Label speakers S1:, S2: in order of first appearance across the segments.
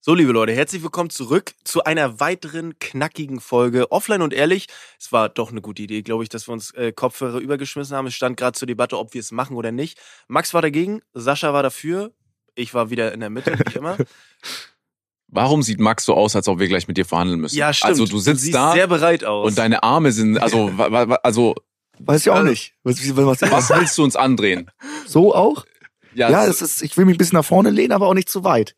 S1: So, liebe Leute, herzlich willkommen zurück zu einer weiteren knackigen Folge. Offline und ehrlich, es war doch eine gute Idee, glaube ich, dass wir uns äh, Kopfhörer übergeschmissen haben. Es stand gerade zur Debatte, ob wir es machen oder nicht. Max war dagegen, Sascha war dafür, ich war wieder in der Mitte, wie immer.
S2: Warum sieht Max so aus, als ob wir gleich mit dir verhandeln müssen?
S1: Ja, stimmt.
S2: Also du sitzt
S1: siehst
S2: da
S1: sehr bereit aus.
S2: und deine Arme sind, also, wa- wa- wa- also
S3: Weiß ich auch
S1: Also-
S3: nicht. Was, was,
S2: was willst du uns andrehen?
S3: so auch? Ja,
S2: das-
S3: es ist, ich will mich ein bisschen nach vorne lehnen, aber auch nicht zu weit.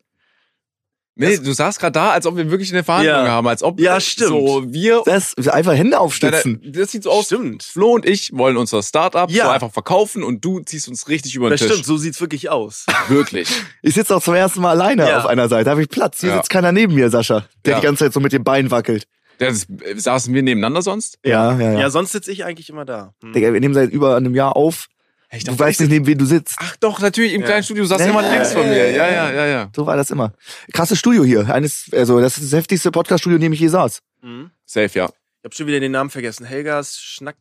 S2: nee, du saßt gerade da, als ob wir wirklich eine Verhandlung
S1: Ja.
S2: haben, als ob äh,
S1: Ja, stimmt.
S2: so wir
S3: Das einfach Hände
S2: das,
S3: aufstützen.
S2: das sieht so aus.
S1: Stimmt.
S2: Flo und ich wollen unser Startup
S1: Ja.
S2: so einfach verkaufen und du ziehst uns richtig über den
S1: Das
S2: Tisch.
S1: stimmt, so sieht's wirklich aus.
S2: Wirklich.
S3: Ich sitze auch zum ersten Mal alleine
S1: Ja.
S3: auf einer Seite. Habe ich Platz. Hier
S2: Ja.
S3: sitzt keiner neben mir, Sascha, der
S2: Ja.
S3: die ganze Zeit so mit dem Bein wackelt.
S2: Das, äh, saßen wir nebeneinander sonst?
S3: Ja, ja, ja.
S1: Ja, sonst sitze ich eigentlich immer da. Hm.
S3: Digga, wir nehmen seit über einem Jahr auf.
S2: Ich
S3: du weißt nicht, neben wem du sitzt.
S2: Ach doch, natürlich, im
S1: Ja.
S2: kleinen Studio saß
S3: Nee.
S2: jemand links von mir. Ja, ja, ja, ja.
S3: So war das immer. Krasses Studio hier. Eines, also das ist das heftigste Podcast-Studio, in dem ich je saß.
S1: Hm.
S2: Safe, ja.
S1: Ich habe schon wieder den Namen vergessen. Helgas Schnack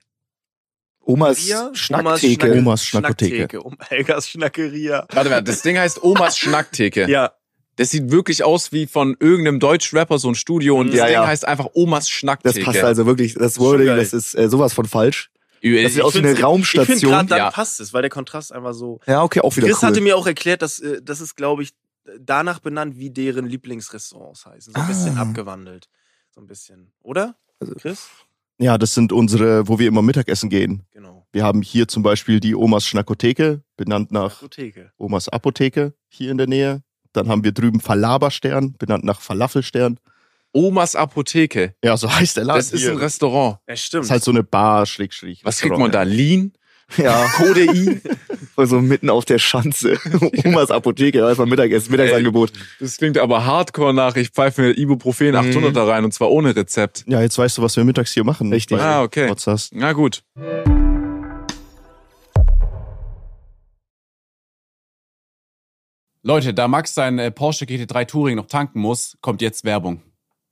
S3: Omas
S1: Bier?
S3: Schnacktheke.
S1: Omas Schnacktheke. Um Helgas Schnackeria.
S2: Warte mal, das Ding heißt Omas Schnacktheke.
S1: Ja,
S2: Das sieht wirklich aus wie von irgendeinem Deutschrapper so ein Studio und das
S3: Ja,
S2: Ding
S3: ja.
S2: heißt einfach Omas Schnacktheke.
S3: Das passt also wirklich. Das
S1: Schon
S3: Wording,
S1: geil.
S3: das ist äh, sowas von falsch. Das
S2: Ich-
S3: sieht aus
S1: find's-
S3: wie eine
S1: ich finde
S3: Raumstation.
S1: gerade dann
S2: Ja.
S1: passt es, weil der Kontrast einfach so.
S3: Ja, okay, auch wieder
S1: Chris
S3: cool.
S1: hatte mir auch erklärt, dass äh, das ist, glaube ich, danach benannt, wie deren Lieblingsrestaurants heißen. So ein bisschen
S3: Ah. Also
S1: abgewandelt. So ein bisschen. Oder? Chris?
S4: Ja, das sind unsere, wo wir immer Mittagessen gehen.
S1: Genau.
S4: Wir haben hier zum Beispiel die Omas Schnakotheke, benannt nach
S1: Apotheke.
S4: Omas Apotheke hier in der Nähe. Dann haben wir drüben Falaberstern, benannt nach Falafelstern.
S2: Omas Apotheke.
S4: Ja, so heißt der Laden.
S2: Das ist
S4: hier.
S2: ein Restaurant.
S1: Ja,
S4: Das
S1: stimmt.
S4: ist halt so eine Bar, schräg, schräg.
S2: Was kriegt man da? Lean?
S3: ja.
S2: Codein?
S3: Voll
S4: Also
S3: so mitten auf der Schanze. Omas Apotheke, da ist mal
S2: Äh,
S3: Mittagessen, Mittagsangebot.
S2: Das klingt aber hardcore nach. Ich pfeife mir Ibuprofen 800 da rein und zwar ohne Rezept.
S4: Ja, jetzt weißt du, was wir mittags hier machen.
S3: Richtig.
S4: Bei
S2: Ah, okay.
S4: Podcast.
S2: Na gut. Leute, da Max sein äh, Porsche GT3 Touring noch tanken muss, kommt jetzt Werbung.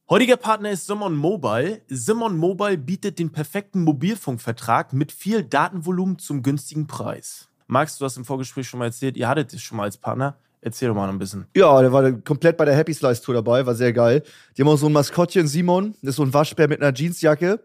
S5: Heutiger Partner ist Simon Mobile. Simon Mobile bietet den perfekten Mobilfunkvertrag mit viel Datenvolumen zum günstigen Preis. Max, du hast im Vorgespräch schon mal erzählt, ihr hattet es schon mal als Partner. Erzähl doch mal noch ein bisschen.
S6: Ja, der war komplett bei der Happy Slice Tour dabei, war sehr geil. Die haben auch so ein Maskottchen, Simon, das ist so ein Waschbär mit einer Jeansjacke.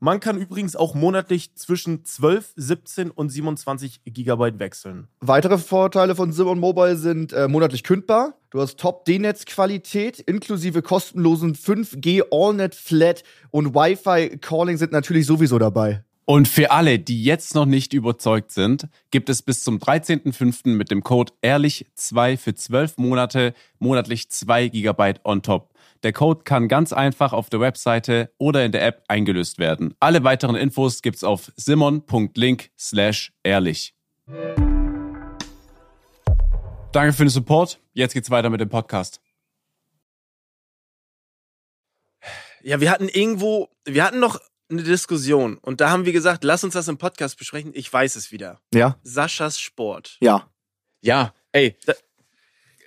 S5: Man kann übrigens auch monatlich zwischen 12, 17 und 27 GB wechseln.
S6: Weitere Vorteile von Simon Mobile sind äh, monatlich kündbar. Du hast Top-D-Netz-Qualität inklusive kostenlosen 5G Allnet Flat und Wi-Fi-Calling sind natürlich sowieso dabei.
S7: Und für alle, die jetzt noch nicht überzeugt sind, gibt es bis zum 13.05. mit dem Code ehrlich2 für 12 Monate monatlich 2 Gigabyte on top. Der Code kann ganz einfach auf der Webseite oder in der App eingelöst werden. Alle weiteren Infos gibt's auf simon.link slash ehrlich. Danke für den Support. Jetzt geht's weiter mit dem Podcast.
S1: Ja, wir hatten irgendwo, wir hatten noch eine Diskussion und da haben wir gesagt, lass uns das im Podcast besprechen. Ich weiß es wieder.
S3: Ja.
S1: Saschas Sport.
S3: Ja.
S2: Ja, ey.
S1: Da-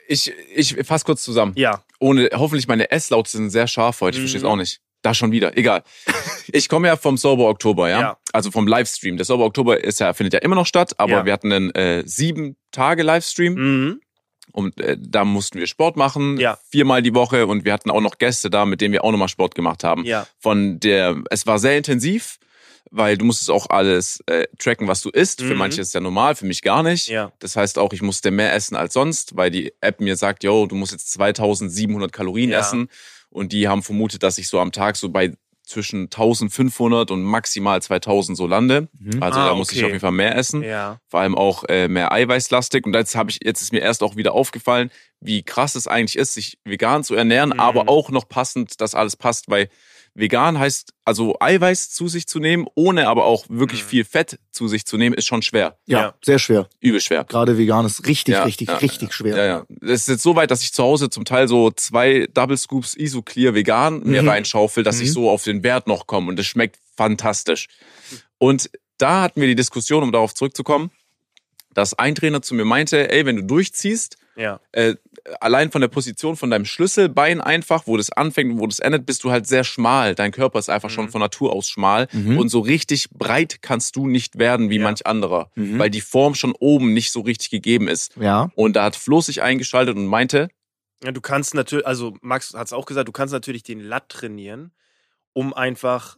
S2: Ich, ich fass kurz zusammen.
S1: Ja.
S2: ohne, hoffentlich meine S-Laute sind sehr scharf heute. Ich
S1: Mhm.
S2: verstehe es auch nicht. Da schon wieder. Egal. Ich komme ja vom Sober Oktober, ja?
S1: Ja.
S2: Also vom Livestream. Der Sober Oktober ist ja, findet ja immer noch statt, aber
S1: Ja.
S2: wir hatten einen äh, sieben Tage Livestream
S1: Mhm.
S2: und äh, da mussten wir Sport machen,
S1: Ja.
S2: viermal die Woche und wir hatten auch noch Gäste da, mit denen wir auch nochmal Sport gemacht haben.
S1: Ja.
S2: Von der, es war sehr intensiv, weil du musstest auch alles äh, tracken, was du isst. Für
S1: Mhm.
S2: manche ist ja normal, für mich gar nicht.
S1: Ja.
S2: Das heißt auch, ich musste mehr essen als sonst, weil die App mir sagt, yo, du musst jetzt 2700 Kalorien
S1: Ja.
S2: essen. Und die haben vermutet, dass ich so am Tag so bei zwischen 1500 und maximal 2000 so lande. Also
S1: Ah,
S2: da muss ich
S1: okay.
S2: auf jeden Fall mehr essen.
S1: Ja.
S2: Vor allem auch äh, mehr eiweißlastig. Und jetzt habe ich, jetzt ist mir erst auch wieder aufgefallen, wie krass es eigentlich ist, sich vegan zu ernähren,
S1: Mhm.
S2: aber auch noch passend, dass alles passt, weil vegan heißt, also Eiweiß zu sich zu nehmen, ohne aber auch wirklich
S1: Mhm.
S2: viel Fett zu sich zu nehmen, ist schon schwer.
S3: Ja,
S1: Ja.
S3: sehr schwer.
S2: Übel schwer.
S3: Gerade vegan ist richtig,
S2: Ja,
S3: richtig,
S2: ja,
S3: richtig schwer.
S2: Ja, ja. Es ist jetzt so weit, dass ich zu Hause zum Teil so zwei Double Scoops Isoclear vegan mir reinschaufel, dass ich so auf den Wert noch komme und das schmeckt fantastisch. Und da hatten wir die Diskussion, um darauf zurückzukommen, dass ein Trainer zu mir meinte, ey, wenn du durchziehst,
S1: Ja.
S2: äh, allein von der Position von deinem Schlüsselbein einfach, wo das anfängt und wo das endet, bist du halt sehr schmal. Dein Körper ist einfach schon von Natur aus schmal.
S3: Mhm.
S2: Und so richtig breit kannst du nicht werden wie
S1: Ja.
S2: manch anderer, weil die Form schon oben nicht so richtig gegeben ist.
S3: Mhm. Ja.
S2: Und da hat Flo sich eingeschaltet und meinte,
S1: Ja, du kannst natürlich, also Max hat es auch gesagt, du kannst natürlich den Latt trainieren, um einfach.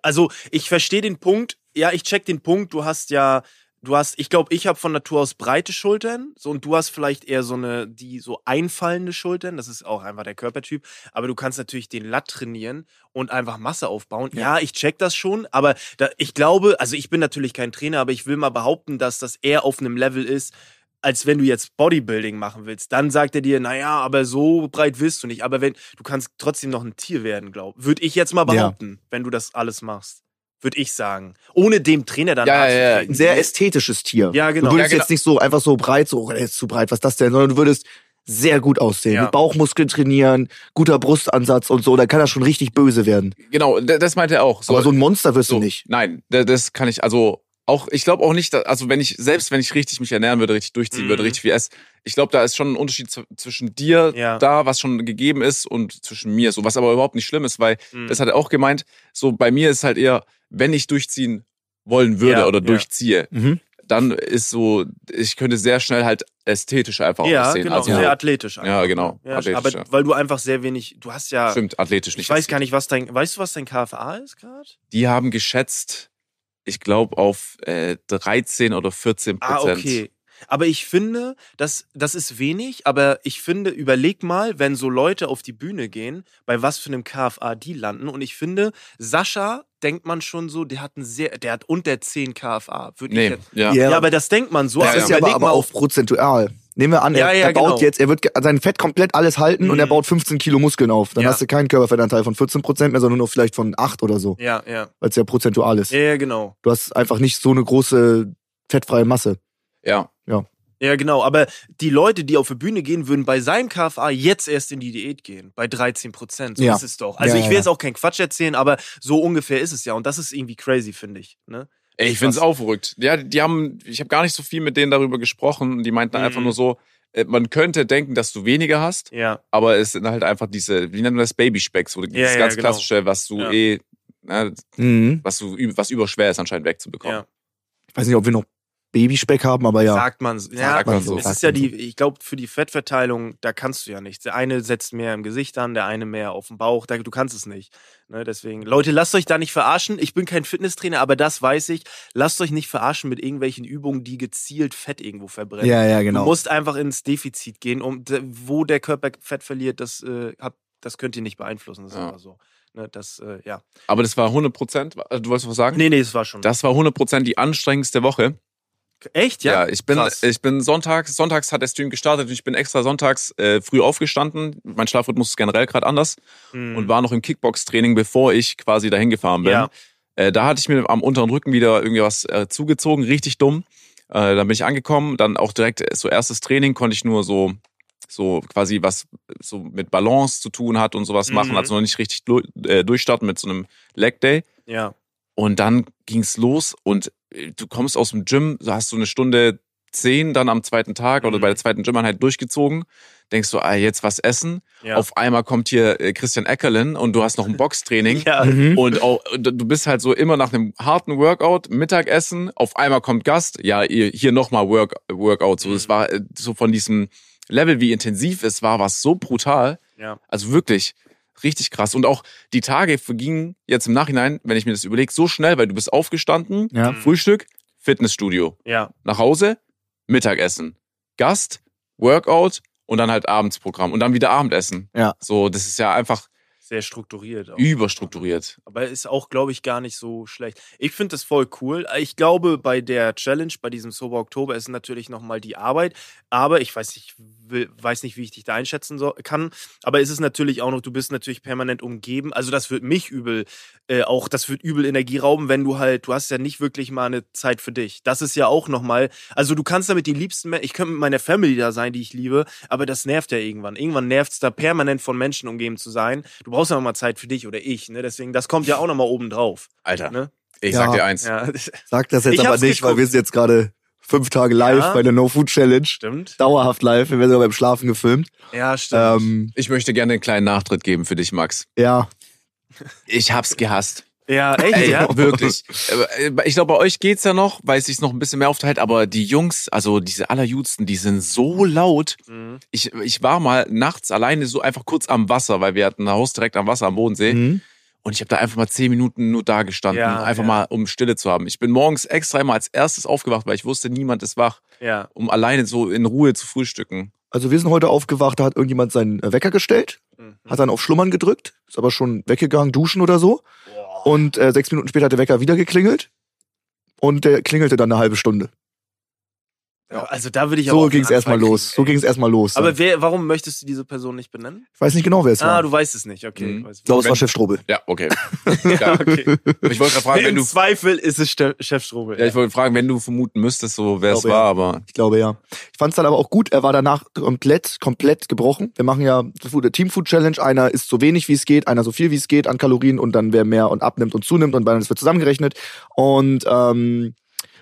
S1: Also ich verstehe den Punkt, ja, ich check den Punkt, du hast ja, du hast, ich glaube, ich habe von Natur aus breite Schultern, so und du hast vielleicht eher so eine, die so einfallende Schultern, das ist auch einfach der Körpertyp, aber du kannst natürlich den Latt trainieren und einfach Masse aufbauen. Ja, ich check das schon, aber da, ich glaube, also ich bin natürlich kein Trainer, aber ich will mal behaupten, dass das eher auf einem Level ist, als wenn du jetzt Bodybuilding machen willst, dann sagt er dir, naja, aber so breit willst du nicht. Aber wenn, du kannst trotzdem noch ein Tier werden, glaube Würde ich jetzt mal behaupten, wenn du das alles machst. Würde ich sagen. Ohne dem Trainer dann
S2: Ja, ja, ja.
S1: nachzutreten.
S3: Ein sehr ästhetisches Tier.
S1: Mhm. Ja, genau.
S3: Du würdest
S2: Ja, genau.
S3: jetzt nicht so einfach so breit, so, oh, der ist zu breit, was ist das denn, sondern du würdest sehr gut aussehen.
S1: Ja.
S3: Mit Bauchmuskeln trainieren, guter Brustansatz und so, dann kann er schon richtig böse werden.
S2: genau, d- das meinte er auch. So,
S3: Aber so ein Monster wirst
S2: so,
S3: du nicht.
S2: Nein, d- das kann ich, also auch, ich glaube auch nicht, dass, also wenn ich, selbst wenn ich richtig mich ernähren würde, richtig durchziehen
S1: Mhm.
S2: würde, richtig viel essen, ich glaube, da ist schon ein Unterschied zw- zwischen dir
S1: Ja.
S2: da, was schon gegeben ist und zwischen mir, so was aber überhaupt nicht schlimm ist, weil
S1: Mhm.
S2: das hat er auch gemeint, so bei mir ist halt eher, wenn ich durchziehen wollen würde
S1: Ja,
S2: oder
S1: ja.
S2: durchziehe,
S3: Mhm.
S2: dann ist so, ich könnte sehr schnell halt ästhetisch einfach
S1: ja,
S2: aussehen.
S1: genau.
S2: also,
S1: sehr athletisch. einfach.
S2: ja, genau.
S1: Ja,
S2: athletisch,
S1: aber
S2: ja.
S1: weil du einfach sehr wenig, du hast ja,
S2: Stimmt, athletisch nicht.
S1: ich weiß gar nicht, was dein, weißt du, was dein KFA ist gerade?
S2: Die haben geschätzt, ich glaube, auf äh, 13 oder 14 Prozent.
S1: Ah, okay. Aber ich finde, das, das ist wenig, aber ich finde, überleg mal, wenn so Leute auf die Bühne gehen, bei was für einem KFA die landen. Und ich finde, Sascha denkt man schon so, der hat einen sehr, der hat unter 10 KFA. Würde ich
S2: Nee,
S1: jetzt,
S2: ja.
S1: ja. aber das denkt man so.
S2: Das
S1: aber
S3: Das ist ja aber,
S1: überleg mal
S3: aber auch prozentual. Nehmen wir an,
S1: Ja,
S3: er,
S1: ja,
S3: er baut
S1: genau.
S3: jetzt, er wird ge- sein Fett komplett alles halten und
S1: Mhm.
S3: er baut 15 Kilo Muskeln auf. Dann
S1: Ja.
S3: hast du keinen Körperfettanteil von 14 Prozent mehr, sondern nur vielleicht von 8 oder so,
S1: Ja, ja.
S3: weil es ja prozentual ist.
S1: Ja, ja, genau.
S3: Du hast einfach nicht so eine große fettfreie Masse.
S2: Ja,
S1: Ja, genau. Aber die Leute, die auf die Bühne gehen, würden bei seinem KFA jetzt erst in die Diät gehen. Bei 13 Prozent. So
S3: Ja.
S1: ist es doch. Also
S3: Ja,
S1: ich
S3: ja,
S1: will
S3: ja.
S1: jetzt auch keinen Quatsch erzählen, aber so ungefähr ist es ja. Und das ist irgendwie crazy, finde ich. Ne?
S2: Ey, ich find's
S1: Krass.
S2: auch verrückt. Ja, die haben, ich habe gar nicht so viel mit denen darüber gesprochen. Die meinten
S1: Mhm.
S2: einfach nur so, äh, man könnte denken, dass du weniger hast,
S1: Ja,
S2: aber es sind halt einfach diese, wie nennt man das, Babyspecs, so
S1: Ja,
S2: dieses
S1: ja,
S2: ganz
S1: genau.
S2: klassische, was du
S1: Ja.
S2: eh, na,
S3: Mhm.
S2: was du, üb- was überschwer ist anscheinend wegzubekommen.
S1: ja.
S3: Ich weiß nicht, ob wir noch Babyspeck haben, aber ja.
S1: Sagt man so. Ja,
S2: Sagt man so.
S1: Es
S3: Sagt
S1: ist ja
S3: man so.
S1: die, ich glaube, für die Fettverteilung, da kannst du ja nichts. Der eine setzt mehr im Gesicht an, der eine mehr auf dem Bauch. Da, du kannst es nicht. Ne, deswegen, Leute, lasst euch da nicht verarschen. Ich bin kein Fitnesstrainer, aber das weiß ich. Lasst euch nicht verarschen mit irgendwelchen Übungen, die gezielt Fett irgendwo verbrennen.
S3: Ja, ja,
S1: Du
S3: genau.
S1: musst einfach ins Defizit gehen, um d- wo der Körper Fett verliert, das, äh, hab, das könnt ihr nicht beeinflussen. Das
S2: Ja.
S1: ist aber so. Ne, das, äh, ja.
S2: Aber das war 100 Prozent, also, du wolltest was sagen?
S1: Nee, nee, es war schon.
S2: Das war 100 Prozent die anstrengendste Woche.
S1: Echt, ja?
S2: Ja, ich bin,
S1: krass.
S2: ich bin sonntags, sonntags hat der Stream gestartet und ich bin extra sonntags äh, früh aufgestanden. Mein Schlafrhythmus ist generell gerade anders
S1: Hm.
S2: und war noch im Kickbox-Training, bevor ich quasi dahin gefahren bin.
S1: Ja.
S2: Äh, da hatte ich mir am unteren Rücken wieder irgendwie was äh, zugezogen, richtig dumm. Äh, dann bin ich angekommen, dann auch direkt äh, so erstes Training konnte ich nur so so quasi was äh, so mit Balance zu tun hat und sowas machen,
S1: Mhm.
S2: also noch nicht richtig du- äh, durchstarten mit so einem Leg Day.
S1: ja.
S2: Und dann ging's los und äh, du kommst aus dem Gym, so hast du eine Stunde zehn dann am zweiten Tag oder
S1: Mhm.
S2: bei der zweiten Gymeinheit durchgezogen. Denkst du, ah, jetzt was essen.
S1: Ja.
S2: Auf einmal kommt hier äh, Christian Eckerlin und du hast noch ein Boxtraining.
S1: ja.
S3: Mhm.
S2: Und auch, und du bist halt so immer nach einem harten Workout, Mittagessen, auf einmal kommt Gast, ja, ihr- hier nochmal Work, Workout.
S1: Mhm.
S2: So, es war äh, so von diesem Level, wie intensiv es war, war es so brutal.
S1: Ja.
S2: Also wirklich, richtig krass. Und auch die Tage vergingen jetzt im Nachhinein, wenn ich mir das überlege, so schnell, weil du bist aufgestanden,
S1: Mhm.
S3: Ja.
S2: Frühstück, Fitnessstudio,
S1: hm. ja.
S2: nach Hause, Mittagessen, Gast, Workout und dann halt Abendsprogramm und dann wieder Abendessen.
S3: Ja.
S2: So, das ist ja einfach
S1: Sehr strukturiert. Auch.
S2: überstrukturiert.
S1: Aber ist auch, glaube ich, gar nicht so schlecht. Ich finde das voll cool. Ich glaube, bei der Challenge, bei diesem Sober Oktober, ist natürlich nochmal die Arbeit. Aber ich weiß nicht, will, weiß nicht, wie ich dich da einschätzen so, kann. Aber ist es ist natürlich auch noch, du bist natürlich permanent umgeben. Also, das wird mich übel, äh, auch das wird übel Energie rauben, wenn du halt, du hast ja nicht wirklich mal eine Zeit für dich. Das ist ja auch nochmal, also du kannst da mit den liebsten, Men- ich könnte mit meiner Family da sein, die ich liebe, aber das nervt ja irgendwann. Irgendwann nervt es da permanent von Menschen umgeben zu sein. Du brauchst ja auch mal Zeit für dich oder ich, ne? Deswegen, das kommt ja auch nochmal oben drauf.
S2: Alter.
S1: Ne?
S2: Ich
S6: Ja.
S2: sag dir eins.
S1: Ja,
S6: Sag das jetzt
S1: oh. Ich
S6: aber
S1: hab's
S6: nicht, weil
S1: geguckt.
S6: wir sind jetzt gerade fünf Tage live
S1: Ja.
S6: bei der No Food Challenge.
S1: stimmt.
S6: Dauerhaft live, wir werden sogar beim Schlafen gefilmt.
S1: Ja, stimmt.
S6: Ähm,
S2: Ich möchte gerne einen kleinen Nachtritt geben für dich, Max.
S6: ja,
S2: Ich hab's gehasst.
S1: ja, echt,
S2: Ey,
S1: ja.
S2: wirklich. Aber, äh, Ich glaube, bei euch geht's ja noch, weil es sich noch ein bisschen mehr aufteilt, aber die Jungs, also diese Allerjudsten, die sind so laut.
S1: Mhm.
S2: Ich, ich war mal nachts alleine so einfach kurz am Wasser, weil wir hatten ein Haus direkt am Wasser am Bodensee.
S3: Mhm.
S1: Mhm.
S2: Und ich habe da einfach mal zehn Minuten nur da gestanden,
S1: Ja,
S2: einfach
S1: ja.
S2: mal, um Stille zu haben. Ich bin morgens extra immer als erstes aufgewacht, weil ich wusste, niemand ist wach,
S1: Ja.
S2: um alleine so in Ruhe zu frühstücken.
S3: Also wir sind heute aufgewacht, da hat irgendjemand seinen äh, Wecker gestellt,
S1: Mhm.
S3: hat dann auf Schlummern gedrückt, ist aber schon weggegangen, duschen oder so.
S1: Boah.
S3: Und äh, sechs Minuten später hat der Wecker wieder geklingelt. Und der klingelte dann eine halbe Stunde.
S1: Ja, Also da würde ich aber
S3: so
S1: auch
S3: ging's
S1: einen
S3: erstmal
S1: Anfall
S3: los.
S1: kriegen,
S3: So
S1: ey.
S3: ging's erstmal los.
S1: Aber wer, warum möchtest du diese Person nicht benennen?
S3: ich weiß nicht genau, wer es
S1: Ah,
S3: war.
S1: du weißt es nicht. Okay.
S2: Mhm.
S1: ich weiß
S3: Ich glaube, es war
S2: Wenn-
S3: Chef Strobel.
S2: Ja, okay.
S1: Ja, okay.
S2: Ich wollte gerade fragen, wenn
S1: Im
S2: du,
S1: Zweifel ist es Ste Chef Strobel.
S2: ja, ich wollte fragen, wenn du vermuten müsstest, so wer es
S3: Glaube, ja.
S2: war, aber
S3: Ich glaube ja. Ich fand's dann aber auch gut. Er war danach komplett, komplett gebrochen. Wir machen ja Team Food Challenge. Einer isst so wenig wie es geht, einer so viel wie es geht an Kalorien und dann wer mehr und abnimmt und zunimmt und dann wird zusammengerechnet. Und ähm,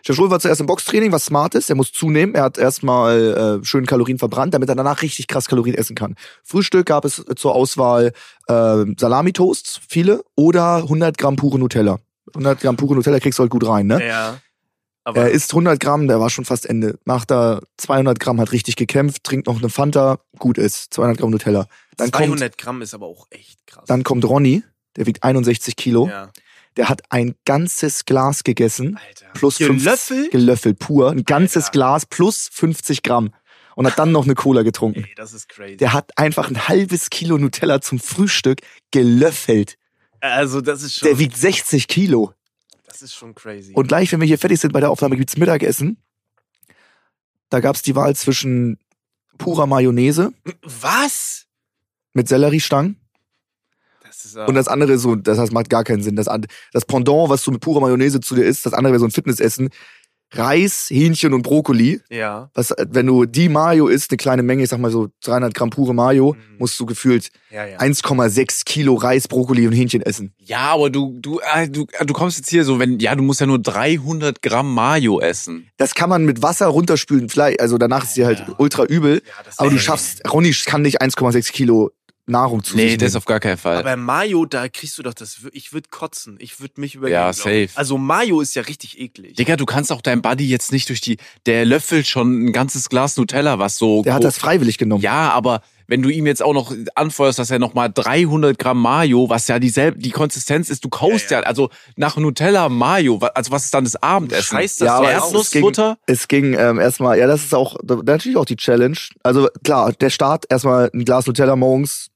S3: Chef Schul war zuerst im Boxtraining, was smart ist. Er muss zunehmen. Er hat erstmal äh, schön Kalorien verbrannt, damit er danach richtig krass Kalorien essen kann. Frühstück gab es zur Auswahl äh, Salami-Toasts, viele, oder 100 Gramm pure Nutella. 100 Gramm pure Nutella kriegst du halt gut rein, ne?
S1: Ja. Aber
S3: Er isst 100 Gramm, der war schon fast Ende. Macht da 200 Gramm, hat richtig gekämpft, trinkt noch eine Fanta, gut ist. 200 Gramm Nutella. Dann kommt,
S1: 200 Gramm ist aber auch echt krass.
S3: dann kommt Ronny, der wiegt 61 Kilo.
S1: ja.
S3: Der hat ein ganzes Glas gegessen,
S1: Alter.
S3: plus fünf-
S1: Löffel?
S3: gelöffelt pur, ein ganzes
S1: Alter.
S3: Glas plus 50 Gramm. Und hat dann noch eine Cola getrunken.
S1: Ey, das ist crazy.
S3: Der hat einfach ein halbes Kilo Nutella zum Frühstück gelöffelt.
S1: also das ist
S3: Der
S1: schon,
S3: wiegt 60 Kilo.
S1: das ist schon crazy.
S3: Und gleich, wenn wir hier fertig sind bei der Aufnahme, gibt's Mittagessen. Da gab's die Wahl zwischen purer Mayonnaise
S1: was?
S3: mit Selleriestangen
S1: Das ist, äh,
S3: und das andere so, das heißt, macht gar keinen Sinn. Das, an- das Pendant, was du mit purer Mayonnaise zu dir isst, das andere wäre so ein Fitnessessen. Reis, Hähnchen und Brokkoli.
S1: ja,
S3: Was, äh, wenn du die Mayo isst, eine kleine Menge, ich sag mal so 300 Gramm pure Mayo,
S1: Mhm.
S3: musst du gefühlt
S1: ja, ja.
S3: 1,6 Kilo Reis, Brokkoli und Hähnchen essen.
S2: ja, aber du, du, äh, du, äh, du kommst jetzt hier so, wenn, ja, du musst ja nur 300 Gramm Mayo essen.
S3: Das kann man mit Wasser runterspülen. Vielleicht, also danach ist dir halt
S2: Ja.
S3: ultra übel.
S1: ja das
S3: Aber
S1: ist-
S3: du schaffst, Ronny kann nicht 1,6 Kilo Nahrung zu
S2: Nee,
S3: sich
S2: das
S3: nehmen.
S2: auf gar keinen
S3: halt.
S2: Fall.
S1: Aber Mayo, da kriegst du doch das. wir- Ich würde kotzen. Ich würde mich übergeben.
S2: Ja,
S1: glaub
S2: safe.
S1: ich. Also Mayo ist ja richtig eklig.
S2: Digga, du kannst auch deinem Buddy jetzt nicht durch die, der löffelt schon ein ganzes Glas Nutella, was so.
S3: Der hat das freiwillig genommen.
S2: Ja, aber wenn du ihm jetzt auch noch anfeuerst, dass er nochmal 300 Gramm Mayo, was ja dieselbe, die Konsistenz ist, du kaust ja,
S1: Ja,
S2: also nach Nutella Mayo, wa- also was ist dann das Abendessen?
S1: scheißt das
S3: Ja,
S1: doch
S2: aber
S3: aus.
S2: Erdnussbutter?
S3: Es ging ähm, erstmal, ja, das ist auch da- natürlich auch die Challenge. Also klar, der Start erstmal ein Glas Nutella morgens,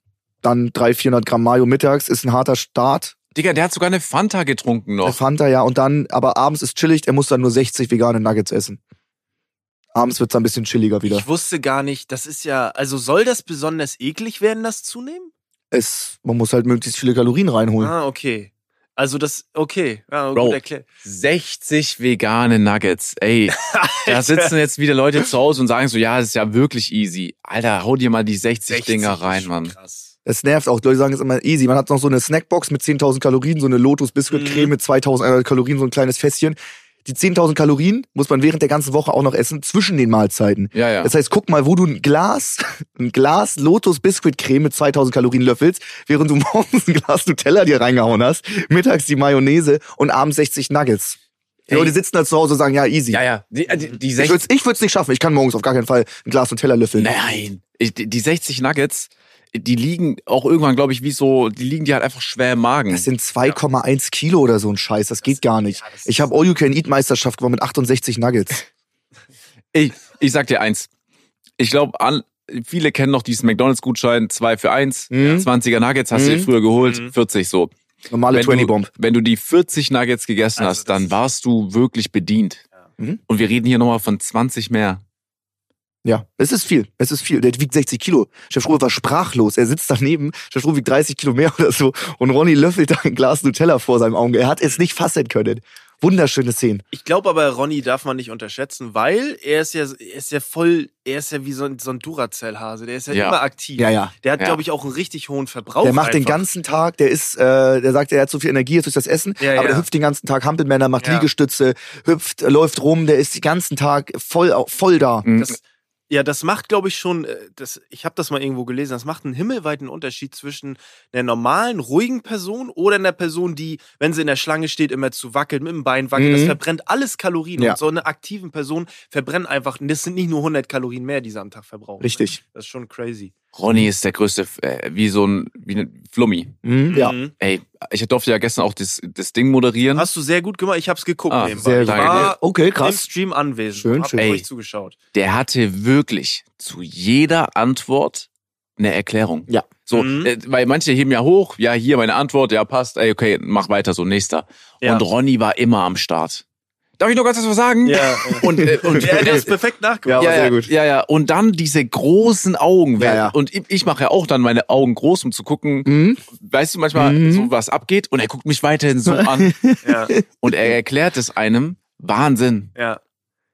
S3: dann 300, 400 Gramm Mayo mittags, ist ein harter Start.
S2: Digga, der hat sogar eine Fanta getrunken
S3: Der
S2: noch.
S3: Fanta, ja, und dann, aber abends ist chillig, er muss dann nur 60 vegane Nuggets essen. Abends wird's dann ein bisschen chilliger wieder.
S1: Ich wusste gar nicht, das ist ja, also soll das besonders eklig werden, das zunehmen?
S3: Es, man muss halt möglichst viele Kalorien reinholen.
S1: Ah, okay. Also das, okay. Ja,
S2: Bro.
S1: gut erklärt.
S2: 60 vegane Nuggets, ey. da sitzen jetzt wieder Leute zu Hause und sagen so, ja, das ist ja wirklich easy. Alter, hau dir mal die 60,
S1: 60
S2: Dinger
S1: ist
S2: rein,
S1: schon
S2: Mann.
S1: Krass.
S3: Es nervt auch. Die Leute sagen es immer easy. Man hat noch so eine Snackbox mit 10.000 Kalorien, so eine Lotus Biscuit Creme
S1: Mhm.
S3: mit 2.100 Kalorien, so ein kleines Fässchen. Die 10.000 Kalorien muss man während der ganzen Woche auch noch essen zwischen den Mahlzeiten.
S2: Ja, ja.
S3: Das heißt, guck mal, wo du ein Glas, ein Glas Lotus Biscuit Creme mit 2000 Kalorien löffelst, während du morgens ein Glas Nutella dir reingehauen hast, mittags die Mayonnaise und abends 60 Nuggets. Die
S2: Ey.
S3: Leute sitzen da zu Hause und sagen, ja, easy.
S2: Ja, ja. Die, äh, die, die
S3: Ich
S2: 60
S3: würde ich würd's nicht schaffen. Ich kann morgens auf gar keinen Fall ein Glas Nutella löffeln.
S2: Nein. Ich, die die 60 Nuggets, die liegen auch irgendwann, glaube ich, wie so, die liegen dir halt einfach schwer im Magen.
S3: Das sind 2,1 Kilo oder so ein Scheiß. Das geht gar nicht.
S1: ja, das
S3: Ich habe All You Can Eat Meisterschaft gewonnen mit 68 Nuggets.
S2: Ich, ich sag dir eins. Ich glaube, viele kennen noch diesen McDonalds-Gutschein 2 für 1.
S3: Mhm.
S2: 20er Nuggets hast du
S3: Mhm.
S2: dir früher geholt,
S1: Mhm.
S2: 40 so.
S3: Normale
S2: Wenn
S3: 20
S2: du,
S3: Bomb.
S2: wenn du die 40 Nuggets gegessen
S1: Also
S2: hast,
S1: das
S2: dann
S1: ist-
S2: warst du wirklich bedient.
S3: Mhm.
S2: Und wir reden hier nochmal von 20 mehr.
S3: Ja, es ist viel. Es ist viel. Der wiegt 60 Kilo. Chef Struve war sprachlos. Er sitzt daneben. Chef Struve wiegt 30 Kilo mehr oder so. Und Ronny löffelt da ein Glas Nutella vor seinem Auge. Er hat es nicht fassen können. Wunderschöne Szenen.
S1: Ich glaube aber, Ronny darf man nicht unterschätzen, weil er ist ja, er ist ja voll, er ist ja wie so ein, so ein Duracell-Hase. Der ist ja,
S2: Ja.
S1: immer aktiv.
S3: Ja, ja.
S1: Der hat,
S2: Ja.
S1: glaube ich, auch einen richtig hohen Verbrauch.
S3: Der macht den
S1: einfach.
S3: ganzen Tag, der ist, äh, der sagt, er hat so viel Energie jetzt durch das Essen,
S1: Ja,
S3: aber
S1: ja.
S3: der hüpft den ganzen Tag Hampelmänner, macht
S1: Ja.
S3: Liegestütze, hüpft, äh, läuft rum, der ist den ganzen Tag voll, au- voll da.
S1: Das, ja, das macht, glaube ich, schon, äh, das, ich habe das mal irgendwo gelesen, das macht einen himmelweiten Unterschied zwischen einer normalen, ruhigen Person oder einer Person, die, wenn sie in der Schlange steht, immer zu wackelt, mit dem Bein wackelt. Das
S3: Mhm.
S1: verbrennt alles Kalorien.
S3: Ja.
S1: Und so eine aktiven Person verbrennt einfach, das sind nicht nur 100 Kalorien mehr, die sie am Tag verbrauchen. ne?
S3: Richtig.
S1: Das ist schon crazy.
S2: Ronny ist der größte, F- äh, wie so ein, wie ein Flummi.
S3: Mhm. Ja.
S1: Mhm.
S2: Ey, ich durfte ja gestern auch das, das Ding moderieren.
S1: Hast du sehr gut gemacht. Ich habe es geguckt.
S2: Ah,
S1: nebenbei.
S2: sehr
S1: ich
S2: gut.
S1: war
S3: Okay,
S1: im
S3: krass.
S1: Stream anwesend.
S3: Schön,
S1: hab
S3: schön.
S2: Ey.
S1: euch zugeschaut.
S2: der hatte wirklich zu jeder Antwort eine Erklärung.
S3: Ja.
S2: So,
S1: Mhm.
S2: äh, weil manche heben ja hoch, ja, hier meine Antwort, ja, passt, ey, okay, mach weiter, so nächster.
S1: Ja.
S2: Und Ronny war immer am Start. Darf ich noch ganz was sagen?
S1: Ja,
S2: Und, äh, und
S1: ja, der ist perfekt nachgemacht.
S2: ja, ja, ja, ja. Und dann diese großen Augen.
S3: Ja, ja.
S2: Und ich, ich mache ja auch dann meine Augen groß, um zu gucken,
S3: Mhm.
S2: weißt du, manchmal
S3: Mhm.
S2: so was abgeht. Und er guckt mich weiterhin so an.
S1: Ja, ja.
S2: und er erklärt es einem. Wahnsinn.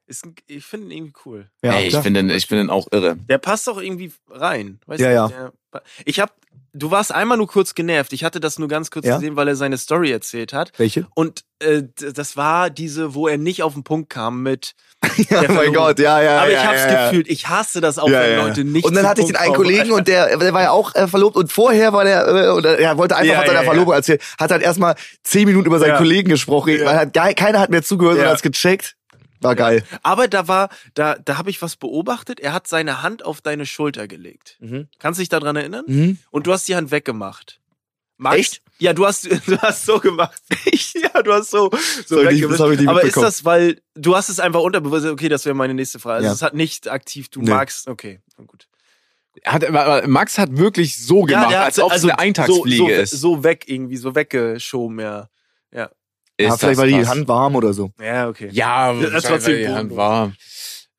S1: Ist, ein- ich finde ihn irgendwie cool.
S3: Ja,
S2: ey, ich
S3: klar.
S2: finde den, ich finde den auch irre.
S1: Der passt auch irgendwie rein. Weißt
S3: Ja,
S1: du,
S3: ja.
S1: Der, ich hab, du warst einmal nur kurz genervt. Ich hatte das nur ganz kurz
S3: Ja?
S1: gesehen, weil er seine Story erzählt hat.
S3: Welche?
S1: Und äh, d- das war diese, wo er nicht auf den Punkt kam mit.
S3: Ja,
S1: Der Verlobung.
S3: ja, ja.
S1: Aber
S3: ja,
S1: ich hab's
S3: ja, ja.
S1: gefühlt. Ich hasse das auch,
S3: Ja,
S1: wenn
S3: ja, ja.
S1: Leute nicht.
S3: Und dann
S1: zum
S3: hatte ich den
S1: Punkt
S3: einen
S1: kommen.
S3: Kollegen und der, der war ja auch äh, verlobt und vorher war der, äh, oder er wollte einfach
S1: Ja,
S3: von seiner
S1: ja,
S3: Verlobung erzählen, hat halt erstmal zehn Minuten über seinen
S1: Ja.
S3: Kollegen gesprochen, weil halt ge- keiner hat mehr zugehört
S1: Ja.
S3: und hat's gecheckt. War geil.
S1: Äh, Aber da war, da, da habe ich was beobachtet. Er hat seine Hand auf deine Schulter gelegt.
S3: Mhm.
S1: Kannst dich daran erinnern?
S3: Mhm.
S1: Und du hast die Hand weggemacht. Max?
S3: Echt?
S1: Ja, du hast, du hast so gemacht. Ich- ja, du hast so, so
S3: So, ich-
S1: weggewischt.
S3: das hab ich nicht
S1: Aber ist
S3: mitbekommen.
S1: das, weil du hast es einfach unterbewusst, okay, das wäre meine nächste Frage. Also
S3: Ja.
S1: es hat nicht aktiv, du
S3: Nee.
S1: magst, okay, na gut.
S2: Hat, aber Max hat wirklich so gemacht,
S1: der hat
S2: als ob es
S1: also
S2: eine Eintagsfliege
S1: so, so,
S2: ist.
S1: So weg irgendwie, so weggeschoben, ja.
S2: ist
S3: ja, vielleicht
S2: das
S3: war die
S2: krass.
S3: Hand warm oder so.
S1: Ja, okay.
S2: Ja,
S1: Das war
S2: das war die
S1: ziemlich
S2: Hand
S1: bodenlos.
S2: warm.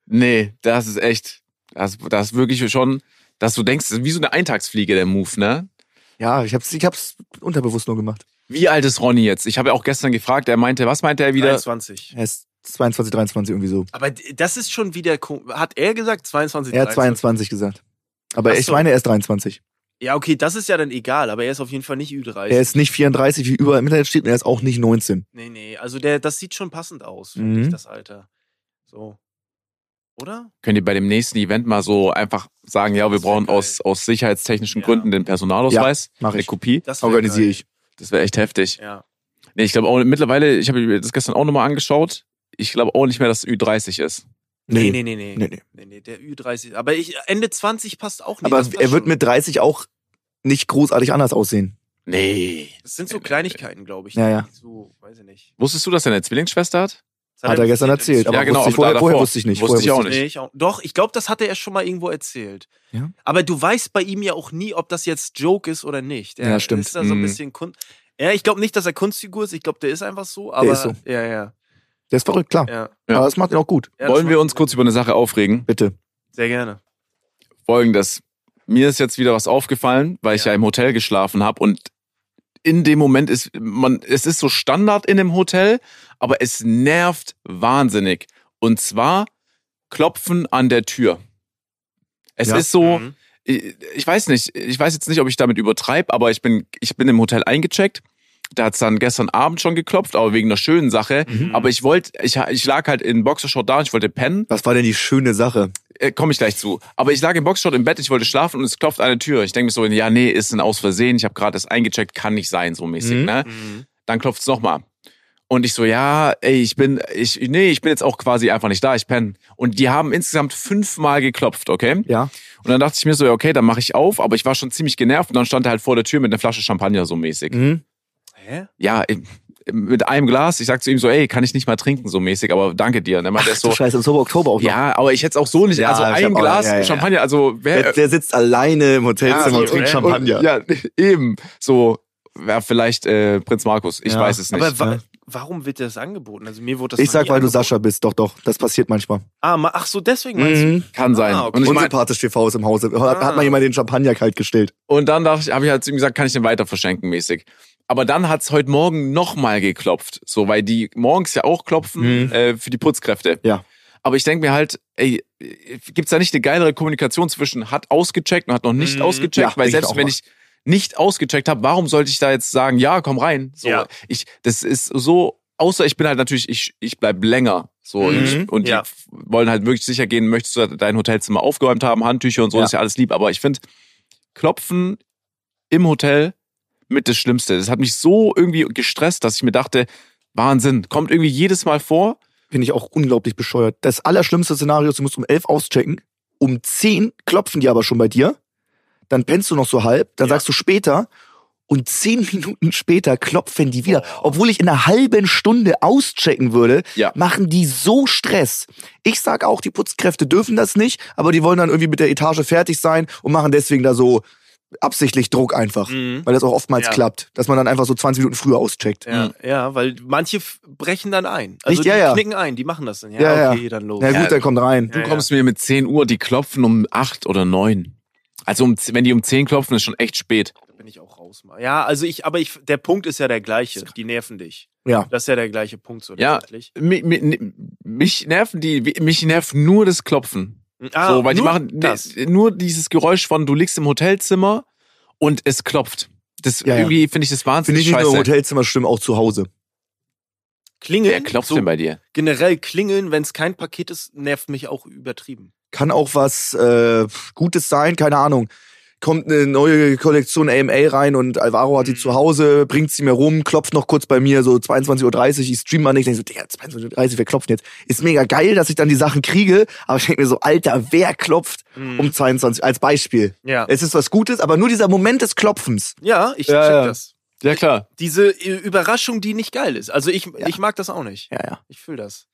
S2: Nee, das ist echt. Das, das ist wirklich schon, dass du denkst, das ist wie so eine Eintagsfliege, der Move, ne?
S3: Ja, ich hab's, ich hab's unterbewusst nur gemacht.
S2: Wie alt ist Ronny jetzt? Ich habe ja auch gestern gefragt, er meinte, was meinte er wieder?
S1: 23.
S3: Er ist 22, 23 irgendwie so.
S1: Aber d- das ist schon wieder, ko- hat er gesagt 22?
S3: Er hat
S1: 23?
S3: 22 gesagt. Aber
S1: Ach
S3: ich
S1: so.
S3: meine, er ist 23.
S1: Ja, okay, das ist ja dann egal, aber er ist auf jeden Fall nicht Ü30.
S3: Er ist nicht 34, wie überall im Internet steht, und er ist auch nicht 19.
S1: Nee, nee, also der, das sieht schon passend aus, finde
S3: Mhm.
S1: ich, das Alter. So. Oder?
S2: Könnt ihr bei dem nächsten Event mal so einfach sagen, ja, wir
S1: Das wär
S2: brauchen
S1: geil.
S2: aus, aus sicherheitstechnischen
S1: Ja.
S2: Gründen den Personalausweis,
S3: Mach
S2: eine
S3: ich.
S2: Kopie.
S1: Das wär
S3: Organisiere ich.
S2: Das wäre echt heftig.
S1: geil. Ja.
S2: Nee, ich glaube auch mittlerweile, ich habe mir das gestern auch nochmal angeschaut, ich glaube auch nicht mehr, dass es Ü30 ist.
S1: Nee, nee,
S3: Nee.
S1: nee, nee.
S3: Nee, nee.
S1: Nee, nee, ne. der Ü30. Aber ich, Ende 20 passt auch nicht.
S3: ne. Aber
S1: das passt
S3: er wird
S1: schon.
S3: mit 30 auch nicht großartig anders aussehen.
S2: Nee.
S1: Das sind so Kleinigkeiten, glaube ich.
S3: äh, Ja, ja.
S1: So, weiß ich nicht.
S2: Wusstest du, dass er eine Zwillingsschwester hat?
S1: Das
S3: Hat er gestern erzählt, aber
S2: Ja, genau,
S3: wusste
S2: aber
S3: ich vorher,
S2: da-
S3: vorher
S2: davor.
S3: wusste ich nicht.
S2: Wusste ich
S3: vorher
S2: auch
S1: Nee, Ne, ich auch. Doch, ich glaube, das hatte er schon mal irgendwo erzählt.
S3: Ja?
S1: Aber du weißt bei ihm ja auch nie, ob das jetzt Joke ist oder nicht. Er
S3: Ja, stimmt.
S1: Ist da so ein
S2: Mhm.
S1: bisschen Kun ja, ich glaube nicht, dass er Kunstfigur ist. Ich glaube, der ist einfach so. Aber
S3: ist so.
S1: ja, ja,
S3: Der ist verrückt, klar.
S1: ja.
S2: Ja.
S3: Aber das macht ihn auch gut.
S1: ja
S2: Wollen
S1: das
S2: wir
S1: macht-
S2: uns kurz über eine Sache aufregen?
S3: Bitte.
S1: Sehr gerne.
S2: Folgendes. Mir ist jetzt wieder was aufgefallen, weil ich
S1: Ja.
S2: ja im Hotel geschlafen habe und in dem Moment ist man, es ist so Standard in dem Hotel, aber es nervt wahnsinnig. Und zwar Klopfen an der Tür. Es
S3: Ja.
S2: ist so,
S1: Mhm.
S2: ich ich weiß nicht, ich weiß jetzt nicht, ob ich damit übertreibe, aber ich bin, ich bin im Hotel eingecheckt. Da hat's dann gestern Abend schon geklopft, aber wegen einer schönen Sache. Mhm.
S3: Mhm.
S2: Aber ich wollte, ich, ich lag halt in Boxershort da und ich wollte pennen.
S3: Was war denn die schöne Sache?
S2: äh, komme ich gleich zu. Aber ich lag im Boxshot im Bett, ich wollte schlafen und es klopft an der Tür. Ich denke mir so, ja, nee, ist ein Aus Versehen, ich habe gerade das eingecheckt, kann nicht sein, so mäßig,
S3: Mhm.
S2: ne?
S1: Mhm.
S2: Dann klopft's nochmal. Und ich so, ja, ey, ich bin, ich, nee, ich bin jetzt auch quasi einfach nicht da, ich penne. Und die haben insgesamt fünfmal geklopft, okay?
S3: Ja.
S2: Und dann dachte ich mir so, ja, okay, dann mache ich auf, aber ich war schon ziemlich genervt und dann stand er halt vor der Tür mit einer Flasche Champagner so mäßig.
S3: Mhm.
S1: Hä?
S2: Ja, im- im- mit einem Glas, ich sag zu ihm so, ey, kann ich nicht mal trinken, so mäßig, aber danke dir. Und dann meint er
S3: So.
S2: so,
S3: Scheiße, im Sober Oktober auch noch.
S2: ja, aber ich hätte es auch so nicht.
S3: Ja,
S2: also
S3: ich hab
S2: ein
S3: auch-
S2: Glas
S3: ja, ja, ja.
S2: Champagner, also wer,
S3: Der, der sitzt alleine im Hotelzimmer
S2: Ja,
S3: und trinkt
S1: äh,
S3: Champagner.
S2: Und, ja, eben. So, ja, vielleicht äh, Prinz Markus. Ich
S3: Ja.
S2: weiß es nicht.
S1: Aber wa
S3: Ja.
S1: warum wird dir das angeboten? Also mir wurde das
S3: Ich
S1: noch
S3: sag,
S1: nie
S3: weil du
S1: angeboten.
S3: Sascha bist. Doch, doch. Das passiert manchmal.
S1: Ah, ma- ach so, deswegen meinst
S3: Mhm.
S1: du.
S2: Kann sein.
S1: Ah, okay.
S2: Und ich mein,
S3: Unsympathisch TV ist im Hause. Hat, hat mal jemand den Champagner kalt gestellt.
S2: Und dann dachte ich, habe ich halt zu ihm gesagt, kann ich den weiter verschenken mäßig. Aber dann hat's heute Morgen nochmal geklopft. So, weil die morgens ja auch klopfen äh, für die Putzkräfte.
S3: Mhm. Ja.
S2: Aber ich denke mir halt, ey, gibt's da nicht eine geilere Kommunikation zwischen hat ausgecheckt und hat noch nicht
S1: Mhm.
S2: ausgecheckt?
S3: Ja,
S2: weil
S3: denk
S2: selbst
S3: ich auch
S2: wenn
S3: mal.
S2: ich nicht ausgecheckt habe, warum sollte ich da jetzt sagen, ja, komm rein? So,
S1: Ja.
S2: ich, das ist so, außer ich bin halt natürlich, ich, ich bleib länger. So,
S1: Mhm.
S2: ich, und
S1: Ja.
S2: die f- wollen halt wirklich sicher gehen, möchtest du dein Hotelzimmer aufgeräumt haben, Handtücher und so,
S3: Ja.
S2: ist ja alles lieb. Aber ich finde, Klopfen im Hotel mit das Schlimmste. Das hat mich so irgendwie gestresst, dass ich mir dachte, Wahnsinn, kommt irgendwie jedes Mal vor.
S3: Finde ich auch unglaublich bescheuert. Das allerschlimmste Szenario ist, du musst um elf auschecken. Um zehn klopfen die aber schon bei dir. Dann pennst du noch so halb. Dann
S1: Ja.
S3: sagst du später. Und zehn Minuten später klopfen die wieder. Obwohl ich in einer halben Stunde auschecken würde,
S2: Ja.
S3: machen die so Stress. Ich sag auch, die Putzkräfte dürfen das nicht, aber die wollen dann irgendwie mit der Etage fertig sein und machen deswegen da so absichtlich Druck einfach.
S1: Mhm.
S3: Weil das auch oftmals
S1: Ja.
S3: klappt, dass man dann einfach so 20 Minuten früher auscheckt.
S1: Ja, ja, weil manche f- brechen dann ein. Also
S3: Richtig,
S1: die
S3: Mhm. ja, ja.
S1: knicken ein, die machen das dann. Ja,
S3: Ja, ja.
S1: okay, dann los.
S3: Na gut,
S2: Ja.
S3: dann kommt rein.
S2: Du
S1: Ja,
S2: kommst mir mit 10 Uhr, die klopfen um 8 oder 9. Also um, wenn die um 10 klopfen, ist schon echt spät.
S1: Da bin ich auch raus. Mann. Ja, also ich, aber ich, der Punkt ist ja der gleiche. Die nerven dich.
S3: Ja.
S1: Das ist ja der gleiche Punkt so
S2: Ja.
S1: letztendlich.
S2: Mich, mich, mich nerven die, mich nervt nur das Klopfen.
S1: Ah,
S2: Mhm. so, weil die
S1: nur
S2: machen
S1: das.
S2: nee, nur dieses Geräusch von, du liegst im Hotelzimmer und es klopft. Das
S3: Ja, ja.
S2: irgendwie finde ich das
S3: Finde
S2: wahnsinnig
S3: ich nicht nur im
S2: scheiße.
S3: Hotelzimmer schlimm, auch zu Hause.
S1: Klingeln.
S2: Wer klopft
S1: so
S2: denn bei dir?
S1: generell klingeln, wenn es kein Paket ist, nervt mich auch übertrieben.
S3: Kann auch was äh, Gutes sein, keine Ahnung. Kommt eine neue Kollektion AMA rein und Alvaro hat die
S1: Mhm.
S3: zu Hause, bringt sie mir rum, klopft noch kurz bei mir, so 22.30 Uhr, ich stream mal nicht, denk so, Digga, 22.30 Uhr, wir klopfen jetzt. Ist mega geil, dass ich dann die Sachen kriege, aber ich denk mir so, Alter, wer klopft
S1: Mhm.
S3: um 22 als Beispiel?
S1: ja.
S2: Äh,
S3: Es ist was Gutes, aber nur dieser Moment des Klopfens.
S1: Ja, ich
S2: Ja,
S1: check
S2: ja.
S1: das.
S2: Ja, klar.
S1: Diese äh, Überraschung, die nicht geil ist. Also ich, ich mag das auch nicht.
S3: Ja, ja.
S1: Ich fühle das.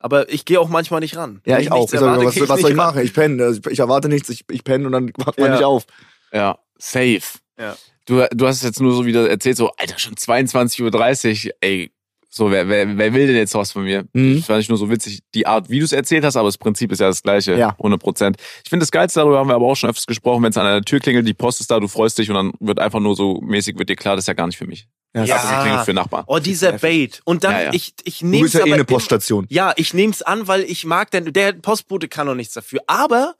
S1: Aber ich gehe auch manchmal nicht ran.
S3: Ja,
S1: Wenn
S3: ich, auch.
S1: nichts
S3: Ich sag,
S1: erwarte,
S3: was
S1: geh
S3: was soll ich
S1: nicht ran.
S3: machen? Ich penne, Also ich, ich erwarte nichts, ich, ich penne und dann wacht man
S1: Ja.
S3: nicht auf.
S2: Ja, safe.
S1: Ja.
S2: Du, du hast es jetzt nur so wieder erzählt, so, Alter, schon 22.30 Uhr, ey. So, wer, wer, wer will denn jetzt was von mir?
S3: Mhm.
S2: Das fand ich nur so witzig, die Art, wie du es erzählt hast, aber das Prinzip ist ja das gleiche,
S3: Ja.
S2: 100 Prozent. Ich finde das Geilste, darüber haben wir aber auch schon öfters gesprochen, wenn es an einer Tür klingelt, die Post ist da, du freust dich und dann wird einfach nur so mäßig, wird dir klar, das ist ja gar nicht für mich.
S3: Ja,
S1: Ja.
S2: Das ist klingelt für Nachbarn.
S1: Oh, dieser Bait. Und dann,
S2: Ja, ja.
S1: ich, ich
S3: Du
S1: nehme
S3: bist ja eh eine Poststation.
S1: Ja, ich nehme es an, weil ich mag, denn der Postbote kann noch nichts dafür. Aber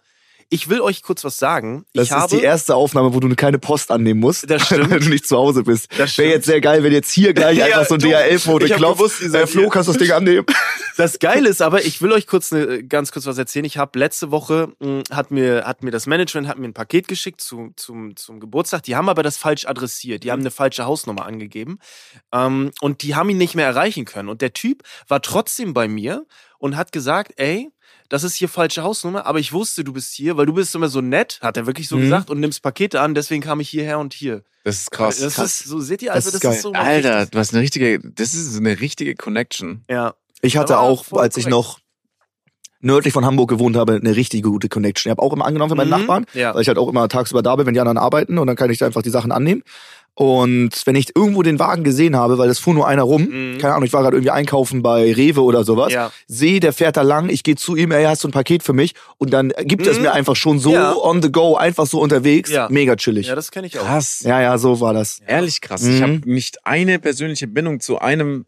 S1: ich will euch kurz was sagen.
S3: Das
S1: ich habe,
S3: ist die erste Aufnahme, wo du keine Post annehmen musst,
S1: Das stimmt.
S3: weil du nicht zu Hause bist.
S1: Das
S3: Wäre
S1: stimmt.
S3: jetzt sehr geil, wenn jetzt hier gleich
S1: Ja,
S3: einfach so ein
S1: du,
S3: DHL-Foto
S1: ich hab
S3: klopft.
S1: gewusst, ihr
S3: Äh,
S1: seid
S3: Flo,
S1: hier.
S3: kannst du das Ding annehmen?
S1: Das Geile ist aber, ich will euch kurz ne, ganz kurz was erzählen. Ich habe letzte Woche mh, hat mir hat mir das Management hat mir ein Paket geschickt zu, zum zum Geburtstag. Die haben aber das falsch adressiert. Die haben eine falsche Hausnummer angegeben ähm, und die haben ihn nicht mehr erreichen können. Und der Typ war trotzdem bei mir und hat gesagt, ey. Das ist hier falsche Hausnummer, aber ich wusste, du bist hier, weil du bist immer so nett, hat er wirklich so
S3: Mhm.
S1: gesagt, und nimmst Pakete an, deswegen kam ich hierher und hier.
S2: Das ist krass.
S1: Das ist so, seht ihr, also
S3: Das
S1: das
S3: ist
S1: ist, so.
S3: geil.
S2: Alter, du hast eine richtige, das ist eine richtige Connection.
S1: Ja.
S3: Ich hatte
S1: Aber
S3: auch,
S1: voll
S3: als ich
S1: korrekt.
S3: noch nördlich von Hamburg gewohnt habe, eine richtige gute Connection. Ich habe auch immer angenommen von meinen
S1: Mhm.
S3: Nachbarn,
S1: Ja.
S3: weil ich halt auch immer tagsüber da bin, wenn die anderen arbeiten und dann kann ich da einfach die Sachen annehmen. Und wenn ich irgendwo den Wagen gesehen habe, weil es fuhr nur einer rum,
S1: Mhm.
S3: keine Ahnung, ich war gerade irgendwie einkaufen bei Rewe oder sowas,
S1: Ja.
S3: sehe, der fährt da lang, ich gehe zu ihm, ey, hast du ein Paket für mich? Und dann gibt er es
S1: Mhm.
S3: mir einfach schon so
S1: Ja.
S3: on the go, einfach so unterwegs.
S1: Ja.
S3: Mega chillig.
S1: ja, das kenne ich auch.
S2: Krass.
S3: Ja, ja, so war das.
S2: Ehrlich krass.
S3: Mhm.
S2: Ich habe nicht eine persönliche Bindung zu einem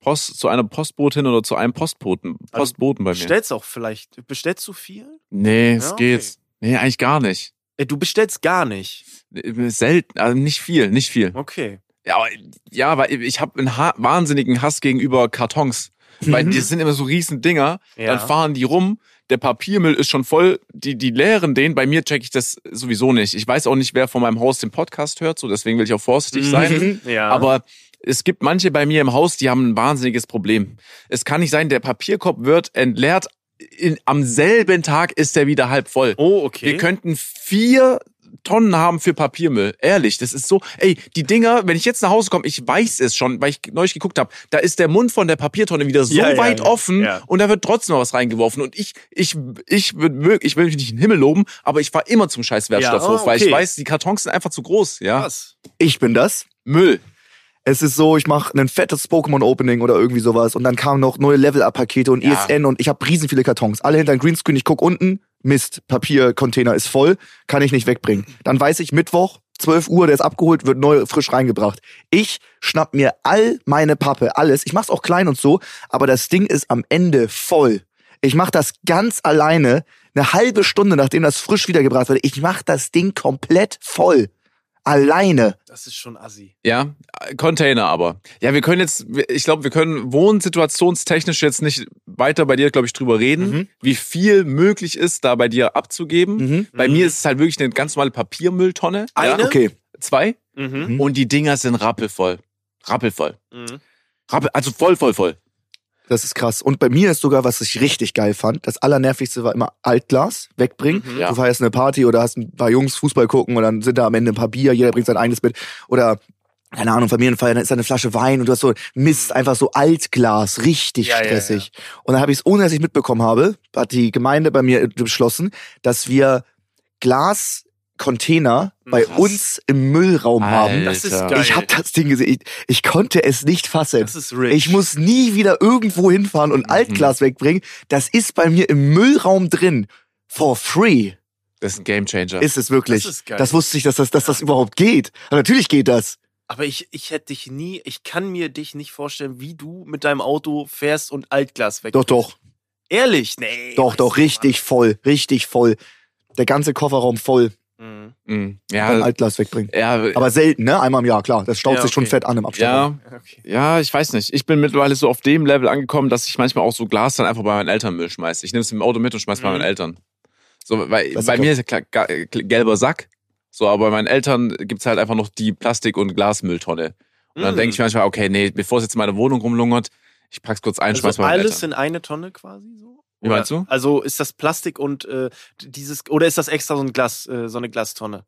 S2: Post, zu einer Postbotin oder zu einem Postboten,
S1: Also
S2: Postboten bei mir.
S1: Bestellst auch vielleicht. Bestellst du viel?
S2: nee, es
S1: Ja, okay.
S2: geht. Nee, eigentlich gar nicht.
S1: Äh, Du bestellst gar nicht.
S2: Selten, also nicht viel, nicht viel.
S1: Okay.
S2: Ja, aber, ja, weil ich habe einen ha wahnsinnigen Hass gegenüber Kartons. Weil
S3: Mhm.
S2: die sind immer so riesen Dinger,
S1: Ja.
S2: dann fahren die rum, der Papiermüll ist schon voll, die, die leeren den. Bei mir checke ich das sowieso nicht. Ich weiß auch nicht, wer von meinem Haus den Podcast hört, so deswegen will ich auch vorsichtig sein.
S1: Mhm. Ja.
S2: Aber es gibt manche bei mir im Haus, die haben ein wahnsinniges Problem. Es kann nicht sein, der Papierkorb wird entleert. In, am selben Tag ist er wieder halb voll.
S1: oh, okay.
S2: Wir könnten vier Tonnen haben für Papiermüll. Ehrlich, das ist so. Ey, die Dinger, wenn ich jetzt nach Hause komme, ich weiß es schon, weil ich neulich geguckt habe, da ist der Mund von der Papiertonne wieder so
S1: Ja, ja,
S2: weit
S1: ja.
S2: offen
S1: Ja.
S2: und da wird trotzdem noch was reingeworfen. Und ich, ich, ich würde ich will mich nicht in den Himmel loben, aber ich fahre immer zum scheiß Wertstoffhof,
S1: Ja, oh,
S2: weil ich
S1: okay.
S2: weiß, die Kartons sind einfach zu groß, ja.
S1: Krass.
S3: Ich bin das.
S2: Müll.
S3: Es ist so, ich mache ein fettes Pokémon-Opening oder irgendwie sowas und dann kamen noch neue Level-Up-Pakete und
S2: Ja.
S3: ESN und ich habe riesen viele Kartons. Alle hinter einem Greenscreen, ich guck unten, Mist, Papiercontainer ist voll, kann ich nicht wegbringen. Dann weiß ich, Mittwoch, 12 Uhr, der ist abgeholt, wird neu frisch reingebracht. Ich schnapp mir all meine Pappe, alles. Ich mach's auch klein und so, aber das Ding ist am Ende voll. Ich mach das ganz alleine, eine halbe Stunde, nachdem das frisch wiedergebracht wurde. Ich mach das Ding komplett voll. Alleine.
S1: Das ist schon assi.
S2: Ja, äh, Container aber. Ja, wir können jetzt, wir- ich glaube, wir können wohnsituationstechnisch jetzt nicht weiter bei dir, glaube ich, drüber reden,
S3: Mhm.
S2: wie viel möglich ist, da bei dir abzugeben.
S3: Mhm.
S2: Bei mir ist es halt wirklich eine ganz normale Papiermülltonne.
S1: Eine?
S2: Ja,
S3: Okay.
S2: zwei.
S1: Mhm.
S2: Und die Dinger sind rappelvoll. Rappelvoll.
S1: Mhm.
S2: Rappel, also voll, voll, voll.
S3: Das ist krass. Und bei mir ist sogar, was ich richtig geil fand, das Allernervigste war immer Altglas wegbringen.
S1: Mhm.
S2: Ja.
S3: Du feierst eine Party oder hast ein paar Jungs Fußball gucken und dann sind da am Ende ein paar Bier, jeder bringt sein eigenes mit. Oder, keine Ahnung, Familienfeier, dann ist da eine Flasche Wein und du hast so Mist, einfach so Altglas, richtig
S1: Ja, ja,
S3: stressig. Und dann habe ich es, ohne dass ich mitbekommen habe, hat die Gemeinde bei mir beschlossen, dass wir Glascontainer bei
S2: Krass.
S3: uns im Müllraum haben.
S1: Das ist
S2: Alter.
S1: geil.
S3: Ich habe das Ding gesehen. Ich, ich konnte es nicht fassen.
S1: Das ist rich.
S3: Ich muss nie wieder irgendwo hinfahren
S1: Mhm.
S3: und Altglas wegbringen. Das ist bei mir im Müllraum drin. For free
S2: Das ist ein Gamechanger.
S3: ist es wirklich.
S1: Das ist geil.
S3: Das wusste ich, dass das, dass das überhaupt geht. Aber natürlich geht das.
S1: Aber ich, ich hätte dich nie, ich kann mir dich nicht vorstellen, wie du mit deinem Auto fährst und Altglas weg.
S3: Doch, doch,
S1: Ehrlich? Nee.
S3: doch, doch, richtig voll, richtig voll. Der ganze Kofferraum voll
S1: Mhm.
S2: Mhm.
S3: beim
S2: Ja,
S3: Altglas wegbringen.
S2: ja,
S3: halt Aber selten, ne? Einmal im Jahr, klar. Das staut
S1: Ja,
S3: sich schon
S1: okay.
S3: fett an im Abstand.
S2: ja.
S1: Okay.
S2: Ja, ich weiß nicht. Ich bin mittlerweile so auf dem Level angekommen, dass ich manchmal auch so Glas dann einfach bei meinen Eltern Müll schmeiße. Ich nehme es im Auto mit und schmeiß bei
S1: Mhm.
S2: meinen Eltern. So, weil
S3: Das ist
S2: bei
S3: okay.
S2: mir ist ja klar, ga- äh, gelber Sack. So, aber bei meinen Eltern gibt's halt einfach noch die Plastik- und Glasmülltonne. Und dann
S1: Mhm.
S2: denke ich manchmal, okay, nee, bevor es jetzt in meiner Wohnung rumlungert, ich pack's kurz ein, schmeiß
S1: Also
S2: bei meinen
S1: alles
S2: Eltern.
S1: in eine Tonne quasi so?
S2: Wie meinst du?
S1: Also ist das Plastik und äh, dieses oder ist das extra so ein Glas, äh, so eine Glastonne?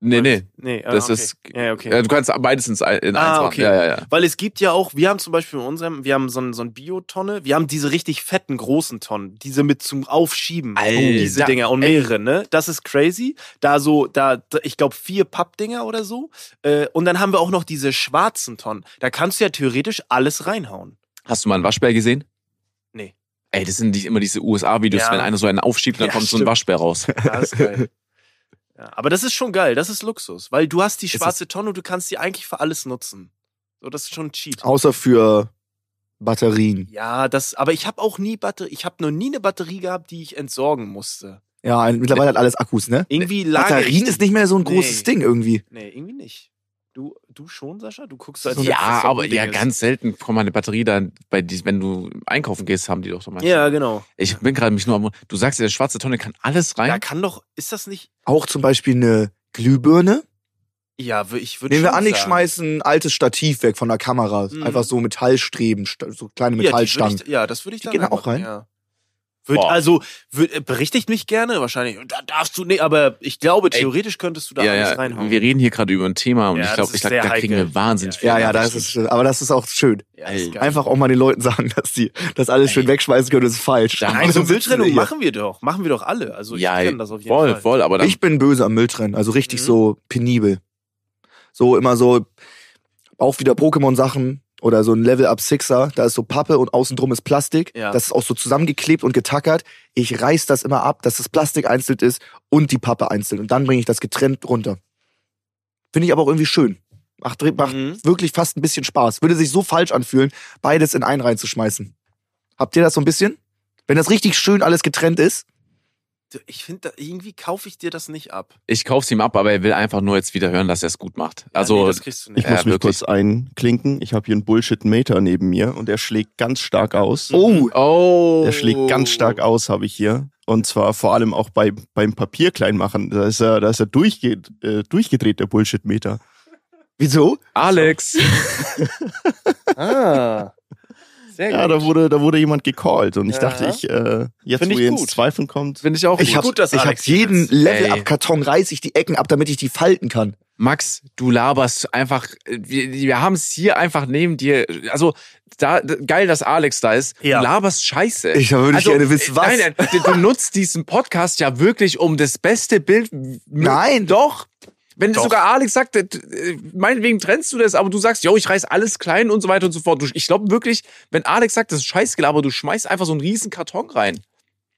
S2: Nee, nee.
S1: Nee, ah,
S2: Das
S1: okay.
S2: ist- äh,
S1: Ja, okay.
S2: Ja, Du kannst beides ins, Ei- in
S1: Ah,
S2: eins
S1: okay.
S2: machen. Ja, ja, ja.
S1: Weil es gibt ja auch, wir haben zum Beispiel in unserem, wir haben so, ein, so eine Biotonne, wir haben diese richtig fetten großen Tonnen, diese mit zum Aufschieben, Oh,
S2: Alter,
S1: diese Dinger und mehrere, ne? Das ist crazy. Da so, da, da- ich glaube, vier Pappdinger oder so. Äh, Und dann haben wir auch noch diese schwarzen Tonnen. Da kannst du ja theoretisch alles reinhauen.
S2: Hast du mal einen Waschbär gesehen?
S1: Nee.
S2: Ey, das sind die, immer diese USA-Videos,
S1: Ja.
S2: wenn einer so einen aufschiebt, dann
S1: Ja,
S2: kommt so ein
S1: stimmt.
S2: Waschbär raus.
S1: Ja, ist geil. Ja, aber das ist schon geil, das ist Luxus, weil du hast die
S2: Ist
S1: schwarze Tonne und du kannst die eigentlich für alles nutzen. So, das ist schon ein Cheat.
S3: Außer für Batterien.
S1: Ja, das, aber ich habe auch nie Batterie, ich habe noch nie eine Batterie gehabt, die ich entsorgen musste.
S3: Ja, ein- mittlerweile hat alles Akkus, ne?
S1: Irgendwie lag
S3: Batterien ist nicht mehr so ein großes
S1: Nee.
S3: Ding irgendwie.
S1: Nee, irgendwie nicht. Du, du schon, Sascha? Du guckst halt so, als ob
S2: ja,
S1: das so ein
S2: aber
S1: Ding
S2: ja,
S1: ist.
S2: ganz selten kommt meine Batterie dann bei dies, wenn du einkaufen gehst, haben die doch so manchmal.
S1: Ja, genau.
S2: Ich bin gerade mich nur am. Du sagst, ja, der schwarze Tonne kann alles rein.
S1: Da kann doch, ist das nicht.
S3: Auch zum Beispiel eine Glühbirne.
S1: Ja, wür- ich würde
S3: Nehmen wir an, ich
S1: sagen.
S3: schmeiße ein altes Stativ weg von der Kamera.
S1: Mhm.
S3: Einfach so Metallstreben, sta- so
S1: Ja,
S3: kleine
S1: die würd
S3: Metallstangen.
S1: ich, ja, das würde ich
S3: Die
S1: da
S3: gehen auch
S1: reinmachen,
S3: rein?
S1: Ja. Würd,
S2: Boah.
S1: also, würd, äh, berichtigt mich gerne wahrscheinlich. Da darfst du, nee, aber ich glaube,
S2: Ey.
S1: theoretisch könntest du da
S2: ja,
S1: alles
S2: ja.
S1: reinhauen.
S2: Wir reden hier gerade über ein Thema und
S1: Ja,
S2: ich
S1: das
S2: glaube,
S1: ist
S2: ich glaub,
S1: sehr
S2: da kriegen
S1: heikel.
S2: wir wahnsinnig
S1: Ja,
S2: viel.
S3: ja, ja, das
S2: Nachrichten.
S3: ist, aber das ist auch schön.
S1: ja, ist geil.
S3: Einfach auch mal den Leuten sagen, dass die das alles schön wegschmeißen können, das ist falsch.
S2: Da
S1: Nein, so
S3: Sitzen wir
S1: Mülltrennung
S3: hier.
S1: machen wir doch. Machen wir doch alle. Also, ich
S2: Ja,
S1: kenne das auf jeden
S2: voll,
S1: Fall.
S2: voll, aber dann,
S3: Ich bin böse am Mülltrennen, also richtig
S1: Mhm.
S3: so penibel. So immer so, auch wieder Pokémon-Sachen oder so ein Level-Up-Sixer, da ist so Pappe und außen drum ist Plastik.
S1: Ja.
S3: Das ist auch so zusammengeklebt und getackert. Ich reiß das immer ab, dass das Plastik einzeln ist und die Pappe einzeln. Und dann bringe ich das getrennt runter. Finde ich aber auch irgendwie schön. Macht, macht
S1: Mhm.
S3: wirklich fast ein bisschen Spaß. Würde sich so falsch anfühlen, beides in einen reinzuschmeißen. Habt ihr das so ein bisschen? Wenn das richtig schön alles getrennt ist?
S1: Du, Ich finde, irgendwie kaufe ich dir das nicht ab.
S2: ich kauf's ihm ab, aber er will einfach nur jetzt wieder hören, dass er es gut macht.
S1: Ja,
S2: Also,
S1: nee, das kriegst du
S4: Ich
S1: nicht.
S2: Ja,
S4: muss mich
S2: wirklich.
S4: kurz einklinken. Ich habe hier einen Bullshit-Meter neben mir und der schlägt ganz stark aus.
S3: Oh,
S2: oh,
S4: Der schlägt ganz stark aus, habe ich hier. Und zwar vor allem auch bei, beim Papier klein machen. Da ist er, da ist er durchgeht, äh, durchgedreht, der Bullshit-Meter.
S3: wieso?
S2: Alex,
S1: Ah. Sehr
S4: Ja, da wurde, da wurde jemand gecallt und ich
S1: Ja.
S4: dachte, ich, äh, jetzt,
S1: Find
S4: wo
S1: ich
S4: ihr
S1: gut.
S4: ins Zweifeln kommt,
S2: finde ich auch
S3: Ich
S2: gut.
S3: hab,
S1: Gut, dass
S3: ich hab
S1: Alex
S3: jeden
S1: jetzt-
S2: Ey.
S3: Level-Up-Karton reiß ich die Ecken ab, damit ich die falten kann.
S2: Max, du laberst einfach. Wir, wir haben es hier einfach neben dir. Also da, d- geil, dass Alex da ist.
S1: Ja.
S2: Du laberst Scheiße.
S3: Ich würde gerne wissen,
S2: äh,
S3: was.
S2: Nein, nein, du- du nutzt diesen Podcast ja wirklich, um das beste Bild.
S3: Nein.
S2: doch. Wenn sogar Alex sagt, äh, äh, meinetwegen trennst du das, aber du sagst, yo, ich reiß alles klein und so weiter und so fort. Du- Ich glaube wirklich, wenn Alex sagt, das ist Scheißgelaber, du schmeißt einfach so einen riesen Karton rein.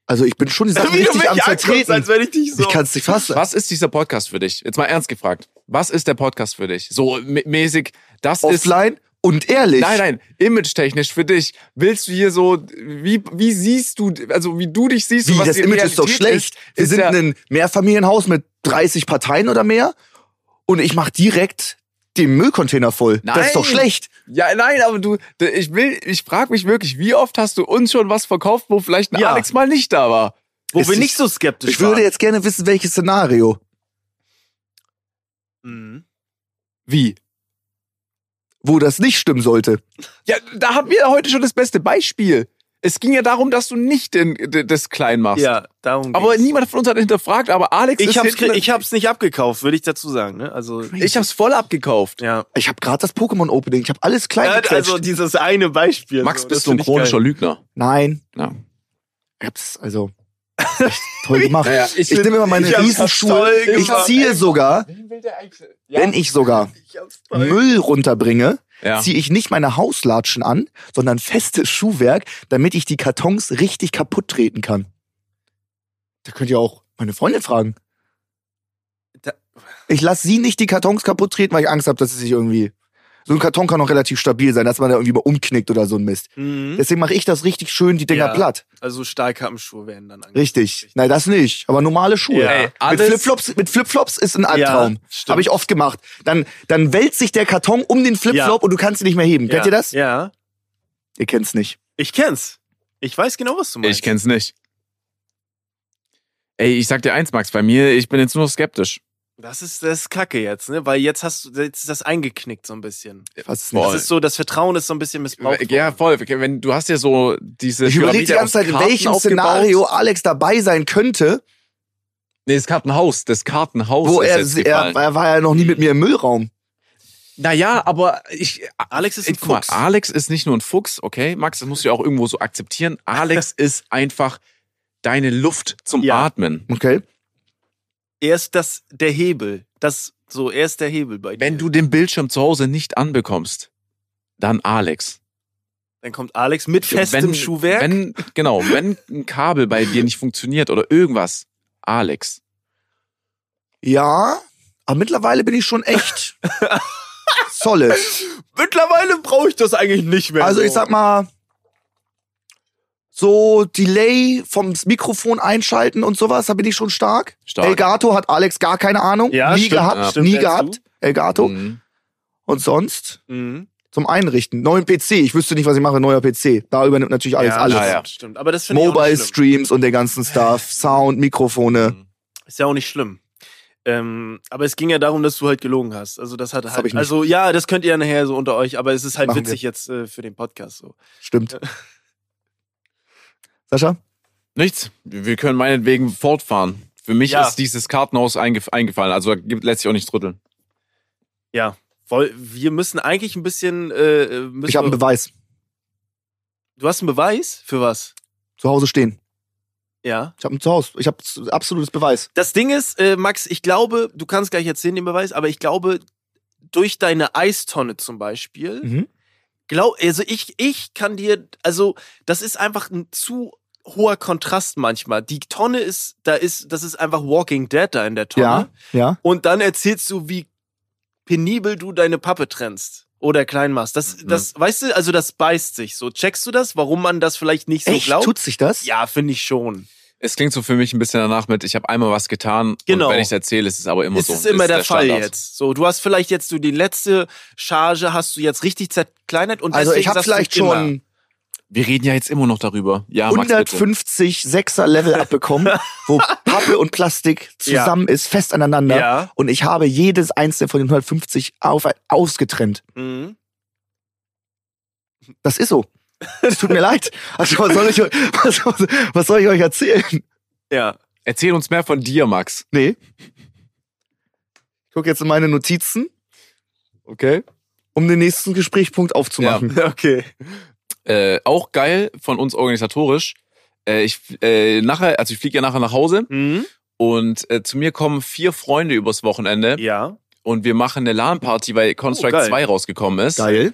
S3: Also ich bin schon die Sachen
S4: Wie du
S3: richtig
S4: mich
S3: am
S4: anguckst,
S1: also
S3: Zertreten.
S4: als wenn ich dich so...
S3: Ich kann es nicht fassen.
S2: Was ist dieser Podcast für dich? Jetzt mal ernst gefragt. Was ist der Podcast für dich? So mä- mäßig, das ist...
S3: Offline und ehrlich.
S2: Nein, nein, image-technisch für dich. Willst du hier so, wie, wie siehst du, also wie du dich siehst
S3: Wie,
S2: und was
S3: das
S2: die
S3: Image ist doch
S2: Realität
S3: schlecht. Wir
S2: ist
S3: sind
S2: ja-
S3: ein Mehrfamilienhaus mit 30 Parteien oder mehr und ich mache direkt den Müllcontainer voll. Das ist doch
S2: Nein.
S3: schlecht.
S2: Ja, nein, aber du, d- ich will, ich frage mich wirklich, wie oft hast du uns schon was verkauft, wo vielleicht ein
S1: Ja.
S2: Alex mal nicht da war?
S1: Wo
S3: Ist
S1: wir
S3: es-
S1: nicht so skeptisch
S3: Ich würde
S1: waren.
S3: jetzt gerne wissen, welches Szenario.
S1: Mhm.
S2: Wie?
S3: wo das nicht stimmen sollte.
S2: Ja, da haben wir heute schon das beste Beispiel. Es ging ja darum, dass du nicht den, d- das klein machst.
S1: Ja, darum
S2: Aber
S1: geht's.
S2: niemand von uns hat hinterfragt, aber Alex
S1: Ich
S2: ist
S1: hab's,
S2: hinten-
S1: kri- ich hab's nicht abgekauft, würde ich dazu sagen. Ne? Also,
S2: ich hab's voll abgekauft.
S1: ja.
S3: Ich habe gerade das Pokémon-Opening, ich habe alles klein
S1: Ja,
S3: gequetscht.
S1: Also dieses eine Beispiel.
S2: Max,
S1: so, das
S2: bist du ein
S1: find ich
S2: chronischer Lügner.
S3: Nein.
S2: Ja.
S3: Ich hab's, also, das ist echt toll gemacht.
S2: Naja,
S3: ich nehme immer meine
S1: ich hab's
S3: Riesenschuhe,
S1: toll
S3: ich
S1: gemacht.
S3: ziehe sogar, wenn ich sogar Müll runterbringe,
S2: Ja.
S3: ziehe ich nicht meine Hauslatschen an, sondern festes Schuhwerk, damit ich die Kartons richtig kaputt treten kann. Da könnt ihr auch meine Freundin fragen.
S1: Da-
S3: ich lasse sie nicht die Kartons kaputt treten, weil ich Angst habe, dass sie sich irgendwie... So ein Karton kann auch relativ stabil sein, dass man da irgendwie mal umknickt oder so ein Mist.
S1: Mhm.
S3: Deswegen mache ich das richtig schön, die Dinger
S1: Ja.
S3: platt.
S1: Also Stahlkappenschuhe werden dann angefangen.
S3: Richtig. Nein, das nicht. Aber normale Schuhe.
S1: Ja. Ey,
S3: mit
S2: alles-
S3: Flipflops, mit Flipflops ist ein Albtraum.
S1: stimmt.
S3: Habe ich oft gemacht. Dann, dann wälzt sich der Karton um den Flipflop
S1: Ja.
S3: und du kannst ihn nicht mehr heben. Kennt ihr das?
S1: Ja.
S3: Ihr kennt's nicht.
S1: Ich kenn's. Ich weiß genau, was du meinst.
S2: Ich kenn's nicht. Ey, ich sag dir eins, Max, bei mir, ich bin jetzt nur noch skeptisch.
S1: Das ist das ist Kacke jetzt, ne? Weil jetzt hast du jetzt ist das eingeknickt so ein bisschen.
S3: Ich weiß es
S2: Voll.
S3: nicht.
S1: Das ist so, das Vertrauen ist so ein bisschen missbraucht.
S2: Ja, voll. Wenn du hast ja so diese
S3: Ich überlege die
S2: Pyramide
S3: ganze
S2: aus
S3: Zeit, in
S2: Karten
S3: welchem
S2: aufgebaut.
S3: Szenario Alex dabei sein könnte,
S2: Nee, das Kartenhaus, das Kartenhaus
S3: wo
S2: ist
S3: er,
S2: jetzt
S3: er,
S2: gefallen.
S3: er war ja noch nie mit mir im Müllraum.
S2: Naja, aber ich
S1: Alex ist ein
S2: Ey, guck mal,
S1: Fuchs.
S2: Alex ist nicht nur ein Fuchs, okay? Max, das musst du ja auch irgendwo so akzeptieren. Alex ist einfach deine Luft zum
S1: Ja.
S2: Atmen.
S3: Okay.
S1: er ist das der Hebel. Das so, er ist der Hebel bei dir.
S2: Wenn du den Bildschirm zu Hause nicht anbekommst, dann Alex.
S1: dann kommt Alex mit festem
S2: wenn,
S1: Schuhwerk.
S2: Wenn, genau, wenn ein Kabel bei dir nicht funktioniert oder irgendwas, Alex.
S3: Ja, aber mittlerweile bin ich schon echt solid.
S1: Mittlerweile brauche ich das eigentlich nicht mehr.
S3: Also
S1: so.
S3: ich sag mal, so Delay vom Mikrofon einschalten und sowas, da bin ich schon stark.
S2: Stark.
S3: Elgato hat Alex gar keine Ahnung.
S1: Ja,
S3: nie
S1: stimmt.
S3: gehabt,
S1: Ja. Stimmt,
S3: nie
S1: dazu.
S3: gehabt. Elgato.
S2: Mhm.
S3: Und sonst
S1: Mhm.
S3: zum Einrichten. Neuen PC. Ich wüsste nicht, was ich mache. Neuer PC. Da übernimmt natürlich Alex
S1: ja,
S3: alles.
S1: stimmt,
S2: Ja, ja.
S1: stimmt. Aber das finde ich auch
S3: Mobile
S1: nicht schlimm. Mhm.
S3: Streams und der ganzen Stuff. Sound, Mikrofone.
S1: Ist ja auch nicht schlimm. Ähm, aber es ging ja darum, dass du halt gelogen hast. Also das hat
S3: hab
S1: halt,
S3: ich nicht.
S1: also ja, das könnt ihr ja nachher so unter euch, aber es ist halt
S3: Machen
S1: witzig jetzt äh, für den Podcast so.
S3: Stimmt. Sascha?
S2: Nichts. Wir können meinetwegen fortfahren. Für mich
S1: Ja.
S2: ist dieses Kartenhaus eingef eingefallen. Also da gibt- lässt sich auch nichts rütteln.
S1: Voll, wir müssen eigentlich ein bisschen. Äh, äh, müssen
S3: Ich habe einen
S1: wir-
S3: Beweis.
S1: du hast einen Beweis für was?
S3: Zu Hause stehen.
S1: Ja.
S3: Ich habe ihn zu Hause. Ich habe absolutes Beweis.
S1: Das Ding ist, äh, Max, ich glaube, du kannst gleich erzählen den Beweis, aber ich glaube, durch deine Eistonne zum Beispiel,
S3: Mhm.
S1: glaub, also ich, ich kann dir, also das ist einfach ein zu hoher Kontrast manchmal. Die Tonne ist, da ist, das ist einfach Walking Dead da in der Tonne.
S3: Ja, ja.
S1: Und dann erzählst du, wie penibel du deine Pappe trennst oder klein machst. Das,
S2: Mhm.
S1: das, weißt du, also das beißt sich so. Checkst du das, warum man das vielleicht nicht so
S3: Echt?
S1: glaubt?
S3: Tut sich das?
S1: Ja, finde ich schon.
S2: Es klingt so für mich ein bisschen danach mit, ich habe einmal was getan
S1: Genau.
S2: und wenn ich es erzähle, ist es aber immer
S1: Es
S2: so.
S1: ist immer der, Fall
S2: Standard.
S1: jetzt. So, du hast vielleicht jetzt du die letzte Charge hast du jetzt richtig zerkleinert und
S3: Also
S1: deswegen
S3: ich habe
S1: sagst du
S3: vielleicht
S1: immer.
S3: schon
S2: Wir reden ja jetzt immer noch darüber. Ja, Max, bitte.
S3: 150 Sechser Level abbekommen, wo Pappe und Plastik
S1: Ja.
S3: zusammen ist, fest aneinander.
S1: Ja.
S3: Und ich habe jedes einzelne von den 150 auf, ausgetrennt.
S1: Mhm.
S3: Das ist so. Es tut mir leid. Also was soll, ich, euch- was, was, was soll ich euch erzählen?
S1: Ja.
S2: Erzähl uns mehr von dir, Max.
S3: Nee. Ich gucke jetzt in meine Notizen,
S2: Okay.
S3: um den nächsten Gesprächspunkt aufzumachen.
S1: Okay.
S2: Äh, auch geil von uns organisatorisch. Äh, ich, äh, nachher, also ich fliege ja nachher nach Hause
S1: Mhm.
S2: Und äh, zu mir kommen vier Freunde übers Wochenende
S1: Ja.
S2: und wir machen eine LAN-Party, weil Construct
S1: Oh, geil.
S2: 2 rausgekommen ist.
S3: Geil.